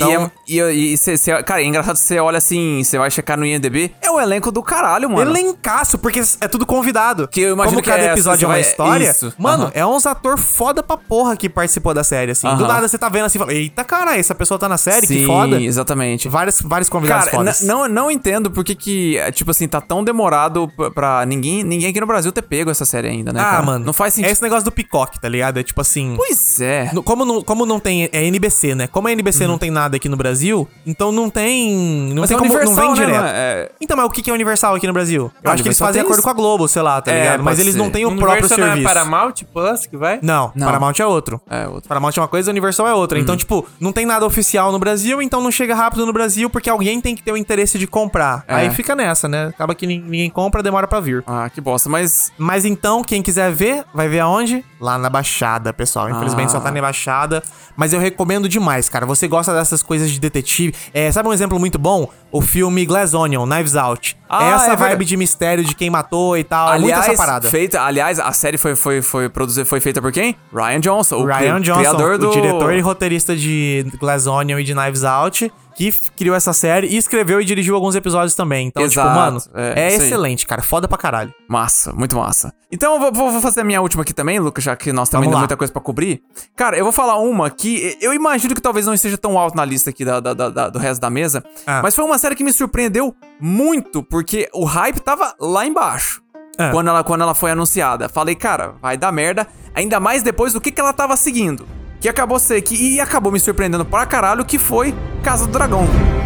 e, é- e, e cê- cê- cara, é engraçado que você olha assim, você vai checar no IMDB, é um elenco do caralho, mano. Elencaço, porque é tudo convidado. Que eu imagino Como que cada é, episódio você é uma vai- história. isso, Mano, aham. é uns ator foda pra porra que participou da série, assim. Do Aham. nada você tá vendo assim e fala: Eita, caralho, essa pessoa tá na série, que Sim, foda. exatamente. Vários, vários convidados Cara, fodas. n- não, não entendo por que que, eh, tipo assim, tá tão demorado pra, pra ninguém, ninguém aqui no Brasil ter pego essa série ainda, né, Ah, cara? mano. Não faz sentido. É esse negócio do picoque, tá ligado? É tipo assim. Pois é. No- Como não, como não tem. É NBC, né? Como a NBC não tem nada aqui no Brasil, então não tem. Não Uhum. Mas tem é como. Não Universal, vem né, direto. mano? É- Então, mas o que que é Universal aqui no Brasil? Eu Ah, acho que eles Universal fazem tem acordo isso. com a Globo, sei lá, tá É, ligado? Mas pode eles ser. não têm o próprio Universal não serviço. é Paramount Plus que vai? Não, Não. Paramount é outro. É, outro. Uhum. Paramount é uma coisa, Universal é outra. Então, tipo, não tem nada oficial no Brasil, então não chega rápido no Brasil porque alguém tem que ter o interesse de comprar. É. Aí fica nessa, né? Acaba que nin- ninguém compra, demora pra vir. Ah, que bosta, mas... Mas então, quem quiser ver, vai ver aonde? Lá na Baixada, pessoal. Infelizmente Ah. só tá na Baixada. Mas eu recomendo demais, cara. Você gosta dessas coisas de detetive. É, sabe um exemplo muito bom? O filme Glass Onion, Knives Out. Ah, essa é vibe verdade. de mistério de quem matou e tal. é muito Aliás, essa parada. Feita, aliás, a série foi, foi, foi, produzida, foi feita por quem? Ryan Johnson. o Ryan cri- Johnson, criador do... o diretor e roteirista de Glass Onion e de Knives Out, que f- criou essa série e escreveu e dirigiu alguns episódios também. Então, Exato, tipo, mano, é, é, isso aí. excelente, cara. Foda pra caralho. Massa, muito massa. Então eu vou- vou, vou fazer a minha última aqui também, Lucas, já que nós também Vamos temos lá. muita coisa pra cobrir. Cara, eu vou falar uma que eu imagino que talvez não esteja tão alto na lista aqui da, da- da- da- do resto da mesa, Ah. mas foi uma série que me surpreendeu muito, porque o hype tava lá embaixo. Ah. Quando, ela, quando ela foi anunciada. Falei, cara, vai dar merda. Ainda mais depois do que, que ela tava seguindo. Que acabou ser que. E acabou me surpreendendo pra caralho, que foi Casa do Dragão. né?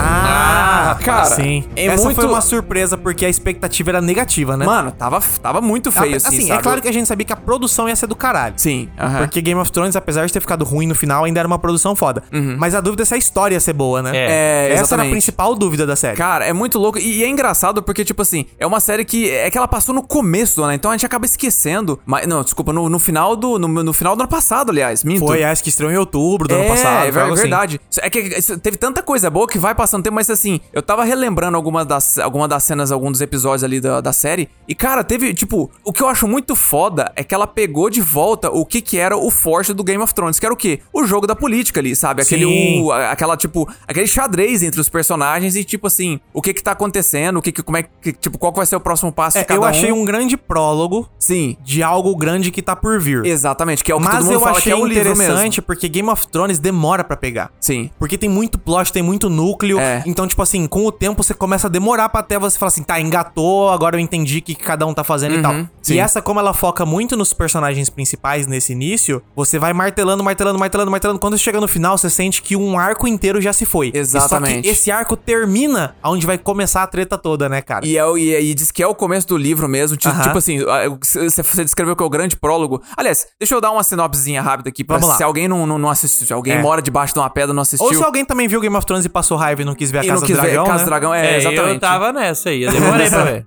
Ah, cara, Sim. é Essa foi muito- uma surpresa, porque a expectativa era negativa, né? Mano, tava, tava muito feio, assim, assim, é sabe? claro que a gente sabia que a produção ia ser do caralho. Sim, aham. Porque Game of Thrones, apesar de ter ficado ruim no final, ainda era uma produção foda. Mas a dúvida é se a história ia ser boa, né? Uhum. É, Essa era a exatamente. principal dúvida da série. Cara, é muito louco. E, e é engraçado porque, tipo assim, é uma série que. É que ela passou no começo do ano, então a gente acaba esquecendo. Mas, não, desculpa, no, no final do. No, no final do ano passado, aliás. Minto. Foi essa que estreou em outubro do é, ano passado. é algo assim. verdade. É que isso- teve tanta coisa boa que vai passando tempo, mas assim, eu tava relembrando algumas das, alguma das cenas, alguns dos episódios ali da, da série. E, cara, teve, tipo, o que eu acho muito foda é que ela pegou de volta o que que era o forte do Game of Thrones, que era o quê? O jogo da política ali, sabe? Aquele, Sim. o- a- aquela, tipo, aquele xadrez entre os personagens e, tipo, assim, o que que tá acontecendo, o que que, como é que, tipo, qual que vai ser o próximo passo É, de cada eu achei um. um grande prólogo Sim, de algo grande que tá por vir. exatamente, que é o que todo Mas mundo eu fala que achei é o livro mesmo. interessante porque Game of Thrones demora pra pegar. Sim. Porque tem muito plot, tem muito núcleo. É. Então, tipo assim, com o tempo você começa a demorar pra até você falar assim, tá, engatou, agora eu entendi o que que cada um tá fazendo e tal. Uhum, E essa, como ela foca muito nos personagens principais nesse início, você vai martelando, martelando, martelando, martelando. Quando você chega no final, você sente que um arco inteiro já se foi. E Só Exatamente. que esse arco termina onde vai começar a treta toda, né, cara? E, é, o- e, é- e diz que é o começo do livro mesmo. ti- Aham. Tipo assim, a- c- c- você descreveu que é o grande prólogo. Aliás, deixa eu dar uma sinopsezinha rápida aqui. Pra, Vamos lá. se alguém não, não, não assistiu, se alguém É. mora debaixo de uma pedra e não assistiu. Ou se alguém também viu Game of Thrones e passou raiva e não quis ver a e Casa não quis do Dragão, ver né? Casa do Dragão, é, exatamente. eu tava nessa aí, eu demorei pra ver.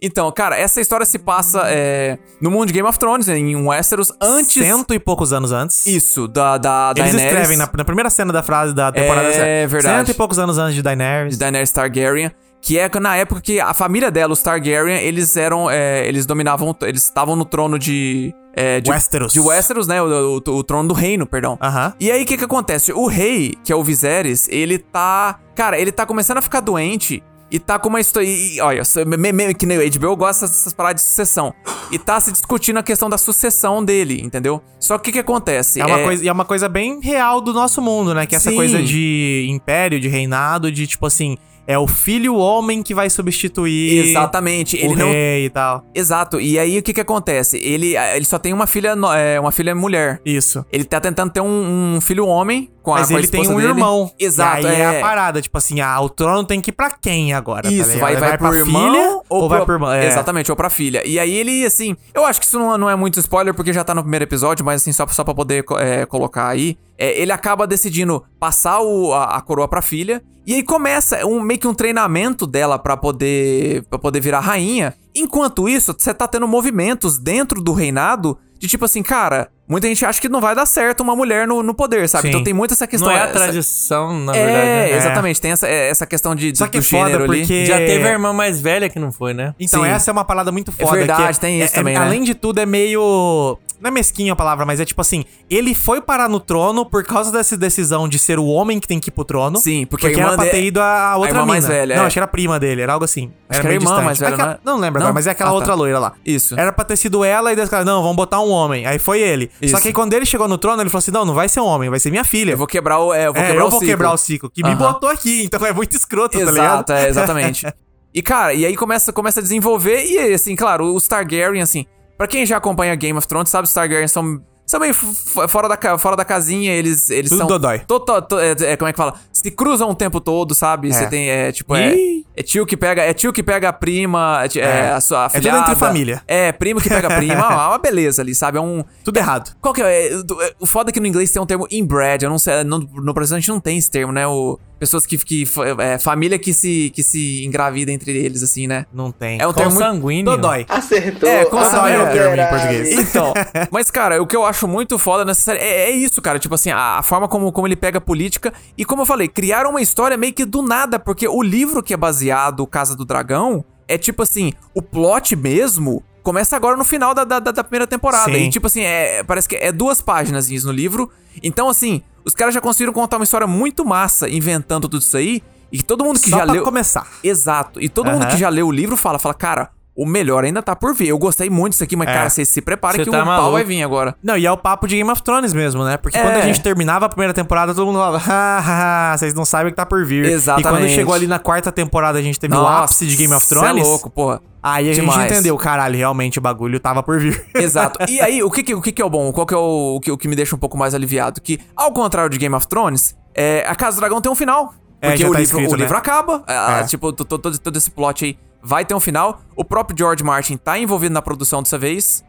então, cara, essa história se passa é, no mundo de Game of Thrones, em Westeros, antes Cento e poucos anos antes. isso, da, da, da Eles Daenerys. escrevem na, na primeira cena da frase da temporada. É certa. verdade. Cento e poucos anos antes de Daenerys. de Daenerys Targaryen, que é na época que a família dela, os Targaryen, eles eram, é, eles dominavam, eles estavam no trono de, é, de Westeros. de Westeros, né, o, o- o trono do reino, perdão. Aham. E aí o que que acontece? O rei, que é o Viserys, ele tá, cara, ele tá começando a ficar doente. E tá com uma história. e- e- Olha, só- me, me- me- que nem o HBO gosta dessas paradas de sucessão. E tá se discutindo a questão da sucessão dele, entendeu? Só que o que, que acontece? É uma, Coisa, e é uma coisa bem real do nosso mundo, né? Que é essa Sim. coisa de império, de reinado, de tipo assim, é o filho homem que vai substituir Exatamente. o Ele não rei e tal. Exato. E aí o que que acontece? Ele, ele só tem uma filha, no- é, uma filha mulher. Isso. Ele tá tentando ter um, um filho homem com a Mas com a ele tem esposa um dele. irmão. Exato. E aí é. é. a parada, tipo assim, ah, o trono tem que ir pra quem agora? tá Isso, ligado? vai, vai, pra pro irmão filha ou, vai pro irmão. É. Exatamente, ou pra filha. E aí ele, assim, eu acho que isso não, não é muito spoiler, porque já tá no primeiro episódio, mas assim, só, só pra poder co- é, colocar aí. É, ele acaba decidindo passar o- a, a coroa pra filha. E aí começa um, meio que um treinamento dela pra poder para poder virar rainha. Enquanto isso, você tá tendo movimentos dentro do reinado de tipo assim, cara, muita gente acha que não vai dar certo uma mulher no, no poder, sabe? Sim. Então tem muito essa questão. Não é a essa- tradição, na É, verdade. né? exatamente, tem essa, é, essa questão de, de Só que do é foda gênero ali. porque- Já teve É a irmã mais velha que não foi, né? Então, Sim. essa é uma parada muito foda. verdade, que tem isso é- é- também, né? Além de tudo, é meio. Não é mesquinho a palavra, mas é tipo assim: ele foi parar no trono por causa dessa decisão de ser o homem que tem que ir pro trono. Sim, porque a porque era irmã pra de- ter ido a outra irmã mina. mais velha, Não, é. acho que era a prima dele, era algo assim. Acho que era a meio irmã distante. mais velha, Aquela- não é? Não lembro Não? agora, mas é aquela Ah, tá. outra loira lá. Isso. Era pra ter sido ela e daí os caras, não, vamos botar um homem. Aí foi ele. Isso. Só que aí quando ele chegou no trono, ele falou assim: não, não vai ser um homem, vai ser minha filha. Eu vou quebrar o. É, eu vou É, quebrar eu o vou ciclo. quebrar o ciclo. Que me Aham. botou aqui, então é muito escroto, tá ligado? Exato, é, exatamente. e, cara, e aí começa, começa a desenvolver, e assim, claro, os Targaryen, assim, pra quem já acompanha Game of Thrones, sabe, os Targaryen são. São meio f- f- fora da, ca- fora da casinha, eles, eles Tudo são. dodói. to- to- to- é, é, como é que fala? Se cruzam o tempo todo, sabe? Você tem, é, tipo, é, Ih. é tio que pega. É tio que pega a prima, é, ti- é É. a sua É tudo entre afilhada. família. É, primo que pega a prima. é uma beleza ali, sabe? É um. Tudo errado. Qual que é? É, do- é, O foda é que no inglês tem um termo inbred, eu não sei, no, no Brasil a gente não tem esse termo, né? O, pessoas que, que fa- é, família que se, que se engravida entre eles, assim, né? Não tem. É um termo muito- Consanguíneo. Dodói. Acertou. É, como Ah, sabe é o termo em caralho. português. Então, mas cara, o que eu acho muito foda nessa série é, é isso, cara. Tipo assim, a, a forma como, como ele pega a política. E como eu falei, criaram uma história meio que do nada, porque o livro que é baseado, Casa do Dragão, é tipo assim, o plot mesmo. Começa agora no final da, da, da- da primeira temporada. Sim. E, tipo assim, é, parece que é duas páginas isso no livro. Então, assim, os caras já conseguiram contar uma história muito massa inventando tudo isso aí. E todo mundo que Só já pra leu. começar. Exato. E todo mundo Aham. que já leu o livro fala, fala, cara, o melhor ainda tá por vir. Eu gostei muito É. disso aqui, mas, cara, vocês se preparem Cê que tá o pau maluco. vai vir agora. Não, e é o papo de Game of Thrones mesmo, né? Porque É. quando a gente terminava a primeira temporada, todo mundo falava, ah, ah, vocês não sabem o que tá por vir. Exatamente. E quando chegou ali na quarta temporada, a gente teve o ápice de Game of cê Thrones. é louco, porra. Aí a Demais. gente entendeu, caralho, realmente o bagulho tava por vir. Exato. E aí, o que, que- o que, que é o bom? Qual que é o, o que, o que me deixa um pouco mais aliviado? Que, ao contrário de Game of Thrones, é, a Casa do Dragão tem um final. É, Porque já o, tá livro, escrito, o né? livro acaba. a- a- É. Tipo, to- to- todo, todo esse plot aí vai ter um final. O próprio George Martin tá envolvido na produção dessa vez.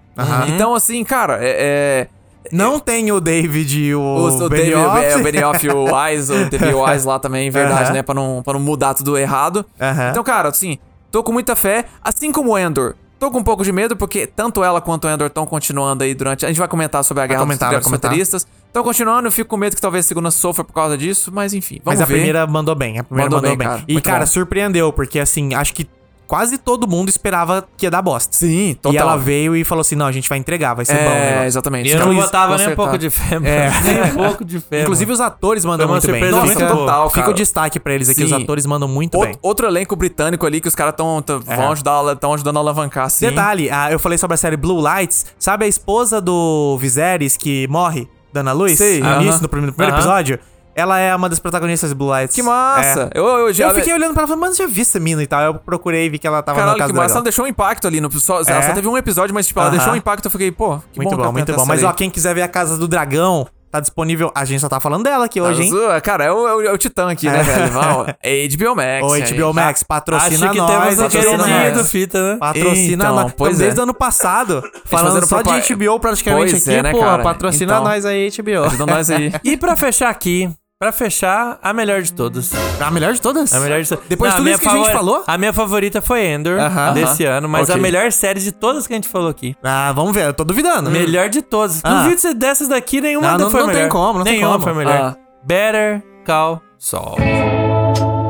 Então, assim, cara, é- é Não tem o David e o, Os- o David- Benioff. é, o Benioff e o Wise, o David Wise lá também, verdade, Aham. né? Pra não, pra não mudar tudo errado. É? Aham. Então, cara, assim, tô com muita fé, assim como o Endor. Tô com um pouco de medo, porque tanto ela quanto o Endor estão continuando aí durante. A gente vai comentar sobre a guerra comentar, dos vai comentar. roteiristas. Então, continuando, eu fico com medo que talvez a segunda sofra por causa disso, mas enfim. Vamos Mas a ver. primeira mandou bem, a primeira Mandou mandou, bem, bem. cara. E, Muito cara, bom. surpreendeu, porque assim, acho que quase todo mundo esperava que ia dar bosta. Sim, total. E ela veio e falou assim: não, a gente vai entregar, vai ser bom. o É, negócio." exatamente. Eu Os não caras botava nem um consertaram. pouco de fé, mano. É. Nem um pouco de fé. Inclusive, os atores mandam Foi uma muito bem. surpresa muito boa. Fica assim, cara. o destaque pra eles aqui, os Sim. atores mandam muito Out- bem. Outro elenco britânico ali que os caras tão, tão- vão ajudar, estão ajudando a alavancar, sim. É. Detalhe, ah, eu falei sobre a série Blue Lights. Sabe a esposa do Viserys que morre, Dana Luz? Sei, No aham. início, no primeiro, no primeiro Aham. episódio. Ela é uma das protagonistas do Blue Lights. Que massa! É. Eu, eu, já- Eu fiquei olhando pra ela e falei, mano, já vi essa mina e tal. Eu procurei e vi que ela tava na Caralho, casa que massa. dela. Ela deixou um impacto ali. No, só, Ela só É. teve um episódio, mas tipo, ela Aham. deixou um impacto. Eu fiquei, pô, que Muito bom, bom, que ela tá muito tem bom. essa Mas ó, lei. quem quiser ver a Casa do Dragão, tá disponível. A gente só tá falando dela aqui hoje, hein? Azul, Cara, é o, é, o, é o Titã aqui, né, velho? Vamos. É HBO Max. Ô, gente. HBO Max, Acho patrocina que nós, temos um patrocina queridinho do nós. fita, né? Patrocina Então, nós. pois Então, desde é. o ano passado, falando fazendo só propa- de HBO praticamente Pois aqui, é, né, pô, cara? patrocina Então. nós aí, HBO. Ajuda nós aí. E pra fechar aqui, pra fechar, a melhor de todas. Ah, É A melhor de todas? A melhor de todas. Depois de tudo Não, minha isso que a gente favori- falou? A minha favorita foi Endor, Aham, desse aham. ano, mas Ok. a melhor série de todas que a gente falou aqui. Ah, vamos ver, eu tô Hum. duvidando. Melhor de todas. Ah. Duvido se dessas daqui nenhuma Não, não- foi não tem melhor. como, não tem nenhuma como. foi melhor. Ah. Better Call Saul.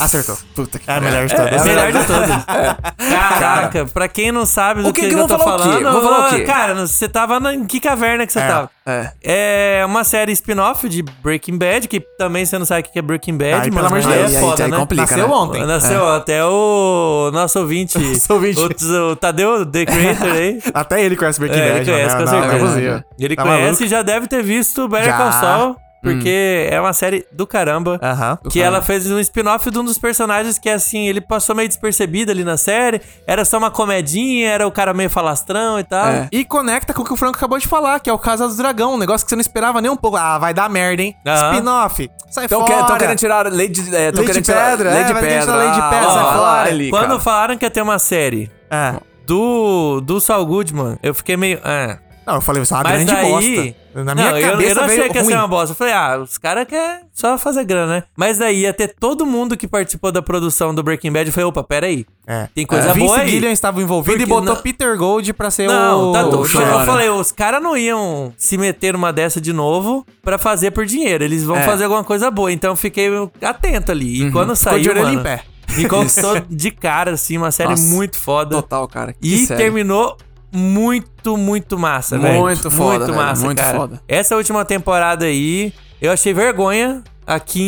Acertou. Puta que É a melhor de É todas. a melhor de todas. É. Caraca, pra quem não sabe do O que que, que eu eu vou tô falar o quê? falando, Vou falar o quê? cara, você tava na, em que caverna que você tava? É. É uma série spin-off de Breaking Bad, que também você não sabe o que é Breaking Bad, Ai, mas pelo amor de aí Deus. é Aí, aí, foda, aí né? complica, Nasceu né? ontem. Nasceu até o nosso ouvinte, Nosso ouvinte. O, o Tadeu The Creator aí. Até ele conhece Breaking É, Bad. ele conhece, mano. com Não, não é certeza. possível. Ele Tá conhece maluco? e já deve ter visto Better Já. É. Call Saul, porque é uma série do caramba. Aham. Que ela fez um spin-off de um dos personagens que, assim, ele passou meio despercebido ali na série. Era só uma comedinha, era o cara meio falastrão e tal. É. E conecta com o que o Franco acabou de falar, que é o Casa dos Dragão, um negócio que você não esperava nem um pouco. Ah, vai dar merda, hein? Aham. Spin-off. Sai Então fora. quer- tão querendo tirar lei de é, tão Lei de querendo tirar- pedra, Lei é, de vai querer tirar pedra. lei de pedra, né? Ah, sai lá, fora. ali, Quando cara. falaram que ia ter uma série É. do, do Saul Goodman, eu fiquei meio. ah. Não, eu falei, isso é uma Mas grande aí. bosta. Na minha não, eu- cabeça eu, não veio achei que ia ruim. ser uma bosta. Eu falei, ah, os caras querem só fazer grana, né? Mas daí ia ter todo mundo que participou da produção do Breaking Bad. Eu falei, opa, peraí. É. Tem coisa é. boa aí. Vince Gillian estava envolvido Porque e botou não- Peter Gold pra ser Não, o... tá o doido. Mas eu showrunner. falei, os caras não iam se meter numa dessa de novo pra fazer por dinheiro. Eles vão É. fazer alguma coisa boa. Então eu fiquei atento ali. E quando saiu, de orelha mano, em pé. me conquistou de cara, assim, uma série Nossa. muito foda. Total, cara. Que E série. terminou muito, muito massa, Muito velho. foda, Muito velho, massa, muito cara. foda. Essa última temporada aí, eu achei vergonha. Aqui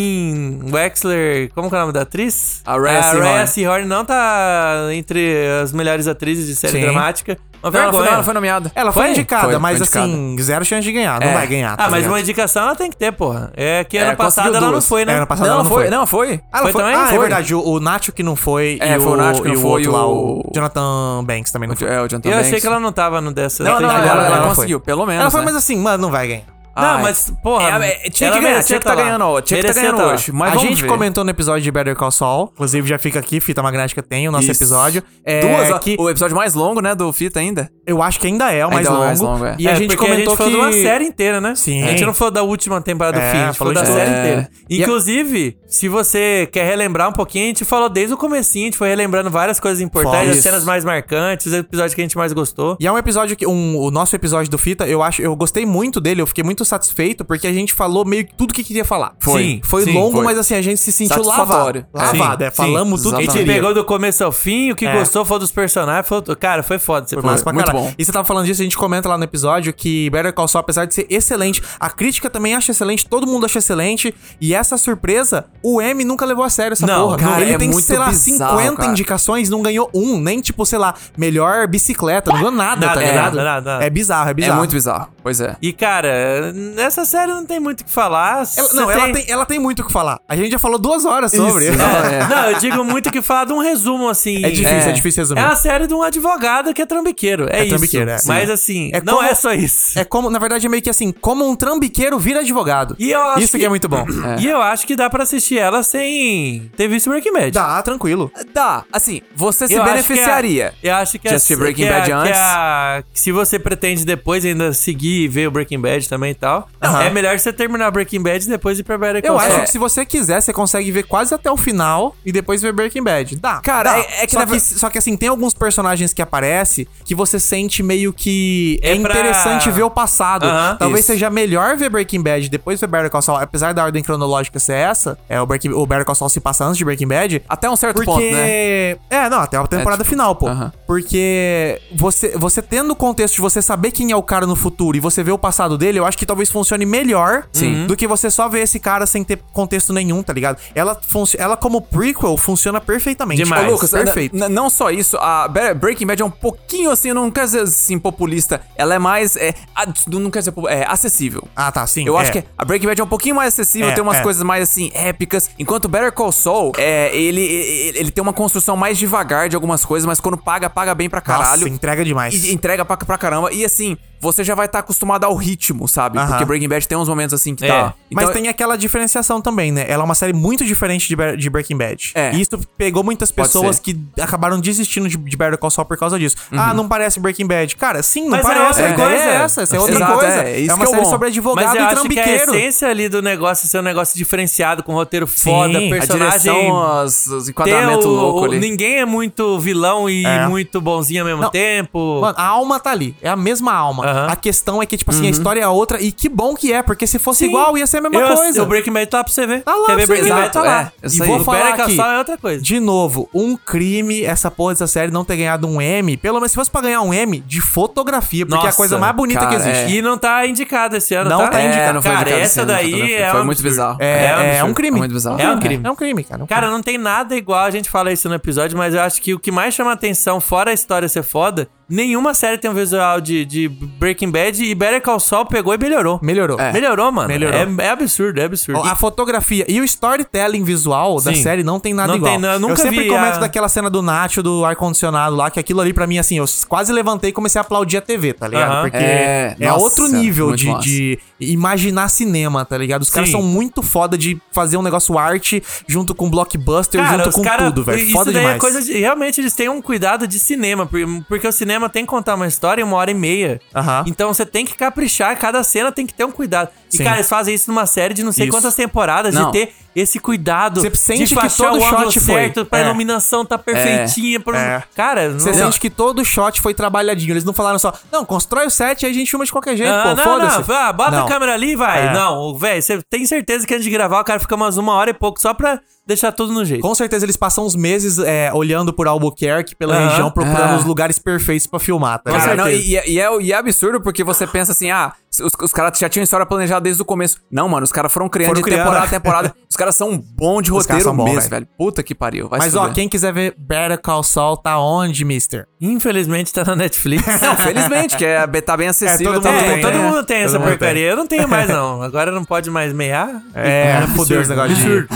em Wexler, como que é o nome da atriz? A Rhea Rhea Seehorn. Seehorn não tá entre as melhores atrizes de série Sim. dramática. Uma Não, ela foi, vergonha. ela foi nomeada. Ela foi, Foi? indicada, Foi, mas foi assim, zero chance de ganhar. É. Não vai ganhar. tá Ah, mas ligado? uma indicação ela tem que ter, porra. É que É, ano passado conseguiu ela não duas. foi, né? É, ano passado ela não foi. Não, foi. Ah, ela Foi foi, também? Ah, Foi. é verdade. O, o Nacho que não foi. É, e foi o Nacho que não e foi, outro lá, o- o Jonathan Banks também não foi. É, o Jonathan eu achei Banks. que ela não tava no dessa. Não, não, temporada. ela, ela, Ela foi. conseguiu, pelo menos. Ela foi, né? mas assim, mano, não vai ganhar. Não, Ah, mas, porra. é, é, tinha ela que ganhar, merecia tinha que tá tá lá. ganhando, ó, tinha que tá Merecia ganhando lá. hoje, mas- a vamos gente ver. comentou no episódio de Better Call Saul. Inclusive, já fica aqui, fita magnética tem o nosso Isso. episódio. É, Duas horas. que O episódio mais longo, né? Do Fita ainda. eu acho que ainda é o mais Ainda é o longo. mais longo, é. E a É, gente porque comentou a gente que falou de uma série inteira, né? Sim. A gente não falou da última temporada do É, fim, a gente falou falou da de É. série tudo. inteira. E a- Inclusive, se você quer relembrar um pouquinho, a gente falou desde o comecinho, a gente foi relembrando várias coisas importantes, Foi as isso. cenas mais marcantes, os episódios que a gente mais gostou. E é um episódio que. Um, o nosso episódio do Fita, eu acho, eu gostei muito dele, eu fiquei muito satisfeito, porque a gente falou meio que tudo que queria falar. Foi. Sim, foi Sim, longo, foi. mas assim, a gente se sentiu lavado. Satisfatório. Lavado, é. Sim, Falamos sim, tudo que A gente exatamente. queria. pegou do começo ao fim, o que É. gostou foi dos personagens, foi... cara, foi foda esse Foi massa pra muito caralho. bom. E você tava falando disso, a gente comenta lá no episódio que Better Call Saul, apesar de ser excelente, a crítica também acha excelente, todo mundo acha excelente. E essa surpresa, o M nunca levou a sério essa Não, porra. cara, Ele é tem, muito sei lá, bizarro, 50 cara. indicações, não ganhou um, nem tipo, sei lá, melhor bicicleta, não ganhou nada, tá Nada, ligado? nada, nada, nada. É bizarro, é bizarro. É muito bizarro. Pois é. E, cara, nessa série não tem muito o que falar. Ela- não, Você ela, tem, ela tem muito o que falar. A gente já falou duas horas sobre. Isso. É. Não, eu digo muito que falar de um resumo, assim. É difícil, é, É. difícil resumir. É a série de um advogado que é trambiqueiro. É, É isso. trambiqueiro, é. Mas Sim. assim, É não como- é só isso. É como, na verdade, é meio que assim, como um trambiqueiro vira advogado. E eu acho Isso que... é muito bom. E eu acho que dá pra assistir ela sem ter visto Breaking Bad. Dá, tranquilo. Dá, assim, você se Eu acho que beneficiaria. é- eu acho que de é- assistir Breaking que é- Bad que é antes. a- que se você pretende depois ainda seguir assistir e ver o Breaking Bad também e tal. Aham. É melhor você terminar Breaking Bad e depois ir pra Better Call Eu Saul. acho que se você quiser, você consegue ver quase até o final e depois ver Breaking Bad. Dá. Cara, dá. é- é que só, na que ver- só que assim, tem alguns personagens que aparecem que você sente meio que é, É pra- interessante ver o passado. Aham. Talvez Isso. seja melhor ver Breaking Bad e depois ver Better Call Saul, apesar da ordem cronológica ser essa, é o, Breaking, o Better Call Saul se passa antes de Breaking Bad. Até um certo Porque. ponto, né? É, não, até a temporada tipo, final, pô. aham. Porque você, você tendo o contexto de você saber quem é o cara no futuro e você ver o passado dele, eu acho que talvez funcione melhor do que você só ver esse cara sem ter contexto nenhum, tá ligado? Ela, func- ela como prequel, funciona perfeitamente. Demais. Ô, Lucas, perfeito. n- n- não só isso, a Be- Breaking Bad é um pouquinho assim, eu não quero dizer assim, populista. Ela é mais. É, ad- não quero dizer popu- é, acessível. Ah, tá, sim. Eu acho é. que a Breaking Bad é um pouquinho mais acessível, É, tem umas é. coisas mais assim épicas. Enquanto Better Call Saul, é, ele, ele, ele tem uma construção mais devagar de algumas coisas, mas quando paga, paga bem pra caralho. Nossa, entrega demais. E entrega pra, pra caramba. E assim, você já vai estar acostumado ao ritmo, sabe? Aham. Porque Breaking Bad tem uns momentos assim que É. tá. Mas Então, tem aquela diferenciação também, né? Ela é uma série muito diferente de, Bre- de Breaking Bad. É. E isso pegou muitas pessoas ser. Uhum. que acabaram desistindo de, de Better Call Saul por causa disso. Ah, não parece Breaking Bad. Cara, sim, não Mas é parece. outra a ideia coisa. É essa, essa é outra Exato, coisa. é, isso uma que é o série bom. sobre advogado Mas eu e acho que a trambiqueiro. essência ali do negócio ser um negócio diferenciado, com roteiro foda, a a personagem... direção, os, os ter enquadramentos o- loucos o- ali. Ninguém é muito vilão e É. muito bonzinho ao mesmo Não. tempo. Mano, a alma tá ali. É a mesma alma. Aham. A questão é que, tipo assim, Uhum. a história é outra. E que bom que é, porque se fosse Sim. igual, ia ser a mesma Eu- é coisa. O Breaking Bad tá lá pra você ver. Tá lá, Quer ver pra você Breaking ver, Bad? tá lá. É, e isso aí. vou falar Better Call aqui, Saul é outra coisa. de novo, um crime essa porra dessa série não ter ganhado um M. Pelo menos se fosse pra ganhar um M, de fotografia, porque é a Nossa, coisa mais bonita que cara, existe. E não tá indicado esse É. ano, Não tá É, indicado. não foi Cara, indicado esse essa ano, daí fotografia. é Foi um muito absurdo. bizarro. É, É um é, um absurdo. crime. É muito bizarro. É um É. crime. É um crime, cara. É um Cara, crime. não tem nada igual, a gente fala isso no episódio, mas eu acho que o que mais chama atenção, fora a história ser foda, nenhuma série tem um visual de, de Breaking Bad e Better Call Saul pegou e melhorou. melhorou. É. Melhorou, mano. Melhorou. É, é absurdo, é absurdo. A fotografia e o storytelling visual da Sim. série não tem nada Não igual. tem, não, eu nunca eu sempre vi é. comento a- daquela cena do Nacho do ar-condicionado lá, que aquilo ali pra mim, assim, eu s- quase levantei e comecei a aplaudir a TV, tá ligado? Aham. Porque é, É, nossa, outro nível muito de, massa. de imaginar cinema, tá ligado? Os caras Sim. são muito foda de fazer um negócio arte junto com blockbuster, junto os com cara- tudo, velho. Isso Foda daí demais. é coisa de. Realmente, eles têm um cuidado de cinema, por- porque o cinema tem que contar uma história em uma hora e meia. Aham. Então você tem que caprichar, cada cena tem que ter um cuidado. E, Sim. cara, eles fazem isso numa série de não sei Isso. quantas temporadas, Não. de ter esse cuidado. Você de sente que achar todo o ângulo shot foi. certo, pra É. iluminação tá perfeitinha. pra- É. Cara, não. Você sente que todo shot foi trabalhadinho. Eles não falaram só, não, constrói o set e a gente filma de qualquer jeito, Ah, pô, não, foda-se. não, ah, bota Não. a câmera ali e vai. É. Não, velho, você tem certeza que antes de gravar o cara fica umas uma hora e pouco só pra deixar tudo no jeito. Com certeza eles passam uns meses é, olhando por Albuquerque, pela Aham. região, procurando Ah. os lugares perfeitos pra filmar, tá Cara, ligado? não, e, e é, e é absurdo porque você pensa assim, ah, os, os caras já tinham história planejada desde o começo. Não, mano, os caras foram criando Foram de criando. temporada a temporada. Os caras são bons de Os caras roteiro são bons, mesmo, velho. velho. Puta que pariu. Vai Mas se ó, fuder. quem quiser ver Better Call Saul tá onde, mister? Infelizmente tá na Netflix. Não, felizmente, que é, tá bem acessível. É, todo tá mundo bem. É, tem, todo né? mundo tem essa Todo mundo porcaria. Eu não tenho mais, não. Agora não pode mais meiar. É, fodeu esse negócio de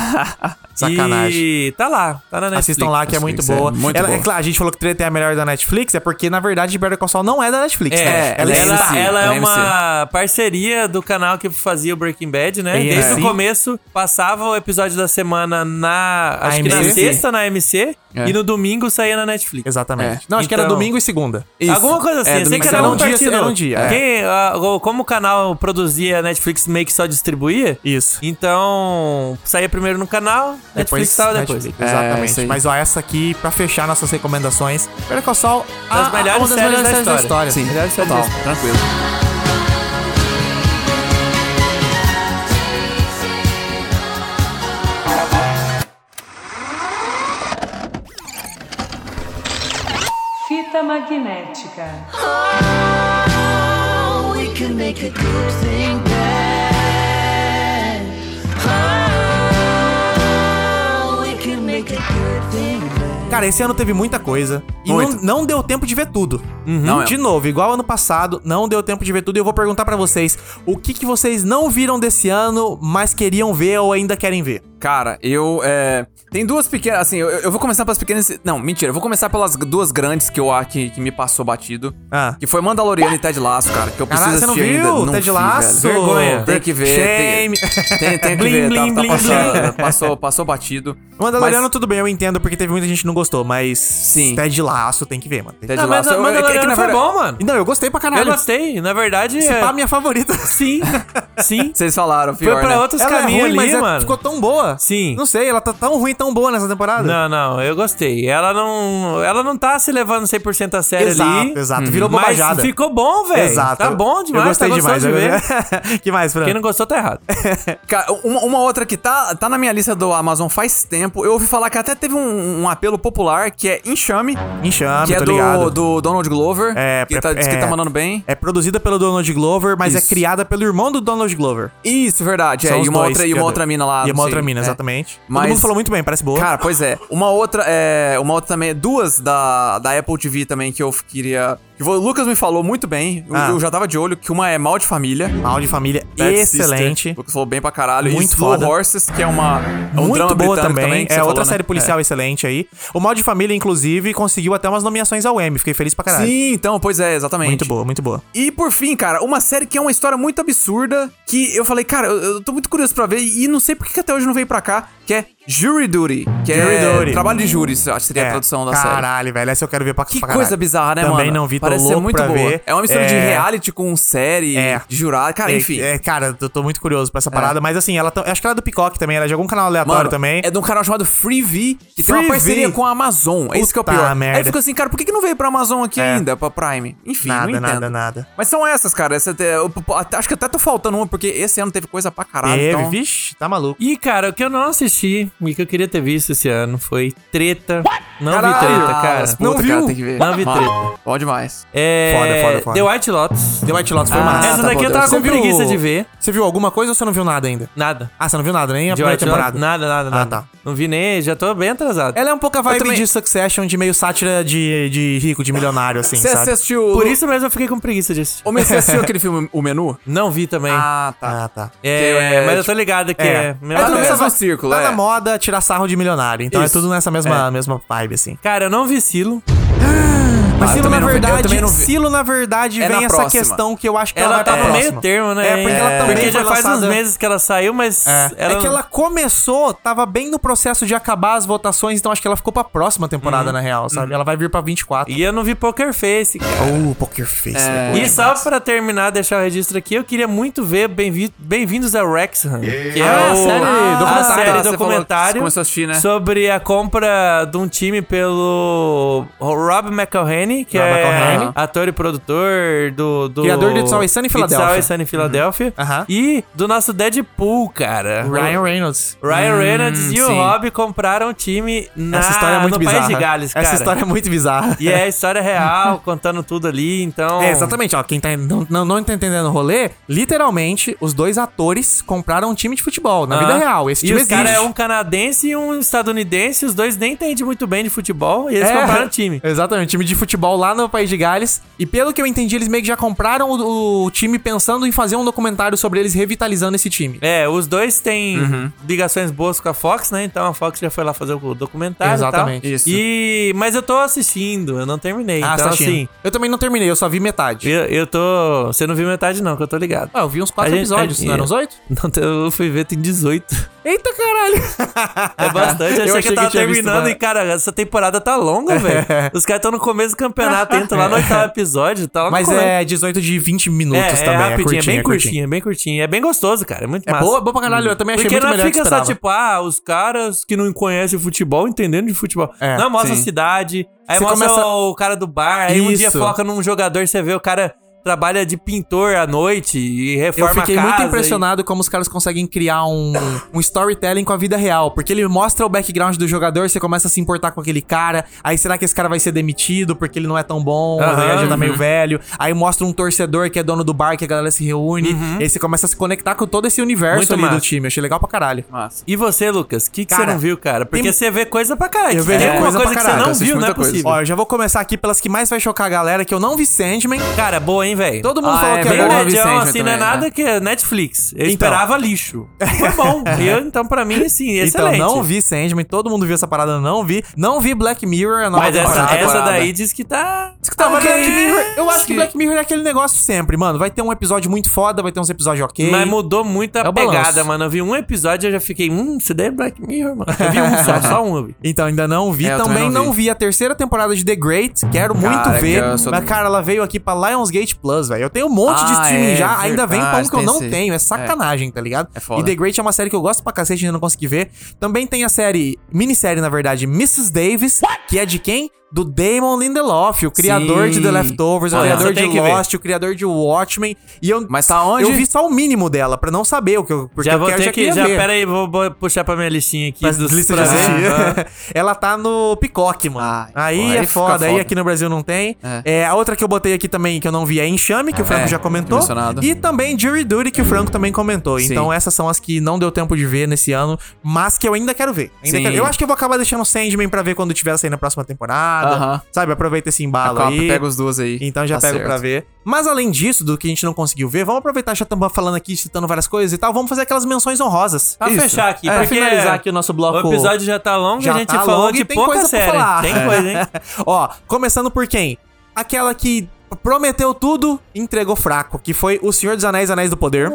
sacanagem. E tá lá, tá na Netflix. Assistam lá que é muito Netflix, é boa. muito ela, boa. É claro, a gente falou que Treta é a melhor da Netflix, é porque na verdade Better Call Saul não é da Netflix. É, né? ela, é ela, MC, é ela é uma parceria do canal que fazia o Breaking Bad, né? É. Desde Sim. o começo, passava o episódio da semana na. Acho que na AMC. sexta na MC É. e no domingo saía na Netflix. Exatamente. É. Não, acho que era Então- domingo e segunda. Isso. Alguma coisa assim, É, eu sei domingo. que mas era era um um dia, partido. era um dia, é. Quem, ah, como o canal produzia, a Netflix meio que só distribuía, Isso. Então, saía primeiro no canal, Netflix saiu depois. Netflix, É, Exatamente. isso aí. Mas ó, essa aqui, pra fechar nossas recomendações, Better Call Saul, Das a- melhores uma das séries melhores da séries da história. história. Sim, Melhor série total, desse- tranquilo. Fita magnética. Oh, we can make a good thing bad. Oh, we can make a good thing bad. Cara, esse ano teve muita coisa. E não, Muito. não deu tempo de ver tudo. Uhum. Não de mesmo. novo, igual ano passado, não deu tempo de ver tudo. E eu vou perguntar pra vocês: o que, que vocês não viram desse ano, mas queriam ver ou ainda querem ver? Cara, eu. É, tem duas pequenas. Assim, eu, eu vou começar pelas pequenas. Não, mentira. Eu vou começar pelas duas grandes que eu a- que, que me passou batido. Ah. Que foi Mandaloriano e Ted Laço, cara. Que eu preciso Caralho, você não assistir viu? ainda. Ted vi, Lasso? velho. Vergonha. Tem que ver. Tem, Shame. tem, tem que Blim, ver. tá- blim, tá blim, passando- passou, passou batido. Mandaloriano, Mas- tudo bem, eu entendo porque teve muita gente que não gostou, mas. Sim. Ted Laço tem que ver, mano. Tem... Ted Não, mas Lasso, a eu- é que- é que Mandaloriano na foi verdade- bom, mano. Não, eu gostei pra Tá Eu caralho. gostei. Na verdade, Se é... pá, minha favorita. Sim. Sim. Vocês falaram, pior, Foi pra né? outros Ela é caminhos ruim, ali, mas é- mano. ficou tão boa. Sim. Não sei, ela tá tão ruim, tão boa nessa temporada. Não, não, eu gostei. Ela não, ela não tá se levando 100% a sério Exato, ali. exato. Virou mas bobajada. ficou bom, velho. Exato. Tá bom demais, Eu gostei tá demais. gostoso de ver. eu- que mais, Fran? Quem não gostou tá errado. Ca- Uma, uma outra que tá, tá na minha lista do Amazon faz tempo. Eu ouvi falar que até teve um, um apelo popular que é Enxame, Enxame, que é Ah, tô do, ligado. do Donald Glover, que, pre- tá, diz que tá mandando bem. É produzida pelo Donald Glover, mas Isso. é criada pelo irmão do Donald Glover. Isso, verdade. São É, os e uma, dois, outra, e uma criadores. outra mina lá. E uma não outra sei, mina, é. exatamente. Mas- Todo mundo falou muito bem, parece boa. Cara, pois é. Uma outra, é, uma outra também, duas da, da Apple TV também que eu queria. que o Lucas me falou muito bem. eu- Ah. Eu, já tava de olho que uma é Mal de Família. Mal de família, Bad Sister, excelente. O Lucas falou bem pra caralho. Muito e Slow foda. Horses, que é uma é um drama muito boa britânico também. também. que você é outra falou, né? série policial excelente aí. O Mal de Família, inclusive, conseguiu até umas nomeações ao Emmy. Fiquei feliz pra É. caralho. Sim, então, pois é, exatamente. Muito boa, muito boa. E por fim, cara, uma série que é uma história muito absurda, que eu falei, cara, eu, eu tô muito curioso pra ver, e não sei por que que até hoje não veio pra cá, que é Jury Duty. Que é Jury Duty. trabalho de júris, acho que seria a tradução da série. É. Caralho, velho. Essa eu quero ver pra, Que pra caralho. coisa bizarra, né, mano? Também não vi, tô Parece ser louco muito pra boa. ver. É uma mistura de É. reality com série, É. de jurado. Cara, É, enfim. É. É, cara, eu tô muito curioso pra essa parada. Mas assim, ela tá- acho que ela é do Picoque também. Ela é de algum canal aleatório Mano, também. é de um canal chamado FreeV, que tem uma Freevee. parceria com a Amazon. É isso que é o Puta pior. Aí merda. fica assim, cara, por que, que não veio pra Amazon aqui É. ainda, pra Prime? Enfim, Nada, não entendo. nada, nada. Mas são essas, cara. Essa, até- eu- eu- até- acho que até tá faltando uma, porque esse ano teve coisa pra caralho. Teve, então... vixe, tá maluco. E, cara, o que eu não assisti e que eu queria ter visto esse ano foi treta. Não vi Caralho. treta, cara. Ah, puta, Não cara, viu? tem que ver. Não vi Mano, treta. Bom demais. É... Foda, foda, foda. The White Lotus. The White Lotus foi Ah, massa. Essa tá daqui bom, eu tava com Deus. preguiça de ver. Você viu alguma coisa ou você não viu nada ainda? Nada. Ah, você não viu nada, nem a The primeira White Lotus, temporada. Nada, nada, Ah, nada. tá. Não vi nem, já tô bem atrasado. Ela é um pouco a vibe também- de Succession, de meio sátira de, de rico, de milionário, assim, Você é sabe? assistiu... Por isso mesmo eu fiquei com preguiça disso. Ô, mas Você assistiu aquele filme O Menu? Não vi também. Ah, tá. Ah, tá. É, é, mas eu tô ligado que é. É, meu É do Deus. mesmo círculo, Tá é. na moda tirar sarro de milionário, então Isso. é tudo nessa mesma, mesma vibe, assim. Cara, eu não vi Silo. Mas Silo, também na não vi- eu também verdade, não vi. Silo, na verdade, É na vem essa próxima. questão que eu acho que ela, Ela vai tá pra no é próxima. meio termo, né? É, porque ela hein? também Porque já foi faz uns lançada- meses que ela saiu, mas. É. Ela... É que ela começou, tava bem no processo de acabar as votações, então acho que ela ficou pra próxima temporada, na real, sabe? Ela vai vir pra 24. Uhum. E É. eu não vi Poker Face. cara. Oh, Poker Face. né? E só pra terminar, deixar o registro aqui, eu queria muito ver Bem-vi- Bem-vindos a Rexham. Que é Ah, o- a série a documentário. série Você falou- você documentário começou a assistir, né? sobre a compra de um time pelo Rob McElhenney, que Rob é McElhenney. ator e produtor do, do... Criador de It's Always Sunny em It's Philadelphia. Uhum. Always Sunny em Philadelphia. Aham. E do nosso Deadpool, cara. Ryan Reynolds. Ryan Reynolds e o sim. Rob compraram o time na, Essa história é muito Ah, no bizarra. País de Gales, cara. Essa história é muito bizarra. E é a história real, contando tudo ali, então... É, exatamente, ó. Quem tá, não, não, não tá entendendo o rolê, literalmente, os dois atores compraram um time de futebol. Na Ah. vida real. Esse e time os existe. cara é um canadense e um estadunidense, os dois nem entendem muito bem de futebol, e eles compraram o time. É. Exatamente, time de futebol lá no País de Gales. E pelo que eu entendi, eles meio que já compraram o, o time pensando em fazer um documentário sobre eles revitalizando esse time. É, os dois têm Uhum. ligações boas com a Fox, né? Então a Fox já foi lá fazer o documentário Exatamente. e tal. Isso. E... Mas eu tô assistindo, eu não terminei. Ah, você então tá assistindo. assim, Eu também não terminei, eu só vi metade. eu, eu tô... Você não viu metade não, que eu tô ligado. Ah, eu vi uns quatro A gente- é, episódios, a- não eram uns oito? Não, eu fui ver, tem 18. Eita caralho! É bastante. Eu achei, que eu tava tinha visto terminando uma- e, cara, essa temporada tá longa, velho. Os caras estão no começo do campeonato, entram lá no oitavo episódio, tá lá no Mas começo. é 18 de 20 É, minutos é também. rapidinho, é bem curtinho, curtinho. curtinho, é bem curtinho. É bem gostoso, cara. É muito É massa. boa, boa pra caralho, eu também achei Porque muito não melhor que fica eu só esperava. tipo, ah, os caras que não conhecem futebol entendendo de futebol. É, não, mostra sim. a cidade, aí Você mostra começa- o cara do bar, aí um dia Isso. foca num jogador, você vê o cara trabalha de pintor à noite e Eu reforma a fiquei muito casa e- impressionado como os caras conseguem criar um, um storytelling com a vida real. Porque ele mostra o background do jogador, você começa a se importar com aquele cara. Aí será que esse cara vai ser demitido porque ele não é tão bom? Aham, aí ele já tá uhum. meio velho. Aí mostra um torcedor que é dono do bar, que a galera se reúne. E aí você começa a se conectar com todo esse universo Uhum. Muito ali massa. do time. Eu achei legal pra caralho. Massa. E você, Lucas, o que, que você Cara, não viu, cara? Porque tem- você vê coisa pra caralho. Eu É, Tem vejo alguma coisa coisa pra que você caralho, não eu assisto viu, não é muita coisa. possível. Ó, eu já vou começar aqui pelas que mais vai chocar a galera, que eu não vi Sandman. Cara, boa, hein, velho. Todo mundo Ah, falou é que bem era legal. bom. Vicente Médião, assim, não é também, nada é. que é Netflix. Eu né? Então. É. esperava lixo. Foi bom. E eu, então, pra mim, assim, Então, excelente. não vi Sandman, todo mundo viu essa parada, não vi. Não vi Black Mirror, a nova Mas essa, temporada. essa temporada. daí diz que tá. Diz que Tá, mas Black Mirror, eu acho que Black Mirror é aquele negócio sempre, mano. Vai ter um episódio muito foda, vai ter uns episódios ok. Mas mudou muito a É o balanço. pegada, mano. Eu vi um episódio e eu já fiquei, hum, isso daí é Black Mirror, mano. Eu vi um só, só um eu vi. Então, ainda não vi. É, eu também, também não, não vi. a terceira temporada de The Great. Quero Cara, muito ver. que eu sou Mas, do- cara, ela veio aqui pra Lionsgate Plus, velho. Eu tenho um monte de Ah, streaming é, já. Ainda vem pra um verdade, que eu tem não esse- tenho. É sacanagem, tá ligado? É foda. E The Great é uma série que eu gosto pra cacete, ainda não consegui ver. Também tem a série, minissérie, na verdade, Mrs. Davis, que é de quem? Do Damon Lindelof, o criador Sim. de The Leftovers, o Olha, criador você de tem que ver. Lost, o criador de Watchmen. E eu, Mas tá onde? eu vi só o mínimo dela, pra não saber o que eu. Porque Já eu vou quero, ter que. queria Já, ver. pera aí, vou, vou puxar pra minha listinha aqui. Mas dos- lista de pra- assistir. Aham. Ela tá no Picoque, mano. aí pô, é aí fica foda, aí foda. aqui no Brasil não tem. É. É. a outra que eu botei aqui também, que eu não vi, é Enxame, que o Franco É, já comentou. mencionado. E também Jury Duty, que o Franco também comentou. Sim. Então essas são as que não deu tempo de ver nesse ano, mas que eu ainda quero ver. Ainda Sim. quero- Eu acho que eu vou acabar deixando Sandman pra ver quando tiver saindo na próxima temporada. Aham. Sabe, aproveita esse A embalo Copa, aí. pega os duas aí. Então já Tá pego certo. pra ver. Mas além disso, do que a gente não conseguiu ver, vamos aproveitar, já estamos falando aqui, citando várias coisas e tal, vamos fazer aquelas menções honrosas. Pra Isso. fechar aqui, É, pra pra finalizar aqui o nosso bloco- O episódio já tá longo, Já a gente tá falou longo e de tem pouca coisa pra série. falar. É. Tem coisa, hein? Ó, começando por quem? Aquela que prometeu tudo, entregou fraco, que foi O Senhor dos Anéis, Anéis do Poder.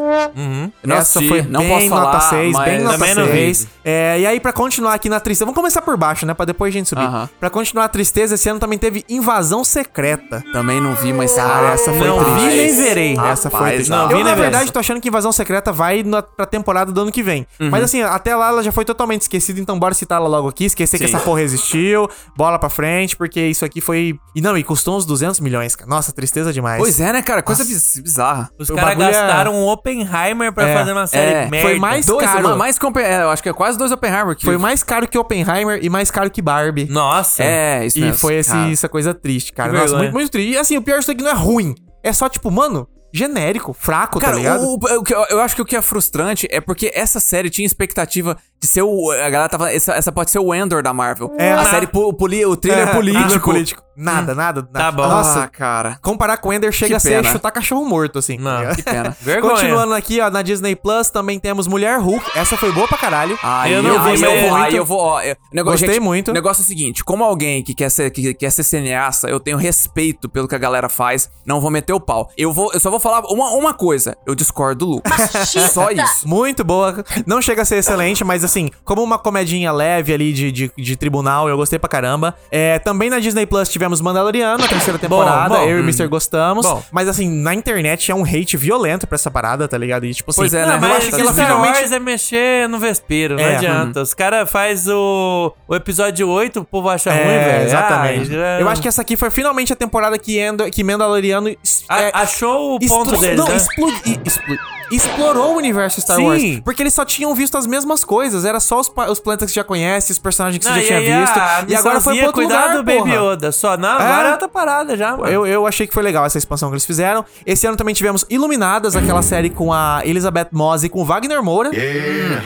Não assisti, não posso falar, nota 6, mas- bem Também nota não vi. 6. É, e aí, pra continuar aqui na tristeza, vamos começar por baixo, né? Pra depois a gente subir. Aham. Pra continuar a tristeza, esse ano também teve Invasão Secreta. Também não vi, mas Cara, essa foi Não triste. vi nem verei. Essa foi Rapaz, triste. não eu, vi na nem verei. verdade, tô achando que Invasão Secreta vai na, pra temporada do ano que vem. Mas assim, até lá ela já foi totalmente esquecida, então bora citá-la logo aqui. Esquecer que Sim. essa porra existiu, bola pra frente, porque isso aqui foi... E não, e custou uns 200 milhões, cara. Nossa, tristeza demais. Pois é, né, cara? Coisa biz- bizarra. Os O caras bagulho é- gastaram um Oppenheimer pra É, fazer uma série é, merda. foi mais dois, caro. ma- mais compen- é, eu acho que é quase dois Oppenheimer que Foi mais caro que Oppenheimer e mais caro que Barbie. Nossa. É, isso E mesmo. foi esse- cara. essa coisa triste, cara. Que Nossa, vergonha. muito, muito triste. E assim, o pior disso aqui não é ruim. É só, tipo, mano, genérico, fraco, tá Cara, ligado? o, o- o que eu, eu acho que o que é frustrante é porque essa série tinha expectativa de ser o. A galera tava. Essa, essa pode ser o Endor da Marvel. É. a Ah. série, po- poli- o thriller É, político. thriller político. Nada, nada, nada. bom. Nossa, Ah, cara. comparar com o Ender chega Que a ser pena. chutar cachorro morto, assim. Não. Que pena. Vergonha. Continuando aqui, ó, na Disney Plus também temos Mulher Hulk. Essa foi boa pra caralho. Aí Eu eu, não vi, aí mas eu é vou, aí muito- eu vou, ó, eu- negócio, Gostei gente, muito. O negócio é o seguinte, como alguém que quer ser, que quer ser cineasta, eu tenho respeito pelo que a galera faz, não vou meter o pau. Eu, vou, eu só vou falar uma, uma coisa, eu discordo do Lucas. só isso. Muito boa. Não chega a ser excelente, mas assim, como uma comedinha leve ali de, de, de tribunal, eu gostei pra caramba. É, também na Disney Plus tivemos Mandaloriano, a terceira temporada. bom. eu e o Mr. gostamos. Bom. Mas assim, na internet é um hate violento pra essa parada, tá ligado? E tipo assim, Pois é, né? Não, eu mas acho que ela Star finalmente. Wars é mexer no vespeiro, não É. adianta. Os caras fazem o, o episódio 8, o povo acha ruim, É, velho. exatamente. Ah, já- Eu acho que essa aqui foi finalmente a temporada que, Endo, que Mandaloriano es- A- é, achou o explo- ponto dele, não, né? explo- i- explo- explorou o universo Star Sim. Wars. Porque eles só tinham visto as mesmas coisas. Era só os, pa- os planetas que você já conhece, os personagens que Não, você já e tinha aí a visto. E agora foi missãozinha, pro outro lugar, cuidado do Baby porra. Yoda. Só não, agora É. é outra parada já, mano. Eu, eu achei que foi legal essa expansão que eles fizeram. Esse ano também tivemos Iluminadas, aquela série com a Elizabeth Moss e com o Wagner Moura.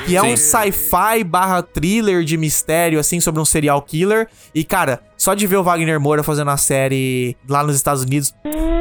Que é um sci-fi barra thriller de mistério, assim, sobre um serial killer. E, cara, só de ver o Wagner Moura fazendo a série lá nos Estados Unidos,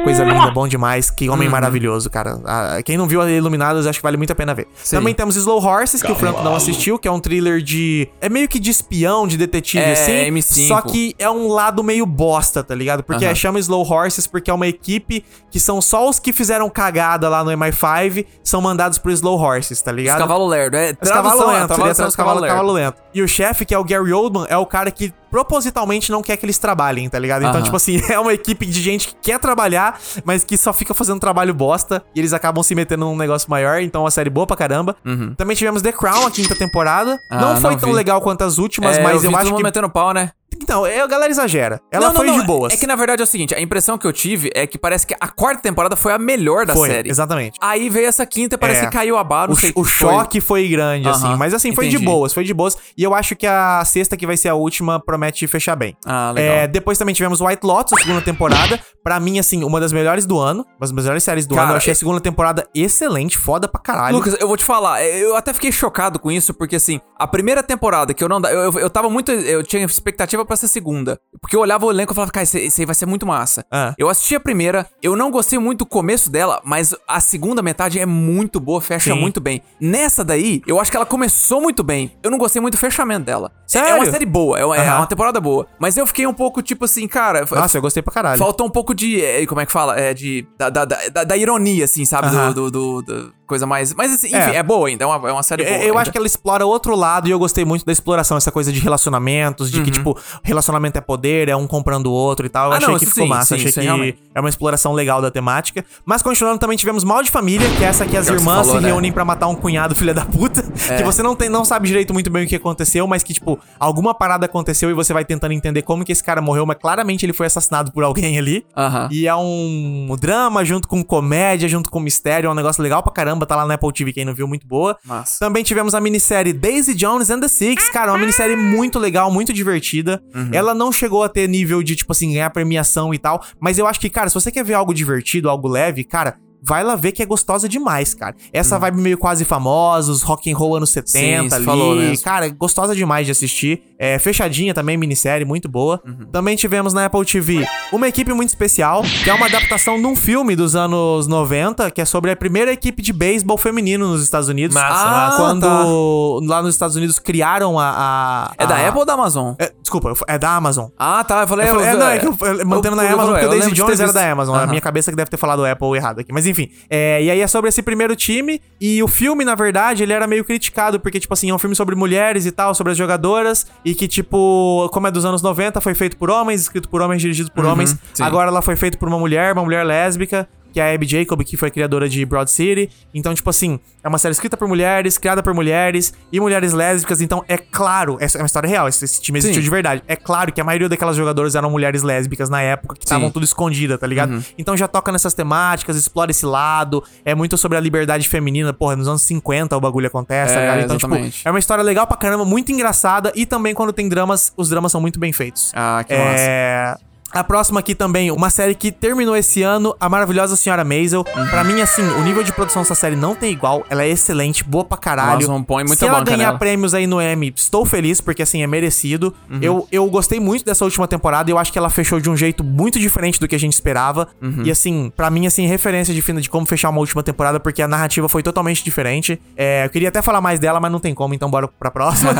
coisa linda, bom demais. Que homem maravilhoso, cara. Ah, Quem não viu a Iluminadas, acho que vale muito a pena ver. Também temos Slow Horses, que o Franco não assistiu, que é um thriller de... É meio que de espião, de detetive, É, assim. M5. Só que é um lado meio bosta, tá ligado? Porque Aham. chama Slow Horses porque é uma equipe que são só os que fizeram cagada lá no MI5, são mandados pro Slow Horses, tá Os ligado? cavalo lerdo, é Os tradução, cavalo lento, é seria tradução tra- dos os cavalo, cavalo lerdo. cavalo lento. E o chefe, que é o Gary Oldman, é o cara que propositalmente não quer que eles trabalhem, tá ligado? Então, Aham. tipo assim, é uma equipe de gente que quer trabalhar, mas que só fica fazendo trabalho bosta e eles acabam se metendo num negócio maior, então é uma série boa pra caramba. Também tivemos The Crown, a quinta temporada. Uhum. Ah, não foi não tão vi. legal quanto as últimas, É, mas vi eu, todo acho mundo que. metendo pau, né? Então, é, a galera exagera. Ela Não, não, foi não, de boas. É que na verdade é o seguinte, a impressão que eu tive é que parece que a quarta temporada foi a melhor da Foi, série. exatamente. Aí veio essa quinta, parece É. que caiu abaixo. O, não sei o que foi. choque foi grande, assim. Aham, Mas assim, foi de entendi. boas, foi de boas. E eu acho que a sexta, que vai ser a última, promete fechar bem. Ah, legal. É, depois também tivemos White Lotus, a segunda temporada. Pra mim, assim, uma das melhores do ano. Uma das melhores séries do Cara, ano. Eu achei a é- segunda temporada excelente, foda pra caralho. Lucas, eu vou te falar, é, eu até fiquei chocado com isso, porque assim, a primeira temporada que eu não. da- Eu, eu, eu tava muito. Eu tinha expectativa pra essa segunda. Porque eu olhava o elenco e falava, cara, isso aí isso aí vai ser muito massa. Ah. Eu assisti a primeira, eu não gostei muito do começo dela, mas a segunda metade é muito boa, fecha Sim. muito bem. Nessa daí, eu acho que ela começou muito bem. Eu não gostei muito do fechamento dela. É- É uma Sério? série boa, é uma, é Aham. uma temporada boa. Mas eu fiquei um pouco tipo assim, cara. f- Nossa, eu gostei pra caralho. Falta um pouco de. eh, Como é que fala? É, de. Da, da, da, da- da ironia, assim, sabe? Aham. Do, do, do- do- Coisa mais. Mas, assim, enfim, É. é, boa ainda. É uma, é uma série boa. É, Eu acho que ela explora outro lado e eu gostei muito da exploração, essa coisa de relacionamentos, de que, tipo, relacionamento é poder, é um comprando o outro e tal. Eu Uhum. Ah, achei não, que isso ficou sim, massa, sim, achei isso que realmente. é uma exploração legal da temática. Mas continuando, também tivemos Mal de Família, que é essa que as Que é o que você irmãs falou, se né? É. reúnem pra matar um cunhado filha da puta, que você não, tem, não sabe direito muito bem o que aconteceu, mas que, tipo, alguma parada aconteceu e você vai tentando entender como que esse cara morreu, mas claramente ele foi assassinado por alguém ali. Aham. E é um drama junto com comédia, junto com mistério, é um negócio legal pra caramba, tá lá na Apple TV, quem não viu, muito boa. Massa. Também tivemos a minissérie Daisy Jones and the Six, cara, uma minissérie muito legal, muito divertida. Uhum. Ela não chegou a ter nível de, tipo assim, ganhar premiação e tal, mas eu acho que, cara, se você quer ver algo divertido, algo leve, cara... Vai lá ver que é gostosa demais, cara. Essa Uhum. vibe meio quase famosos, rock and roll anos 70 você ali. falou mesmo. né? Cara, gostosa demais de assistir. É, fechadinha também, minissérie, muito boa. Uhum. Também tivemos na Apple TV uma equipe muito especial, que é uma adaptação de um filme dos anos 90, que é sobre a primeira equipe de beisebol feminino nos Estados Unidos. Massa, Ah, massa. Quando lá nos Estados Unidos criaram a. a- É da a- Apple ou da Amazon? É, desculpa, eu f- é da Amazon. Ah, tá. Eu falei. Eu falei, é, eu- não, é que eu, eu- mantendo eu- na eu- Amazon, eu- porque o eu Daisy lembro de ter Jones era visto. da Amazon. A Aham. minha cabeça que deve ter falado Apple errado aqui. Mas enfim. é, e aí é sobre esse primeiro time. E o filme, na verdade, ele era meio criticado, porque, tipo assim, é um filme sobre mulheres e tal, sobre as jogadoras. E que, tipo, como é dos anos 90, foi feito por homens, escrito por homens, dirigido por homens. Uhum, sim. Agora ela foi feita por uma mulher, uma mulher lésbica. Que é a Abby Jacob, que foi a criadora de Broad City. Então, tipo assim, é uma série escrita por mulheres, criada por mulheres e mulheres lésbicas. Então, é claro, essa é uma história real. Esse, esse time existiu Sim. de verdade. É claro que a maioria daquelas jogadoras eram mulheres lésbicas na época, que estavam tudo escondida, tá Uhum. ligado? Então já toca nessas temáticas, explora esse lado. É muito sobre a liberdade feminina. Porra, nos anos 50 o bagulho acontece, tá É, ligado? Então, exatamente. tipo, é uma história legal pra caramba, muito engraçada. E também quando tem dramas, os dramas são muito bem feitos. Ah, que É, A próxima aqui também, uma série que terminou esse ano, a maravilhosa Senhora Maisel. Uhum. Pra mim, assim, o nível de produção dessa série não tem igual. Ela é excelente, boa pra caralho. Amazon põe muita Se ela banca ganhar nela. prêmios aí no Emmy, estou feliz, porque assim, é merecido. Uhum. Eu, eu gostei muito dessa última temporada, eu acho que ela fechou de um jeito muito diferente do que a gente esperava. Uhum. E assim, pra mim, assim, referência de, fina- de como fechar uma última temporada, porque a narrativa foi totalmente diferente. É, eu queria até falar mais dela, mas não tem como, então bora pra próxima.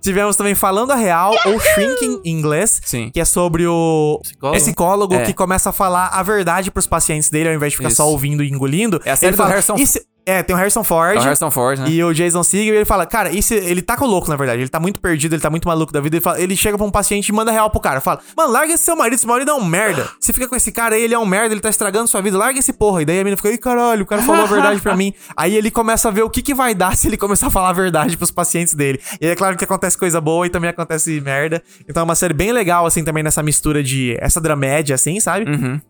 Tivemos também Falando a Real, ou Shrinking em inglês, Sim. que é sobre o Psicólogo? psicólogo É. que começa a falar a verdade pros pacientes dele, ao invés de ficar Isso. só ouvindo e engolindo. É a série Ele do Harrison- "E se- É, tem o Harrison Ford. É o Harrison Ford, né? E o Jason Segel, ele fala, cara, isso, ele tá com louco, na verdade. Ele tá muito perdido, ele tá muito maluco da vida. Ele, fala- ele chega pra um paciente e manda real pro cara. Fala, mano, larga esse seu marido, esse marido é um merda. Você fica com esse cara aí, ele é um merda, ele tá estragando sua vida, larga esse porra. E daí a menina fica, ei, caralho, o cara falou a verdade pra mim. Aí ele começa a ver o que que vai dar se ele começar a falar a verdade pros pacientes dele. E aí é claro que acontece coisa boa e também acontece merda. Então é uma série bem legal, assim, também nessa mistura de... Essa dramédia, assim, sabe?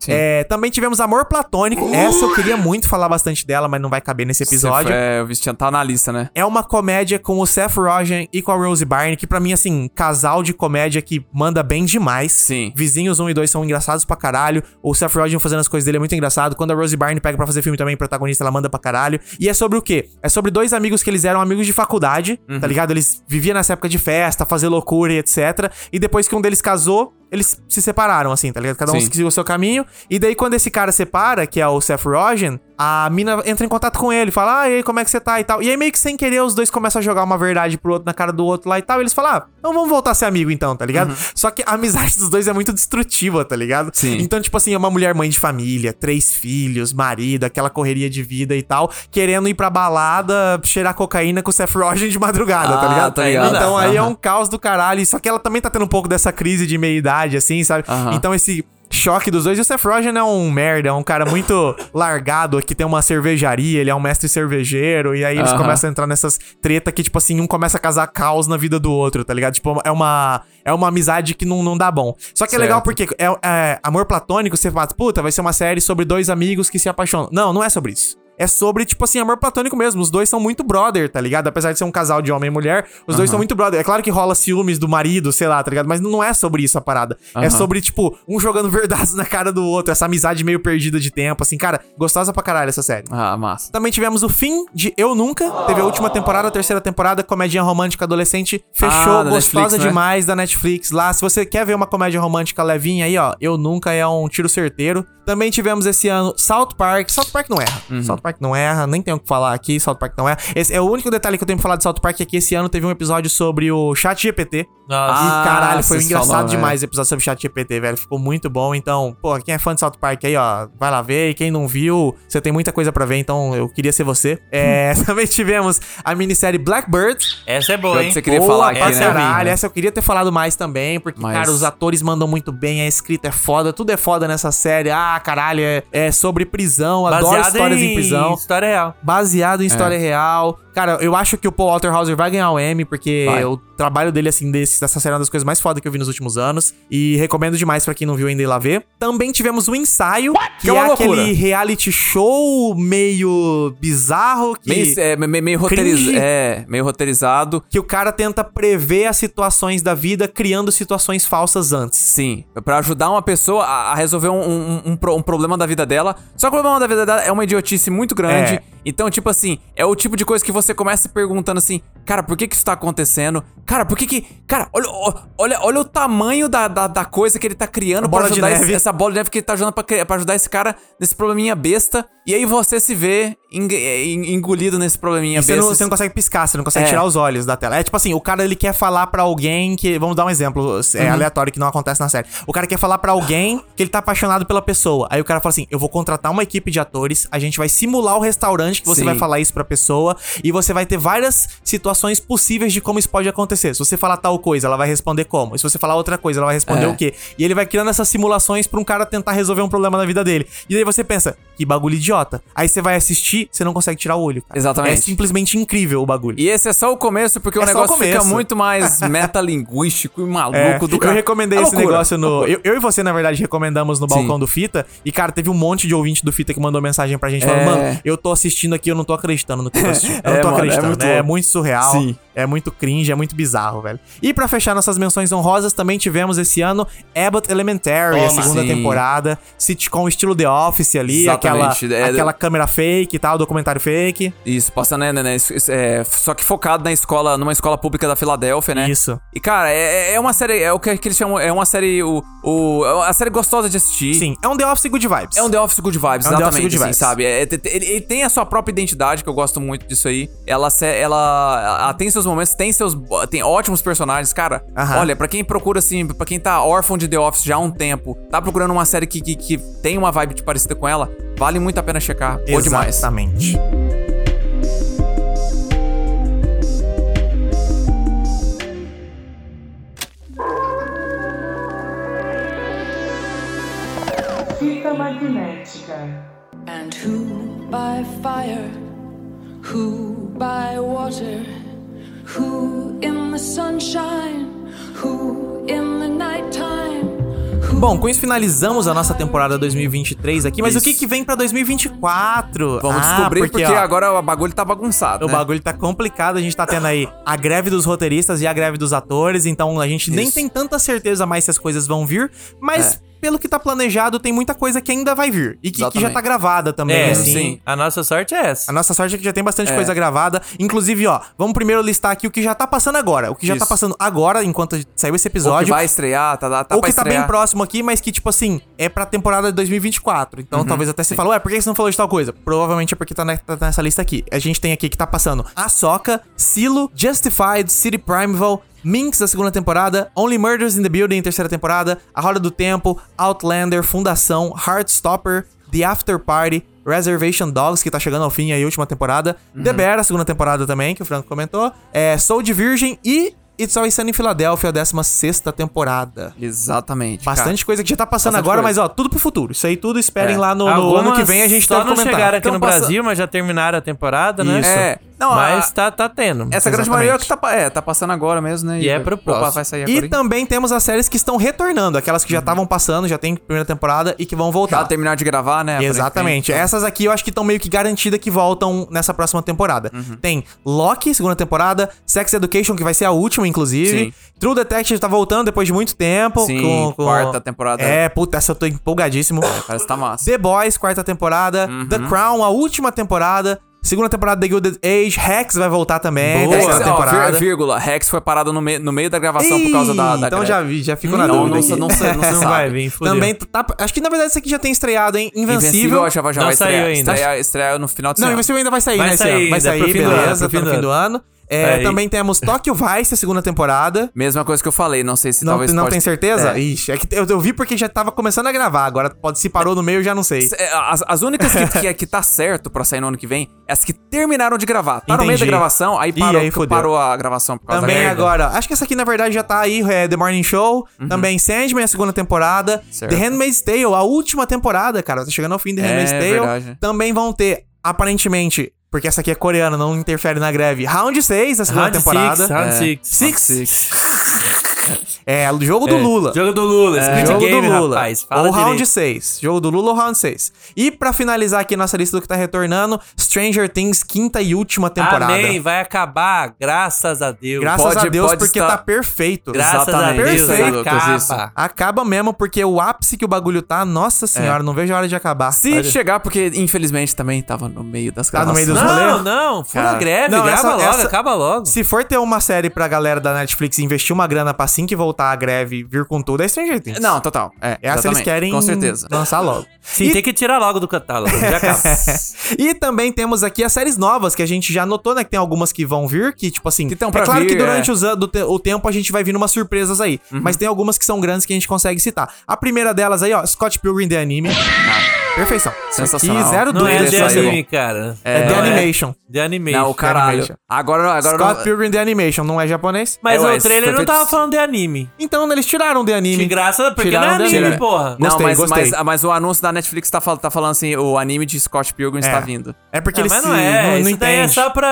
É, também tivemos Amor Platônico. Essa eu queria muito falar bastante dela, mas não vai caber nesse episódio. É, o Vistian tá na lista, né? É uma comédia com o Seth Rogen e com a Rose Byrne, que pra mim, assim, casal de comédia que manda bem demais. Sim. Vizinhos 1 e 2 são engraçados pra caralho. O Seth Rogen fazendo as coisas dele é muito engraçado. Quando a Rose Byrne pega pra fazer filme também, protagonista, ela manda pra caralho. E é sobre o quê? É sobre dois amigos que eles eram amigos de faculdade, Uhum. tá ligado? Eles viviam nessa época de festa, fazer loucura e etc. E depois que um deles casou, eles se separaram, assim, tá ligado? Cada um Sim. seguiu o seu caminho. E daí, quando esse cara separa, que é o Seth Rogen, a mina entra em contato com ele, fala, ah, e aí, como é que você tá e tal. E aí, meio que sem querer, os dois começam a jogar uma verdade pro outro na cara do outro lá e tal. E eles falam, ah, então vamos voltar a ser amigo então, tá Uhum. ligado? Só que a amizade dos dois é muito destrutiva, tá ligado? Sim. Então, tipo assim, é uma mulher mãe de família, três filhos, marido, aquela correria de vida e tal, querendo ir pra balada, cheirar cocaína com o Seth Rogen de madrugada, tá Ah, ligado? tá ligado. Então aí é Aham. um caos do caralho. Só que ela também tá tendo um pouco dessa crise de meia-idade, assim, sabe? Aham. Então esse choque dos dois. E o Seth Rogen é um merda, é um cara muito largado, que tem uma cervejaria, ele é um mestre cervejeiro. E aí eles Aham. começam a entrar nessas treta que, tipo assim, um começa a casar caos na vida do outro, tá ligado? Tipo, é uma, é uma amizade que não, não dá bom. Só que é legal Certo. porque é, é amor platônico, você fala, puta, vai ser uma série sobre dois amigos que se apaixonam. Não, não é sobre isso. é sobre, tipo assim, amor platônico mesmo. Os dois são muito brother, tá ligado? Apesar de ser um casal de homem e mulher, os dois são muito brother. É claro que rola ciúmes do marido, sei lá, tá ligado? Mas não é sobre isso a parada. É sobre, tipo, um jogando verdades na cara do outro, essa amizade meio perdida de tempo, assim, cara, gostosa pra caralho essa série. Ah, massa. Também tivemos o fim de Eu Nunca. Teve a última temporada, a terceira temporada, comédia romântica adolescente. Fechou, Ah, da gostosa Netflix, né? demais da Netflix lá. Se você quer ver uma comédia romântica levinha aí, ó, Eu Nunca é um tiro certeiro. Também tivemos esse ano South Park. South Park não erra. Uhum. South Park não erra, nem tenho o que falar aqui, South Park não erra. Esse é o único detalhe que eu tenho pra falar de South Park é que esse ano teve um episódio sobre o Chat GPT. Nossa. e caralho, foi Nossa, engraçado salão, demais esse episódio sobre Chat GPT, velho. Ficou muito bom. Então, pô, quem é fã de South Park aí, ó, vai lá ver. E quem não viu, você tem muita coisa pra ver, então eu queria ser você. É, também tivemos a minissérie Blackbird. Essa é boa, Foi o hein? que você queria Boa falar aqui, pra né? caralho. Essa eu queria ter falado mais também, porque, Mas- cara, os atores mandam muito bem, a escrita é foda, tudo é foda nessa série. Ah, caralho, é, é sobre prisão, adoro Baseado histórias em... prisão. História real. Baseado É. em história real. Cara, eu acho que o Paul Walter Hauser vai ganhar o Emmy, porque Vai. o trabalho dele, assim, desse, dessa série é uma das coisas mais foda que eu vi nos últimos anos. E recomendo demais pra quem não viu ainda ir lá ver. Também tivemos o Ensaio, que Que é é, uma loucura. aquele reality show meio bizarro que... Meio, é, me- meio, roteiriz... Cringe. é, meio roteirizado. que o cara tenta prever as situações da vida criando situações falsas antes. Sim, pra ajudar uma pessoa a a resolver um, um- um pro- um problema da vida dela. Só que o problema da vida dela é uma idiotice muito grande. É. Então, tipo assim, é o tipo de coisa que você começa se perguntando assim, cara, por que que isso tá acontecendo? Cara, por que que... Cara, olha, o- olha, olha o tamanho da, da, da coisa que ele tá criando pra bola de ajudar esse- neve. essa bola de neve que ele tá ajudando pra, cri- pra ajudar esse cara nesse probleminha besta. E aí você se vê eng- en- engolido nesse probleminha E Você besta. não, você não consegue piscar, você não consegue É. tirar os olhos da tela. É tipo assim, o cara ele quer falar pra alguém que. Vamos dar um exemplo é Uhum. aleatório que não acontece na série. O cara quer falar pra alguém que ele tá apaixonado pela pessoa. Aí o cara fala assim: eu vou contratar uma equipe de atores, a gente vai simular o restaurante que você Sim. vai falar isso pra pessoa e você vai ter várias situações possíveis de como isso pode acontecer. Se você falar tal coisa, ela vai responder como. E se você falar outra coisa, ela vai responder É. o quê? E ele vai criando essas simulações pra um cara tentar resolver um problema na vida dele. E daí você pensa: que bagulho idiota. Aí você vai assistir, você não consegue tirar o olho. cara. Exatamente. É simplesmente incrível o bagulho. E esse é só o começo, porque É o só o negócio fica começo. muito mais metalinguístico e maluco É, do cara. eu recomendei É esse loucura. negócio no. Eu, eu e você, na verdade, recomendamos no Sim. Balcão do Fita. E, cara, teve um monte de ouvinte do Fita que mandou mensagem pra gente falando: É. Mano, eu tô assistindo aqui, eu não tô acreditando no que eu tô assistindo. Eu É, não tô mano, é acreditando. É muito, muito louco. é muito surreal. Sim. É muito cringe, é muito bizarro, velho. E pra fechar nossas menções honrosas, também tivemos esse ano Abbott Elementary, a Toma. segunda Sim. temporada. Sitcom estilo The Office ali, aquela, Exatamente. É, aquela câmera fake e tal, documentário fake. Isso, passa, né, né, né, isso- isso é, só que focado na escola, numa escola pública da Filadélfia, né? Isso. E, cara, é, é- é uma série, é o que, que eles chamam, é uma série, o, o, é uma série gostosa de assistir. Sim, é um The Office Good Vibes. É um The Office Good Vibes, É um The Office exatamente, Good assim, Vibes. sabe? É- é- te- ele, ele tem a sua própria identidade, que eu gosto muito disso aí. Ela, se- ela, ela tem seus momentos, tem seus bo- tem ótimos personagens, cara. Aham. Olha, pra quem procura, assim, pra quem tá órfão de The Office já há um tempo, tá procurando uma série que, que, que tem uma vibe parecida com ela, vale muito a pena checar. Ou demais. Exatamente. Fita magnética. And who by fire, who by water, who in the sunshine, who in the nighttime, who Bom, com isso finalizamos a nossa temporada 2023 aqui, mas Isso. o que que vem pra 2024? Vamos Ah, descobrir porque, ó, agora o bagulho tá bagunçado. O né? bagulho tá complicado, a gente tá tendo aí a greve dos roteiristas e a greve dos atores, então a gente nem Isso. tem tanta certeza mais se as coisas vão vir, mas É. pelo que tá planejado, tem muita coisa que ainda vai vir e que, que já Exatamente. tá gravada também, É, assim. sim. A nossa sorte é essa. A nossa sorte é que já tem bastante coisa gravada. Inclusive, ó, vamos primeiro listar aqui o que já tá passando agora. O que já tá Isso. passando agora, enquanto saiu esse Ou episódio. que vai estrear, tá, tá ou pra que tá estrear. bem próximo aqui, mas que, tipo assim, é pra temporada de 2024. Então, Uhum. talvez até você fale, ué, por que você não falou de tal coisa? Provavelmente é porque tá, ne- tá nessa lista aqui. A gente tem aqui que tá passando A Soca, Silo, Justified, City Primeval, Minx da segunda temporada, Only Murders in the Building terceira temporada, A Roda do Tempo, Outlander, Fundação, Heartstopper, The After Party, Reservation Dogs, que tá chegando ao fim aí, última temporada, Uhum. The Bear, a segunda temporada também, que o Franco comentou, é, Soul de Virgem e It's Always Sunny in Philadelphia, a 16 sexta temporada. Exatamente. cara. Bastante coisa que já tá passando Bastante agora, coisa. mas ó, tudo pro futuro. Isso aí tudo esperem É. lá no, no Ah, Algumas ano que vem a gente só tá não comentando. chegaram aqui Então no passa- Brasil, mas já terminaram a temporada, né? Isso. É, Não, Mas a- tá, tá tendo. essa Exatamente. grande maioria é o que tá, pa- é, tá passando agora mesmo, né? E é pro próximo. Vai sair agora, E hein? também temos as séries que estão retornando, aquelas que já estavam passando, já tem primeira temporada e que vão Tá voltar. terminar de gravar, né? Exatamente. Essas aqui eu acho que estão meio que garantidas que voltam nessa próxima temporada. Uhum. Tem Loki, segunda temporada, Sex Education, que vai ser a última, inclusive. Sim. True Detective tá voltando depois de muito tempo. Sim, quarta temporada. É, puta, essa eu tô empolgadíssimo. Parece que tá massa. The Boys, quarta temporada. The Crown, a última temporada. Segunda temporada The Gilded Age. Rex vai voltar também. Rex, terceira ó, temporada. vir- vírgula, Rex foi parado no, meio- no meio da gravação por causa da. da Então greve. já, vi- já ficou na Não, dúvida. não aqui. se- não se- não se Não sabe. vai vir, fudeu. Também tá. Acho que na verdade esse aqui já tem estreado, hein? Invencível. Invencível já, vai- já Não vai saiu estrear. ainda. Estrear, estrear no final de Não, semana. Invencível ainda vai sair, Vai né? esse sair ano. vai ainda, sair, pro fim do ano, beleza, pro tá fim no do fim do ano. É, Vai. também temos Tokyo Vice, a segunda temporada. Mesma coisa que eu falei, não sei se Não, talvez não pode- tem certeza? É. Ixi, é que eu, eu vi porque já tava começando a gravar. Agora pode se parou no meio, eu já não sei. É, As, as únicas que, que, que tá certo pra sair no ano que vem é as que terminaram de gravar. Tá no meio Entendi. da gravação, aí Ih, parou, aí fodeu. parou a gravação por causa da Também merda. agora, acho que essa aqui na verdade já tá aí, é, The Morning Show, também Sandman, a segunda temporada, Certo. The Handmaid's Tale, a última temporada, cara, tá chegando ao fim de The É, Handmaid's Tale, verdade. também vão ter, aparentemente, porque essa aqui é coreana, não interfere na greve, Round 6 da segunda Round temporada, É. Six, Round Six. Six. é, o jogo do Lula. Jogo do Lula, É, Squid jogo Game, do Lula. um rapaz. ou Fala round direito. 6. Jogo do Lula ou round 6. E pra finalizar aqui nossa lista do que tá retornando, Stranger Things, quinta e última temporada. Amém, vai acabar, graças a Deus. Graças Pode- a Deus, pode porque estar- tá perfeito. Graças Exatamente. a Deus, Perfeito. acaba. Isso. né, Acaba mesmo, porque o ápice que o bagulho tá, nossa senhora, não vejo a hora de acabar. Se chegar, porque infelizmente também tava no meio das Tá no gravações. meio dos- Não, rolê? não, fura a Cara. greve, Não, grava essa- logo, essa- acaba logo. Se for ter uma série pra galera da Netflix investir uma grana pra assim que voltar a greve vir com tudo, é Stranger Things. Não, total. É, Essa exatamente, assim eles querem Com certeza. lançar logo. Sim, tem que tirar logo do catálogo. Já acaba. e também temos aqui as séries novas que a gente já notou, né? Que tem algumas que vão vir, que, tipo assim. Que tão é pra claro vir, que durante é. Uhum. os an- do te- o tempo a gente vai vindo umas surpresas aí. Mas tem algumas que são grandes que a gente consegue citar. A primeira delas aí, ó, Scott Pilgrim The Anime. Perfeição. Isso aqui, Ah, Sensacional. zero Não é dúvidas. de Essa aí, anime, cara. É The Não Animation. The Animation. Não, o caralho. Animation. Agora, agora Scott não- Pilgrim The Animation, não é japonês? Mas É, ué, o trailer foi não feito- tava falando de anime. Então eles tiraram The Anime. De graça, porque Tiraram não é The anime, Anime. porra. Não, Gostei, mas, gostei. Mas, mas o anúncio da Netflix tá, fal- tá falando assim: o anime de Scott Pilgrim está vindo. É porque Ah, eles mas se- não é. não, não Isso daí é entende. só pra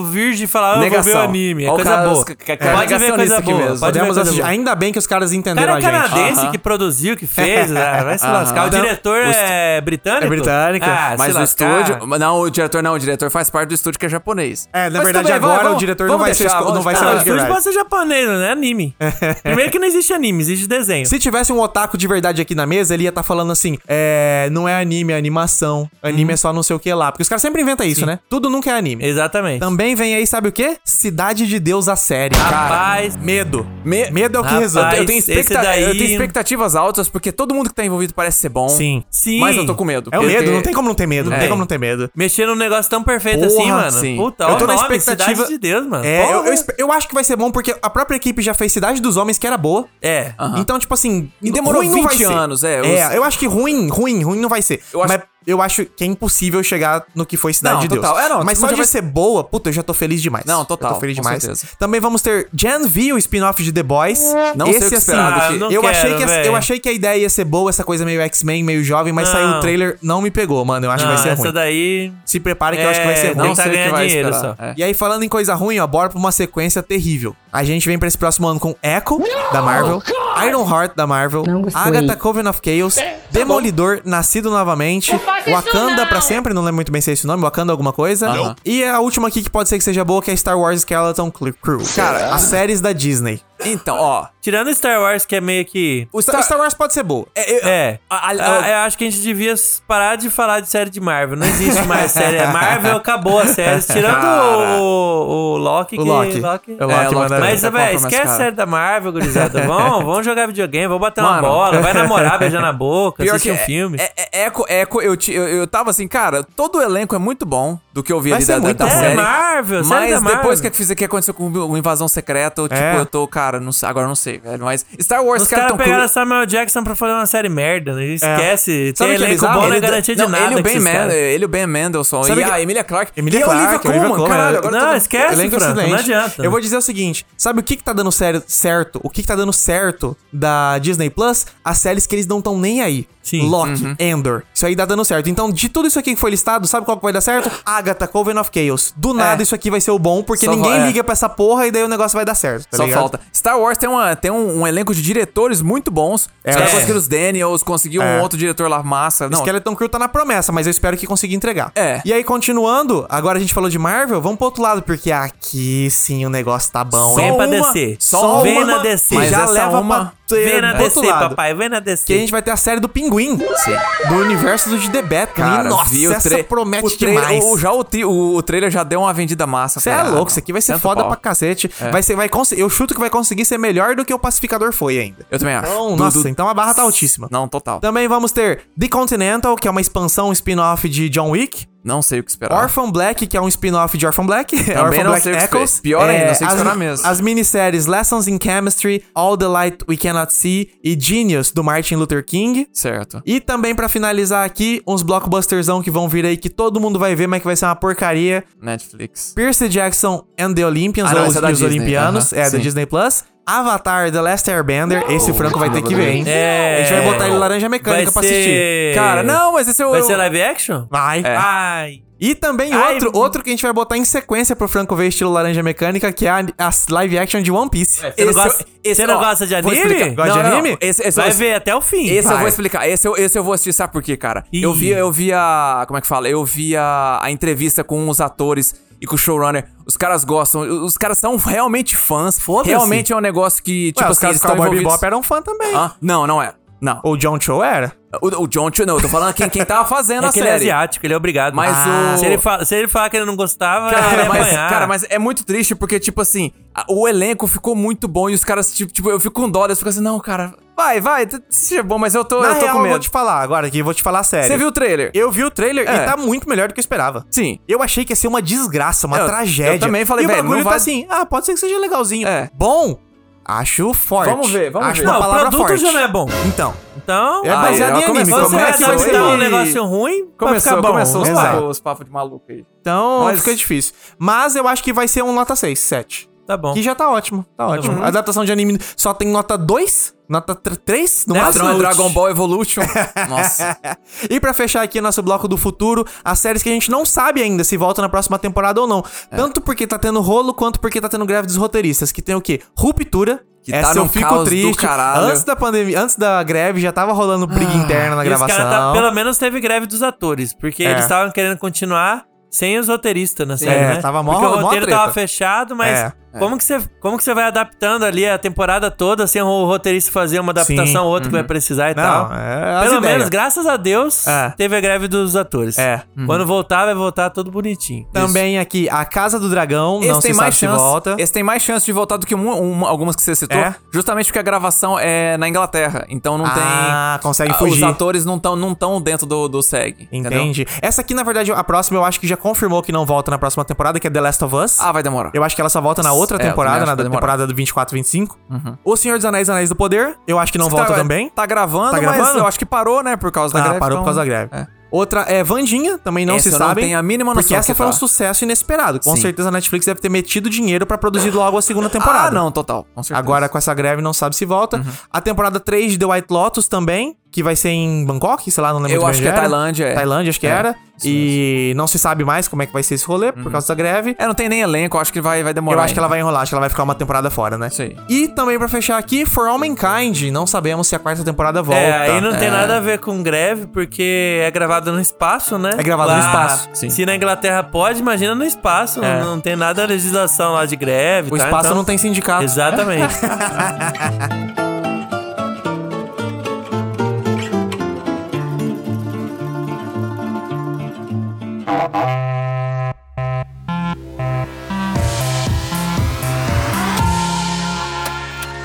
o virgem falar, eu vou ver Negação. o anime. É Ó, o coisa cara- boa. que- que- cara pode ver negacionista coisa aqui boa. mesmo. Pode Podemos ver coisa assistir. boa. Ainda bem que os caras O entenderam cara é a gente. canadense Aham. que produziu, que fez. ah, vai se lascar. O Então, diretor o estu- é britânico? É britânico, Ah, Mas se o lascar. estúdio. Não, o diretor não, o diretor faz parte do estúdio que é japonês. É, na Mas verdade, tudo bem, agora vamos- o diretor não vamos vai ser deixar, esco- não vamos vai ser deixar. Não, o o estúdio Gerard. pode ser japonês, não é anime. Primeiro que não existe anime, existe desenho. Se tivesse um otaku de verdade aqui na mesa, ele ia estar falando assim: é, não é anime, é animação. Uhum. Anime é só não sei o que lá. Porque os caras sempre inventam isso, né? Tudo nunca é anime. Exatamente. Também vem aí, sabe o quê? Cidade de Deus a série. Rapaz. medo. Me- Medo é o que Ah, Rapaz. resulta. Eu tenho, Esse expecta- daí- eu tenho expectativas altas, porque todo mundo que tá envolvido parece ser bom. Sim. Sim. Mas eu tô com medo. É o porque- medo, não tem como não ter medo. Não É. tem como não ter medo. Mexer num negócio tão perfeito Porra, assim, mano. sim. Puta, Eu olha tô o na nome, expectativa- Cidade de Deus, mano. É, eu, Porra. eu, espe- eu acho que vai ser bom porque a própria equipe já fez Cidade dos Homens, que era boa. É. Então, tipo assim, E demorou ruim não vai 20 ser. anos, é, os- É, eu acho que ruim, ruim, ruim não vai ser. Eu acho- Mas eu acho que é impossível chegar no que foi Cidade Não, de Deus. total. É, não, Mas tipo, só já de vai- ser boa, puta, eu já tô feliz demais. Não, total, Eu tô feliz com demais. certeza. Também vamos ter Gen V, o spin-off de The Boys. Não sei o que esperar do que- não eu, quero, achei que a, véi. eu achei que a ideia ia ser boa, essa coisa meio X-Men, meio jovem, mas Não. saiu o trailer, não me pegou, mano. Eu acho Não, que vai ser essa ruim. daí. Se prepare que eu acho que vai ser É, ruim. não sei. Tá ganhando dinheiro esperar. só. É. E aí, falando em coisa ruim, ó, bora pra uma sequência terrível. A gente vem pra esse próximo ano com Echo, da Marvel, Ironheart, da Marvel, Agatha Coven of Chaos, Demolidor, Nascido Novamente, Wakanda pra sempre, não lembro muito bem se é esse o nome, Wakanda alguma coisa. Aham. E a última aqui que pode ser que seja boa, que é Star Wars Skeleton Cl- Crew. Cara, as séries da Disney. Então, ó. Tirando Star Wars, que é meio que. O Tá. Star, Star Wars pode ser boa. É, eu- É. a- a- Ah, eu acho que a gente devia parar de falar de série de Marvel. Não existe mais série. É Marvel acabou a série. Tirando Cara. o, o Loki. O que- Loki. É, o Loki manda mas, bem. Mas, Tá velho, compromisso, esquece a cara. série da Marvel, gurizada. Vamos, vamos jogar videogame, vamos bater uma Mano. bola, vai namorar, beijar na boca, Pior assistir que um filme. É, é, eco, eco, eu, ti- eu, eu tava assim, cara, todo o elenco é muito bom do que eu vi Vai ali ser da, da- muito da bom. série. É Marvel, série mas da Marvel. depois que fiz aqui aconteceu com o Invasão Secreta, eu, tipo, É. eu tô, cara, não, sei- agora eu não sei, velho. Mas Star Wars Os caras Skeleton Crew- pegaram Samuel Jackson pra fazer uma série merda, né? Esquece. É. Tem Sabe o que é um elenco bizarro? bom não é Ele- garantia de não, nada. Ele, o com ben esses Man, caras. ele o Ben Mendelsown Sabe e que- a Emilia Clarke. Emilia e Clarke, a Olivia Olivia Colman, Colman, caralho. agora Não, todo- esquece, Elenco Franco, excelente. não adianta. Eu vou dizer o seguinte: sabe o que, que tá dando sério, certo? O que, que tá dando certo da Disney Plus? As séries que eles não estão nem aí. Sim. Loki, Endor. Isso aí tá dando certo. Então, de tudo isso aqui que foi listado, sabe qual que vai dar certo? Agatha, Coven of Chaos. Do nada isso aqui vai ser o bom, porque Só ninguém vai- é. liga pra essa porra e daí o negócio vai dar certo. tá Só ligado? falta. Star Wars tem, uma, tem um, um elenco de diretores muito bons. Os caras É. conseguiram os Daniels, conseguiu É. um outro diretor lá massa. Não, Skeleton Crew tá na promessa, mas eu espero que consiga entregar. É. E aí, continuando, agora a gente falou de Marvel, vamos pro outro lado, porque aqui sim o negócio tá bom, Vem hein? pra uma- descer. só Vem uma- na descer. Mas já essa leva uma- pra ter Vem na outro descer, lado. papai. Vem na Que a descer. gente vai ter a série do Pinguim. Do universo do de The Batman. Cara, E, é nossa, vi o essa tra- promete o trailer- demais. O, já o, tri- o, o trailer já deu uma vendida massa. Você é Falei, ah, louco, não, isso aqui vai ser senta o foda pau. É. pra cacete. Vai ser, vai cons- eu chuto que vai conseguir ser melhor do que o Pacificador foi ainda. Eu também acho. Então, Do- nossa, do- então a barra tá altíssima. Não, total. Também vamos ter The Continental, que é uma expansão, um spin-off de John Wick. Não sei o que esperar. Orphan Black, que é um spin-off de Orphan Black. Tá. É Também Orphan não Black sei o que esperar. Echoes. Pior ainda, não sei o que as- esperar mesmo. As minisséries Lessons in Chemistry, All the Light We Cannot See e Genius, do Martin Luther King. Certo. E também pra finalizar aqui, uns blockbusterzão que vão vir aí que todo mundo vai ver, mas que vai ser uma porcaria. Netflix. Pierce Jackson and the Olympians, Ah, não, ou essa é da os Disney, Olimpianos, aham, é, da sim. Disney Plus. Avatar, The Last Airbender, esse o Franco vai ter que ver, hein? É. A gente vai botar ele laranja mecânica Vai pra ser- assistir. Cara, não, mas esse é o. Vai ser live action? Vai. É. Ai. E também Ai, outro, outro que a gente vai botar em sequência pro Franco ver estilo laranja mecânica, que é a, a live action de One Piece. Tipo, Você não Esse eu- gosta- esse, você não ó, gosta de vou anime? explicar. Gosta de Não, não, anime? não. Esse, esse eu Vai vou- ver até o fim. Esse eu Vai. vou explicar. Esse eu, esse eu vou assistir, sabe por quê, cara? Ih. Eu vi, eu vi a. Como é que fala? Eu vi a, a entrevista com os atores e com o showrunner. Os caras gostam. Os caras são realmente fãs. Foda-se. Realmente é um negócio que, tipo, Ué, os caras do estão Cowboy envolvidos. Bebop eram fã também. Hã? Não, não é. Não. Ou John Cho era. O, o John Chu, não, eu tô falando quem, quem tava fazendo É a que ele é série. asiático, ele é obrigado. Mas o- se, ele fala- se ele falar que ele não gostava, ele Cara, ia mas, apanhar. cara, mas é muito triste porque, tipo assim, a- o elenco ficou muito bom e os caras, tipo, tipo, eu fico com dó, eles ficam assim, não, cara, vai, vai, t- seja bom, mas eu tô, Na eu tô real, com eu vou medo. te falar agora aqui, eu vou te falar sério. Você viu o trailer? Eu vi o trailer É. e tá muito melhor do que eu esperava. Sim. Eu achei que ia ser uma desgraça, uma Eu- tragédia. eu também falei, e o velho, bagulho não tá vai- assim, ah, pode ser que seja legalzinho. É. Bom, acho forte. Vamos ver, vamos acho ver. Uma Não, o palavra produto forte. já não é bom. Então, Então, é Ah, baseado ela em anime. começou- Como você é vai que vai ser adaptar bom? um bom? negócio ruim pra Começou, ficar bom. começou os, Exato. papos, os papos de maluco aí. Então, Mas- fica difícil. Mas eu acho que vai ser um nota 6, 7. Tá bom. Que já tá ótimo, tá ótimo. Uhum. bom. A adaptação de anime só tem nota 2, nota 3, no Nossa, máximo. é Dra- Dragon Ball Evolution. Nossa. E pra fechar aqui nosso bloco do futuro, as séries que a gente não sabe ainda se volta na próxima temporada ou não. É. Tanto porque tá tendo rolo, quanto porque tá tendo greve dos roteiristas, que tem o quê? Ruptura. Que tá num caos do caralho. Ah, Antes da pandemia, antes da greve já tava rolando briga interna na E os gravação. caras tá- pelo menos teve greve dos atores, porque É. eles estavam querendo continuar sem os roteiristas na série, é, né? tava mó- porque o mó roteiro treta. tava fechado, mas É, como que você como que você vai adaptando ali a temporada toda sem o roteirista fazer uma adaptação Sim. Uhum. ou outra que vai precisar e tal? Não, é as Pelo ideias. menos, graças a Deus, É. teve a greve dos atores. É. Quando voltar, vai voltar tudo bonitinho. Também aqui, a Casa do Dragão, Esse não tem se mais sabe chance. se volta. Esse tem mais chance de voltar do que um- um- algumas que você citou. É? Justamente porque a gravação é na Inglaterra. Então não tem. Ah, consegue Ah, Os fugir. atores não estão não tão dentro do, do SEG. entendeu? Entende? Essa aqui, na verdade, a próxima eu acho que já confirmou que não volta na próxima temporada, que é The Last of Us. Ah, vai demorar. Eu acho que ela só volta na outra É, eu também temporada, acho na que vai demorar. Uhum. temporada do 24 25. O Senhor dos Anéis Anéis do Poder, eu acho que não Tá- volta também. Tá gravando, Tá mas gravando? eu acho que parou, né? Por causa da Ah, greve. parou por então- causa da greve. É. Outra é Vandinha, também não Essa se eu não sabe. tenho a mínima Porque noção essa que foi um tá. sucesso inesperado. Com Sim. certeza a Netflix deve ter metido dinheiro pra produzir logo a segunda temporada. Ah, não, total. Com certeza. Uhum. Agora com essa greve não sabe se volta. A temporada 3 de The White Lotus também, que vai ser em Bangkok, sei lá, não lembro Eu muito acho bem que é onde era. Tailândia, é. Tailândia, acho que É, era. isso E não se sabe mais como é que vai ser esse rolê por causa da greve. É, não tem nem elenco, eu acho que vai, vai demorar. Eu acho que ela ainda. vai enrolar, acho que ela vai ficar uma temporada fora, né? Isso aí. E também pra fechar aqui, For All Mankind. Não sabemos se a quarta temporada volta. É, aí não tem nada a ver com greve, porque é gravado no espaço, né? É gravado no espaço, É. sim. Se na Inglaterra pode, imagina no espaço. Não tem nada a legislação lá de greve. tá? Então, O espaço não tem sindicato. Exatamente.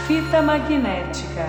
Fita magnética.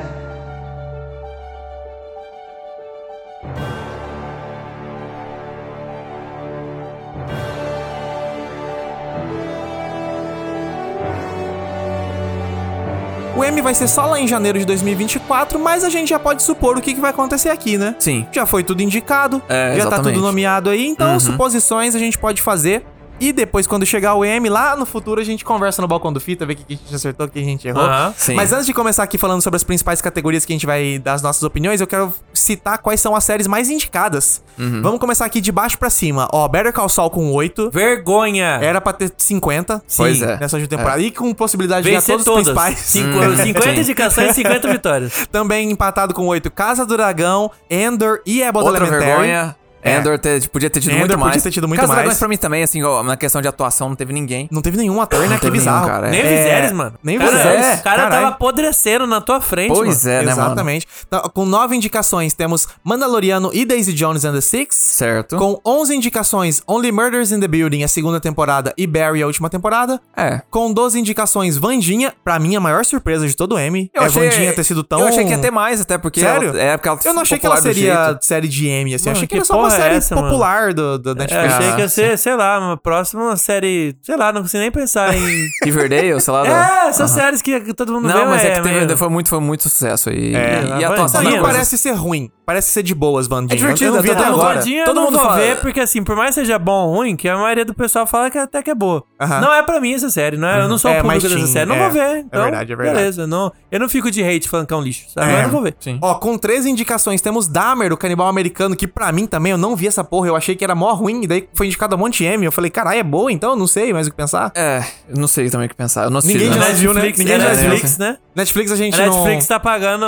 O M vai ser só lá em janeiro de 2024, mas a gente já pode supor o que, que vai acontecer aqui, né? Sim. Já foi tudo indicado, já É, tá exatamente. Uhum. tudo nomeado aí, então suposições a gente pode fazer. E depois, quando chegar o M, lá no futuro, a gente conversa no balcão do fita, vê o que que a gente acertou, o que a gente errou. Aham, sim. Mas antes de começar aqui falando sobre as principais categorias que a gente vai dar as nossas opiniões, eu quero citar quais são as séries mais indicadas. Uhum. Vamos começar aqui de baixo pra cima. Ó, Better Call Saul com 8. Vergonha! Era pra ter 50, sim, Pois é. nessa última temporada. E com possibilidade de ganhar Vencer todos todas. os principais. Hum, Cinco- 50 indicações e 50 vitórias. Também empatado com 8, Casa do Dragão, Endor e Abbott Outra Elementary. vergonha. É. Endor te- podia ter tido Endor muito podia mais. ter tido muito Casa dos mais. Dragões pra mim também, assim, ó, na questão de atuação, não teve ninguém. Não teve nenhum ator, né? Que teve nenhum, bizarro. cara, é. Nem o Viserys, mano. Nem o Cara, Viserys, O cara caralho. tava apodrecendo na tua frente, Pois mano. é, né, mano? Exatamente. Então, com nove indicações, temos Mandaloriano e Daisy Jones and the Six. Certo. Com 11 indicações, Only Murders in the Building, a segunda temporada, e Barry, a última temporada. É. Com 12 indicações, Vandinha, pra mim a maior surpresa de todo o M. Eu é achei- Vandinha ter sido tão... Eu achei que ia ter mais, até porque. Sério? Ela, é, porque ela eu não achei que ela popular do seria jeito. série de M, assim. eu Mano, achei que, que era só uma porra é série essa, mano? popular do, do É, Netflix. achei que ia Ah, ser, sei lá, uma próxima série. Sei lá, não consigo nem pensar em. Riverdale, sei lá. não. é, essas séries que todo mundo vê, Não, mas é que teve- meio- foi, muito, foi muito sucesso. E, e, É, mas a atuação Sabe, da Vandinha, não coisa- parece ser ruim. Parece ser de boas, Vandinha. É divertido, eu não vi é até todo mundo agora. gosta. Gordinha, Todo tá eu não mundo vou fala- ver, porque assim, por mais que seja bom ou ruim, que a maioria do pessoal fala que até que é boa. Aham. Não é pra mim essa série, não é, eu não sou É, o público mais dessa teen, série. Não é. vou ver. É Então, verdade, é verdade. Beleza, não, eu não fico de hate falando que é um lixo, sabe? É, Mas eu não vou ver. sim. Ó, com três indicações, temos Dahmer, o canibal americano, que pra mim também, eu não vi essa porra, eu achei que era mó ruim, e daí foi indicado a um monte de M. Eu falei, caralho, é boa então? Não sei mais o que pensar. É, não sei também o que pensar. Eu não assisti, Ninguém né? de nós viu, né? Netflix, Ninguém é de nós viu. Netflix, né? Netflix a gente A não... Netflix tá pagando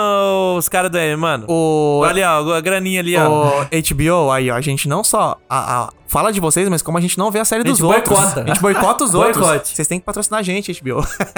os caras do M, mano. O... Olha, ó, a graninha ali, ó. o HBO, aí ó, a gente não só a- a- fala de vocês, mas como a gente não vê a série gente dos outros. boicota. A gente boicota os outros. Boicote. Vocês têm que patrocinar a gente, HBO.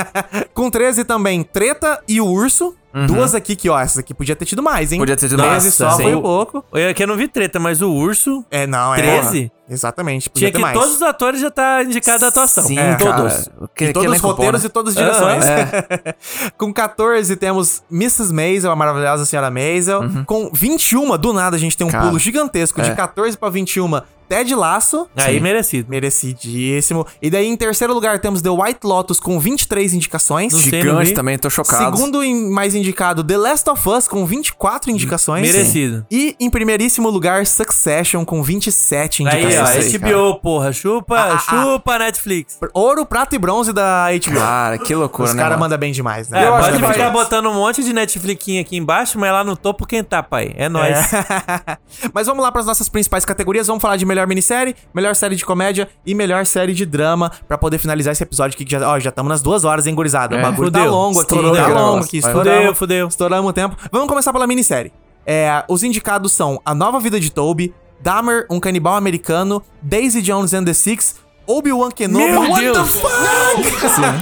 Com 13 também, Treta e o Urso. Uhum. Duas aqui que, ó, essas aqui podia ter tido mais, hein? Podia ter tido mais, 13 só sim. foi pouco. Eu aqui eu não vi treta, mas o urso. É, não, é. 13? Exatamente, podia Tinha ter que mais. todos os atores já tá indicado a atuação. Sim, É, cara. todos. Que- E que todos os elenco bom, roteiros né? e todas as direções. Aham, é. Com 14 temos Mrs. Maisel, a maravilhosa senhora Maisel. Com 21, do nada a gente tem um Uhum. Cara, pulo gigantesco. De é. 14 pra 21, Ted Laço. Aí Sim. merecido. Merecidíssimo. E daí em terceiro lugar temos The White Lotus com 23 indicações. Não sei, não Gigante vi. também, tô chocado. Segundo em- mais indicado, The Last of Us com Hum, 24 indicações. Merecido. E em primeiríssimo lugar, Succession com 27 Aí, indicações. ó, isso aí, é HBO, porra. Chupa, Ah, ah, ah. chupa, Netflix. Ouro, prata e bronze da HBO. Cara, que loucura, Os né? caras mano? mandam bem demais, né? É, Eu acho pode que vai- ficar botando um monte de Netflixinha aqui embaixo, mas lá no topo quem tá, pai? É nós. É. Mas vamos lá para as nossas principais categorias. Vamos falar de melhor minissérie, melhor série de comédia e melhor série de drama Pra poder finalizar esse episódio aqui que já, ó, já estamos nas duas horas, hein, gurizada? o É. bagulho tá Fudeu. longo aqui, Estourou tá o programa. longo aqui, Vai. estouramos, Fudeu, fudeu. estouramos o tempo. Vamos começar pela minissérie. É, os indicados são A Nova Vida de Toby, Dahmer, Um Canibal Americano, Daisy Jones and the Six, Obi-Wan Kenobi... Meu What Deus! the fuck?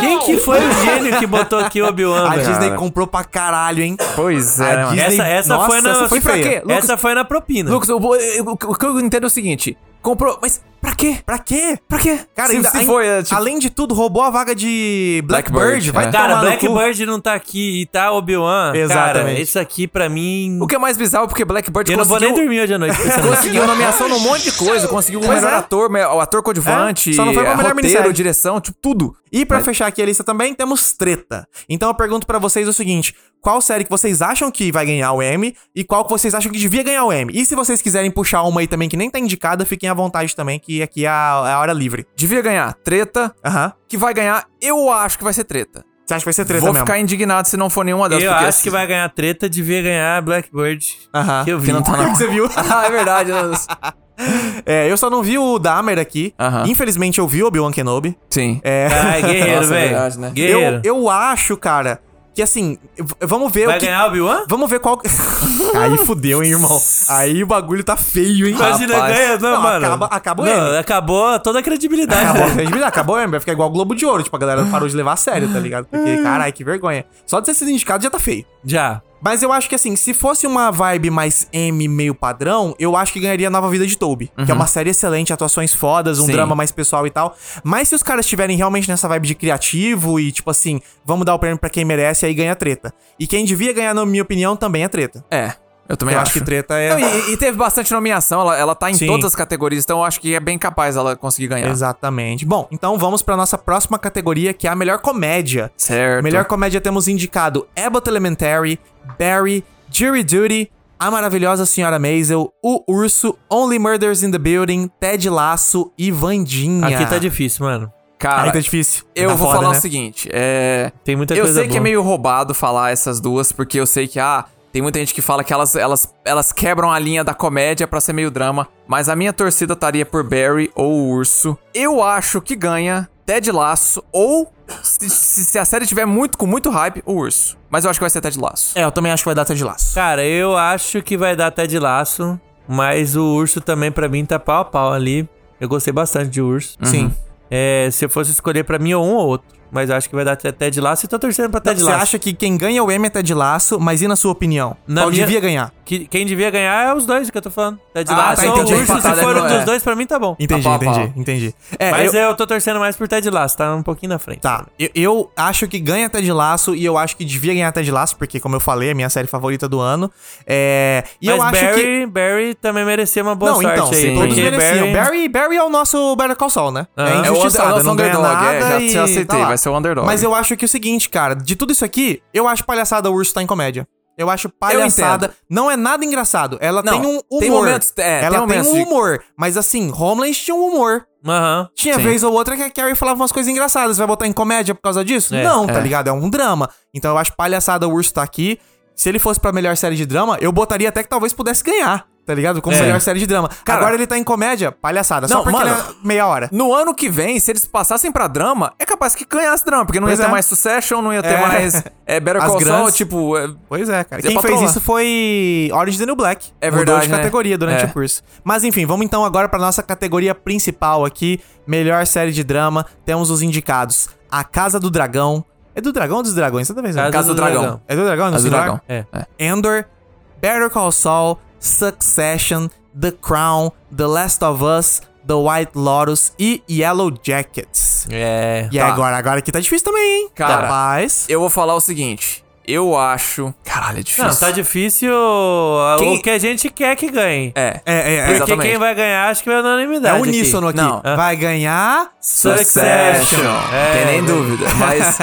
Quem que foi o gênio que botou aqui Obi-Wan, A velho? Disney comprou pra caralho, hein? Pois A é, né, mano? Disney- Essa, essa Nossa, foi na. essa foi pra feia. quê? Lucas- Essa foi na propina. Lucas, o, o- o- o que eu entendo é o seguinte: comprou, mas pra quê? Pra quê? Pra quê? Cara, se, ainda, se ai- foi, é, tipo, além de tudo, roubou a vaga de Blackbird. Blackbird, vai é. tomar cara, no cu. Blackbird não tá aqui e tá Obi-Wan. Cara, Exatamente. isso aqui pra mim. O que é mais bizarro, porque Blackbird Eu não vou nem conseguiu, dormir hoje à noite. pensando nisso. conseguiu nomeação num monte de coisa, conseguiu o Pois melhor é. ator, me- o ator coadjuvante, É, só não foi pra eh, melhor roteiro, minissérie. direção, tipo, tudo. E pra Mas- fechar aqui a lista também, temos treta. Então eu pergunto pra vocês o seguinte: qual série que vocês acham que vai ganhar o M e qual que vocês acham que devia ganhar o M? E se vocês quiserem puxar uma aí também que nem tá indicada, fiquem à vontade também, que aqui é a, é a hora livre. Devia ganhar treta, Aham. que vai ganhar, eu acho que vai ser treta. Você acha que vai ser treta vou mesmo? ficar indignado se não for nenhuma delas. Eu porque acho que vai ganhar treta, devia ganhar Blackbird. Aham. Que eu vi. Que não tá Que na... você viu? ah, é verdade. eu- É, eu só não vi o Dahmer aqui. Aham. Infelizmente eu vi o Obi-Wan Kenobi. Sim. É. Ai, guerreiro, Nossa, é velho. verdade, né? Guerreiro. Eu, eu acho, cara, que assim, v- vamos ver Vai o que. ganhar Obi-Wan? Vamos ver qual. Aí fudeu, hein, irmão. Aí o bagulho tá feio, hein? Rapaz. Imagina ganha, não, Não, mano. acaba- acaba o não, é. M. acabou toda a credibilidade. Acabou, a velho. credibilidade, acabou, é, vai ficar igual o Globo de Ouro. Tipo, a galera parou de levar a sério, tá ligado? Porque, carai, que vergonha. Só de ser sido indicado já tá feio. Já. Mas eu acho que, assim, se fosse uma vibe mais M meio padrão, eu acho que ganharia a Nova Vida de Toby. Que é uma série excelente, atuações fodas, um Sim. drama mais pessoal e tal. Mas se os caras estiverem realmente nessa vibe de criativo e, tipo assim, vamos dar o prêmio pra quem merece, aí ganha treta. E quem devia ganhar, na minha opinião, também é treta. É, eu também Eu acho. acho que treta Não, é. e, e teve bastante nomeação, ela, ela tá em Sim. todas as categorias, então eu acho que é bem capaz ela conseguir ganhar. Exatamente. Bom, então vamos pra nossa próxima categoria, que é a melhor comédia. Certo. Melhor comédia temos indicado Abbott Elementary, Barry, Jury Duty, A Maravilhosa Senhora Maisel, O Urso, Only Murders in the Building, Ted Laço e Vandinha. Aqui tá difícil, mano. Cara, Aí tá difícil. eu Tá vou foda, falar né? o seguinte, é... Tem muita eu coisa sei que é boa. meio roubado falar essas duas, porque eu sei que, ah, Tem muita gente que fala que elas, elas, elas quebram a linha da comédia pra ser meio drama, mas a minha torcida estaria por Barry ou Urso. Eu acho que ganha Ted Laço ou, se, se se a série tiver muito, com muito hype, o Urso. Mas eu acho que vai ser Ted Laço. É, eu também acho que vai dar Ted Laço. Cara, eu acho que vai dar até de laço, mas o urso também pra mim tá pau a pau ali. Eu gostei bastante de urso. Sim. É, se eu fosse escolher pra mim ou um ou outro, mas eu acho que vai dar até Ted Laço e tô torcendo pra Ted Você Laço. acha que quem ganha o M é Ted Laço, mas e na sua opinião? Na Qual minha- Tá devia ganhar? que quem devia ganhar é os dois que eu tô falando. Ted Ah, Laço tá, ou entendi. o urso, se Empatado for é um no- dos é. dois, pra mim tá bom. Entendi, pau a entendi, pau. entendi. É, Mas eu, eu... tô torcendo mais por Ted Laço, tá um pouquinho na frente. Tá, eu, eu acho que ganha Ted Laço e eu acho que devia ganhar Ted Laço, porque, como eu falei, é minha série favorita do ano. É, e Mas eu acho Barry, que. Barry também merecia uma boa Não, sorte então, aí. sim, todos porque mereciam. Barry... Barry, é o nosso Better Call Saul, né? É o É under- injustiçado, é o nosso não ganha underdog, nada é, já- e tá já aceitei, lá. vai ser o underdog. Mas eu acho que é o seguinte, cara, de tudo isso aqui, eu acho palhaçada o Urso tá em comédia. Eu acho palhaçada. entendo. não é nada engraçado. Ela Não, tem um humor. tem momentos- é, tem Ela tem, momentos um de- humor. Mas assim, Homeland tinha um humor. Aham. Tinha Sim. vez ou outra que a Carrie falava umas coisas engraçadas. Você vai botar em comédia por causa disso? É, não, tá é. ligado? É um drama. Então eu acho palhaçada o urso tá aqui. Se ele fosse pra melhor série de drama, eu botaria até que talvez pudesse ganhar. Tá ligado? Como É. melhor série de drama. Agora ele tá em comédia, palhaçada. só Não, porque mano. ele é meia hora. No ano que vem, se eles passassem pra drama, é capaz que ganhasse drama, porque não Pois ia ter é. mais Succession, não ia ter É. mais é, Better As Call Saul, grandes- tipo... é- Pois é, cara. Você Quem fez patroa. isso foi Orange is the New Black. É Mudou verdade, de né? categoria durante É. o curso. Mas enfim, vamos então agora pra nossa categoria principal aqui. Melhor série de drama. Temos os indicados. A Casa do Dragão. É do Dragão ou dos Dragões? Toda vez eu- Casa Casa do do Dragão. Dragão. É do Dragão? não Casa do sei lá. Dragão. É. Endor, Better Call Saul, Succession, The Crown, The Last of Us, The White Lotus e Yellow Jackets. É. E Tá. agora? Agora aqui tá difícil também, hein? Cara. Rapaz. Eu vou falar o seguinte, eu acho... Caralho, é difícil. Não, tá difícil ah, Quem- o que a gente quer que ganhe. É. É, é, é. Porque exatamente. quem vai ganhar, acho que é É unanimidade. uníssono aqui. Não. Vai ganhar. Succession. É, Tem nem é. dúvida. Mas,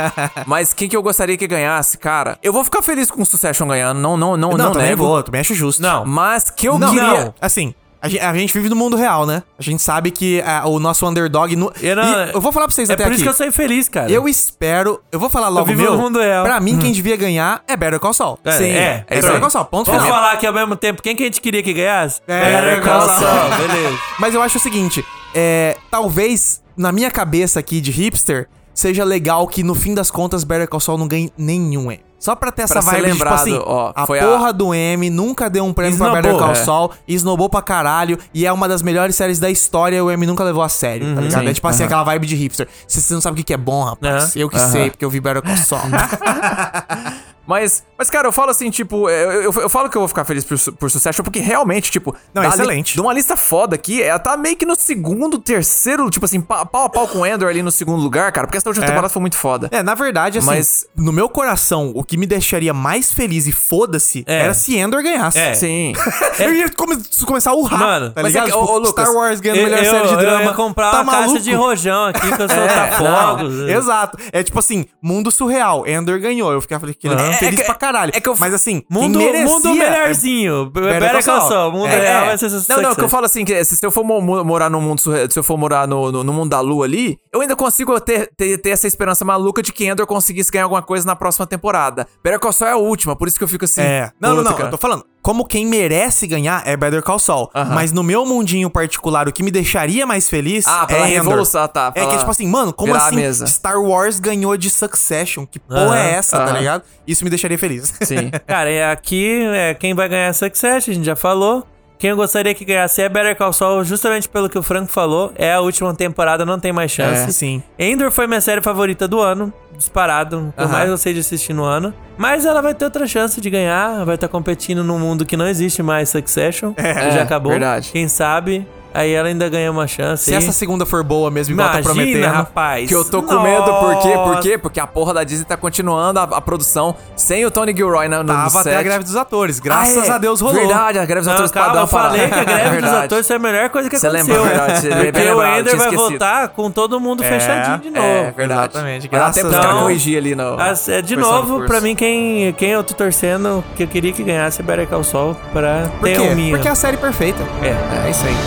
mas quem que eu gostaria que ganhasse, cara? Eu vou ficar feliz com o Succession ganhando. Não, não, não, não, Não, também nego. vou, também acho justo. né? Não. Mas que eu não, queria. não. Assim, a gen- a gente, vive no mundo real, né? A gente sabe que ah, o nosso underdog. No... Eu não- E eu vou falar pra vocês É até por aqui. isso que eu saí feliz, cara. Eu espero. Eu vou falar logo vivo meu. no mundo real. Hum. Pra mim, quem devia ganhar é Better Call Saul. É, é, é é Better isso Call aí. Saul. Ponto Vamos final. É, falar aqui ao mesmo tempo. Quem que a gente queria que ganhasse? Better Call Saul. Beleza. Mas eu acho o seguinte: é, talvez, na minha cabeça aqui de hipster, seja legal que no fim das contas Better Call Saul não ganhe nenhum M. Só pra ter essa Pra ser vibe de, lembrado, tipo assim, ó, a foi a- porra do M nunca deu um prêmio pra Better Esnobou, Call é. Saul, e esnobou pra caralho, e é uma das melhores séries da história, e o M nunca levou a sério, tá ligado? Uhum, Sim, Uhum. é tipo assim, aham. aquela vibe de hipster. Se você não sabe o que que é bom, rapaz, Aham. eu que sei, porque eu vi Better Call Saul. Mas, mas, cara, eu falo assim, tipo, eu, eu, eu falo que eu vou ficar feliz por, su- por Succession, porque realmente, tipo, Não, da é li- excelente. de uma lista foda aqui, ela tá meio que no segundo, terceiro, tipo assim, pa- pau a pau com o Endor ali no segundo lugar, cara, porque essa última temporada foi muito foda. É, na verdade, assim, Mas- no meu coração, o que me deixaria mais feliz e foda-se É. era se Endor ganhasse. É. Sim. Eu ia come- começar a urrar, Mano, tá mas é ligado? que- ô, ô, Tipo, Lucas, Star Wars ganhando Eu, melhor série de eu drama. ia comprar tá uma maluco? caixa de tá, rojão aqui pra soltar Não, fogos. exato. É tipo assim, mundo surreal. Ender ganhou. Eu fiquei falei, que Uhum. feliz É que- pra caralho. é que eu- Mas assim, Mundo, quem merecia... é- mundo melhorzinho. Better Call Saul. Mundo É, real é. vai ser Não, não, sucesso. que eu falo assim, que se se eu for mo- mo- morar no mundo, surre- se eu for morar no, no, no mundo da lua ali, eu ainda consigo ter, ter, ter essa esperança maluca de que Endor conseguisse ganhar alguma coisa na próxima temporada. Better Call Saul é a última, por isso que eu fico assim. É. Não, não, puta, não. cara. Eu tô falando. Como quem merece ganhar é Better Call Saul. Aham. Mas no meu mundinho particular, o que me deixaria mais feliz Ah, é pela Ender. revolução, tá, É que pela- é tipo assim, mano, como virar a assim mesa. Star Wars ganhou de Succession? Que porra Aham, é essa, tá aham. ligado? Isso me deixaria feliz. Sim. Cara, é aqui é quem vai ganhar é Success, a gente já falou. Quem eu gostaria que ganhasse é Better Call Saul, justamente pelo que o Franco falou. É a última temporada, não tem mais chance. É, sim. Endor foi minha série favorita do ano, disparado, o que eu Aham. mais gostei de assistir no ano. Mas ela vai ter outra chance de ganhar, vai estar competindo num mundo que não existe mais Succession. que já é, acabou. verdade. Quem sabe, aí ela ainda ganha uma chance. Se aí. essa segunda for boa mesmo, igual Imagina, tá prometendo. rapaz. Que eu tô com medo, por quê? Por Nossa. quê? Porque a porra da Disney tá continuando a, a produção sem o Tony Gilroy na, no, no Tava até set. a greve dos atores. Graças Ah, é. a Deus rolou. Verdade, a greve dos Não, atores calma, padrão eu falei que parada. É a greve dos Verdade. atores foi a melhor coisa que Você lembra, aconteceu. verdade, você bem Porque o lembrado, eu Ender tinha vai esquecido. voltar com todo mundo fechadinho de novo. É, verdade. Exatamente, Mas dá tempo graças dos a caras Deus. corrigir ali no. As- é, de versão do novo, curso. pra mim, quem, quem eu tô torcendo, que eu queria que ganhasse é Better Call Saul pra Por ter quê? o minha. Porque é a série perfeita. É. É isso aí.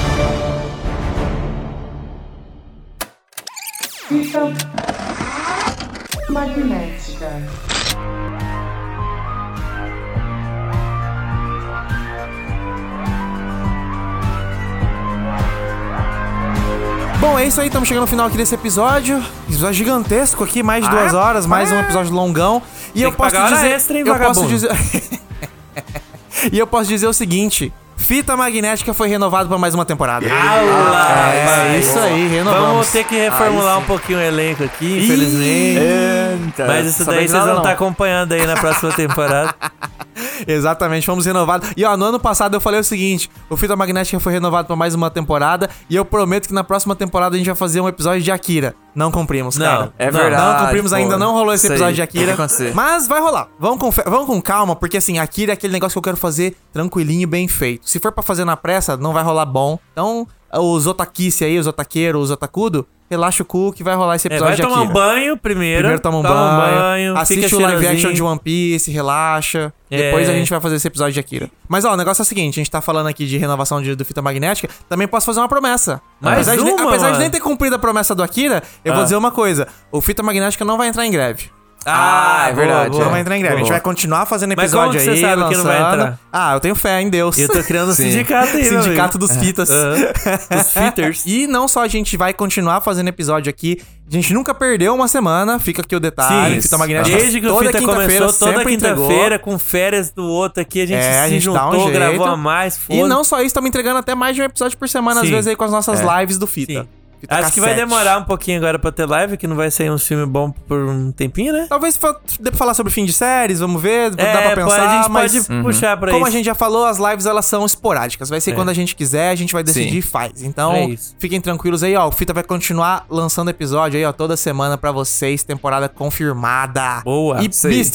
Fita magnética. Bom, é isso aí, estamos chegando ao final aqui desse episódio. Episódio gigantesco aqui, mais de duas Ah, horas, mais um ah. episódio longão. E eu que posso pagar hora dizer. extra, hein, eu posso vagabundo? dizer. e eu posso dizer o seguinte: fita magnética foi renovada para mais uma temporada. é, isso aí, renovamos. Ah, Vamos ter que reformular um pouquinho o elenco aqui, infelizmente. Eita. Mas isso Sabia daí de vocês nada, vão tá não. estar acompanhando aí na próxima temporada. Exatamente, fomos renovados. E ó, no ano passado eu falei o seguinte: o Fita Magnética foi renovado pra mais uma temporada. E eu prometo que na próxima temporada a gente vai fazer um episódio de Akira. Não cumprimos, Não, cara. é não, verdade, Não cumprimos pô. ainda, não rolou esse Isso aí, episódio de Akira. vai acontecer. Mas vai rolar. Vamos com, fe- vamos com calma, porque assim, Akira é aquele negócio que eu quero fazer tranquilinho e bem feito. Se for pra fazer na pressa, não vai rolar bom. Então, os otaquice aí, os otaqueiros, os otacudo, relaxa o cu que vai rolar esse É, episódio vai de tomar Akira. um banho primeiro. Primeiro toma um banho, assiste o live action de um- One Piece, relaxa. É. Depois a gente vai fazer esse episódio de Akira. Mas ó, o negócio é o seguinte, a gente tá falando aqui de renovação de, do fita magnética, também posso fazer uma promessa. Mais apesar de, uma, Ah. apesar de mano? nem ter cumprido a promessa do Akira, eu vou dizer uma coisa, o fita magnética não vai entrar em greve. Ah, é boa, verdade. boa. é. Não vai entrar em greve, a gente Boa. vai continuar fazendo Mas episódio como que aí, você sabe que não vai lançando. entrar? Ah, eu tenho fé em Deus. E eu tô criando um Sim. sindicato aí, meu Sindicato amigo. É. dos fitas. Ah, Os fitters. E não só a gente vai continuar fazendo episódio aqui, a gente nunca perdeu uma semana, fica aqui o detalhe. Sim, fita magnética. Desde que o toda Fita quinta-feira começou, toda sempre entregou. quinta-feira, com férias do outro aqui, a gente É, se a gente dá um juntou, gravou jeito. a mais, E foda-se. não só isso, estamos entregando até mais de um episódio por semana, às Sim. É. vezes aí com as nossas lives do Fita. Sim. Fita Acho que vai cassete. demorar um pouquinho agora pra ter live, que não vai sair um filme bom por um tempinho, né? Talvez fa- dê pra falar sobre fim de séries, vamos ver, Então, dá pra É, pô, pensar, a gente mas... pode puxar pra Como isso. a gente já falou, as lives elas são esporádicas. Vai ser quando a gente quiser, a gente vai decidir É. Sim. e faz. Então, É isso. fiquem tranquilos aí, ó. O Fita vai continuar lançando episódio aí, ó, toda semana pra vocês, temporada confirmada. Boa, E, isso aí. é assim,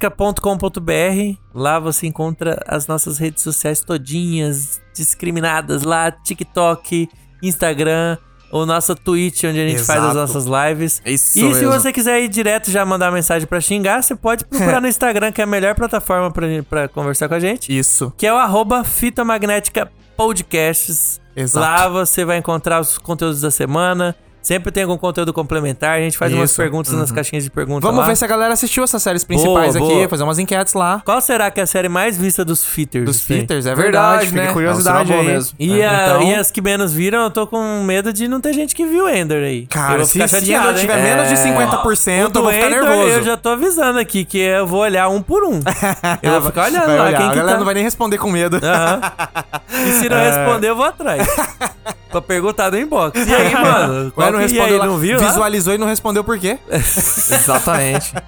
fitamagnética.com.br. Lá você encontra as nossas redes sociais todinhas, discriminadas lá, TikTok, Instagram, o nosso Twitch, onde a gente faz as Exato. nossas lives. e Isso se mesmo. você quiser ir direto já mandar mensagem pra xingar, você pode procurar no Instagram, que é a melhor plataforma pra, gente- pra conversar com a gente, Isso. que é o arroba Fita Magnética Podcasts. Exato. Lá você vai encontrar os conteúdos da semana. Sempre tem algum conteúdo complementar. A gente faz umas Isso. Uhum. perguntas nas caixinhas de perguntas Vamos Tá lá. ver se a galera assistiu essas séries principais Boa, aqui, boa. fazer umas enquetes lá. Qual será que é a série mais vista dos Fitters? Dos assim? Peters, é Verdade, verdade, fica né? curiosidade É uma boa aí. mesmo. E, a- Então- e as que menos viram, eu tô com medo de não ter gente que viu Ender aí. eu Cara, vou se ficar esse chateado, Endor hein? tiver É. menos de O 50%, eu do vou ficar Endor, nervoso. Eu já tô avisando aqui que eu vou olhar um por um. Eu vou ficar olhando Ah, Vai lá olhar, quem a que galera tá. não vai É. nem responder com medo. Aham. E se não responder, eu vou atrás. pra perguntar no inbox. E aí, mano? Vai Qual que, é? não e respondeu aí, lá, não viu? lá? Visualizou e não respondeu por quê. Exatamente.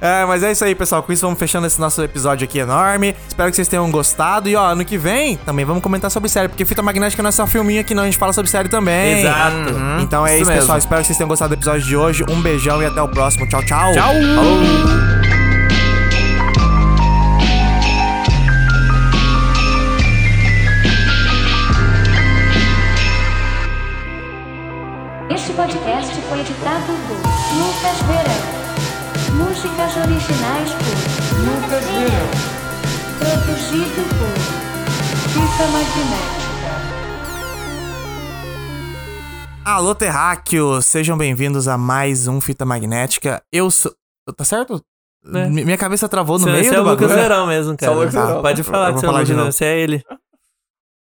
É, mas é isso aí, pessoal. Com isso, vamos fechando esse nosso episódio aqui enorme. Espero que vocês tenham gostado. E, ó, ano que vem também vamos comentar sobre série, porque Fita Magnética não é só filminho aqui, não. A gente fala sobre série também. Exato. Então é isso, Isso mesmo. pessoal. Espero que vocês tenham gostado do episódio de hoje. Um beijão e até o próximo. Tchau, tchau. Tchau. Este podcast foi editado por Lucas Verão. Músicas originais por Lucas Verão. Produzido por Fita magnética. Alô, terráqueos. Sejam bem-vindos a mais um Fita Magnética. Eu sou... Tá certo? É. Mi- Minha cabeça travou no Você, meio você é do o Lucas bagulho. Verão mesmo, cara. Lucas Tá, Verão. Pode falar Eu vou que você é o falar Lucas de Verão. novo. Você é ele.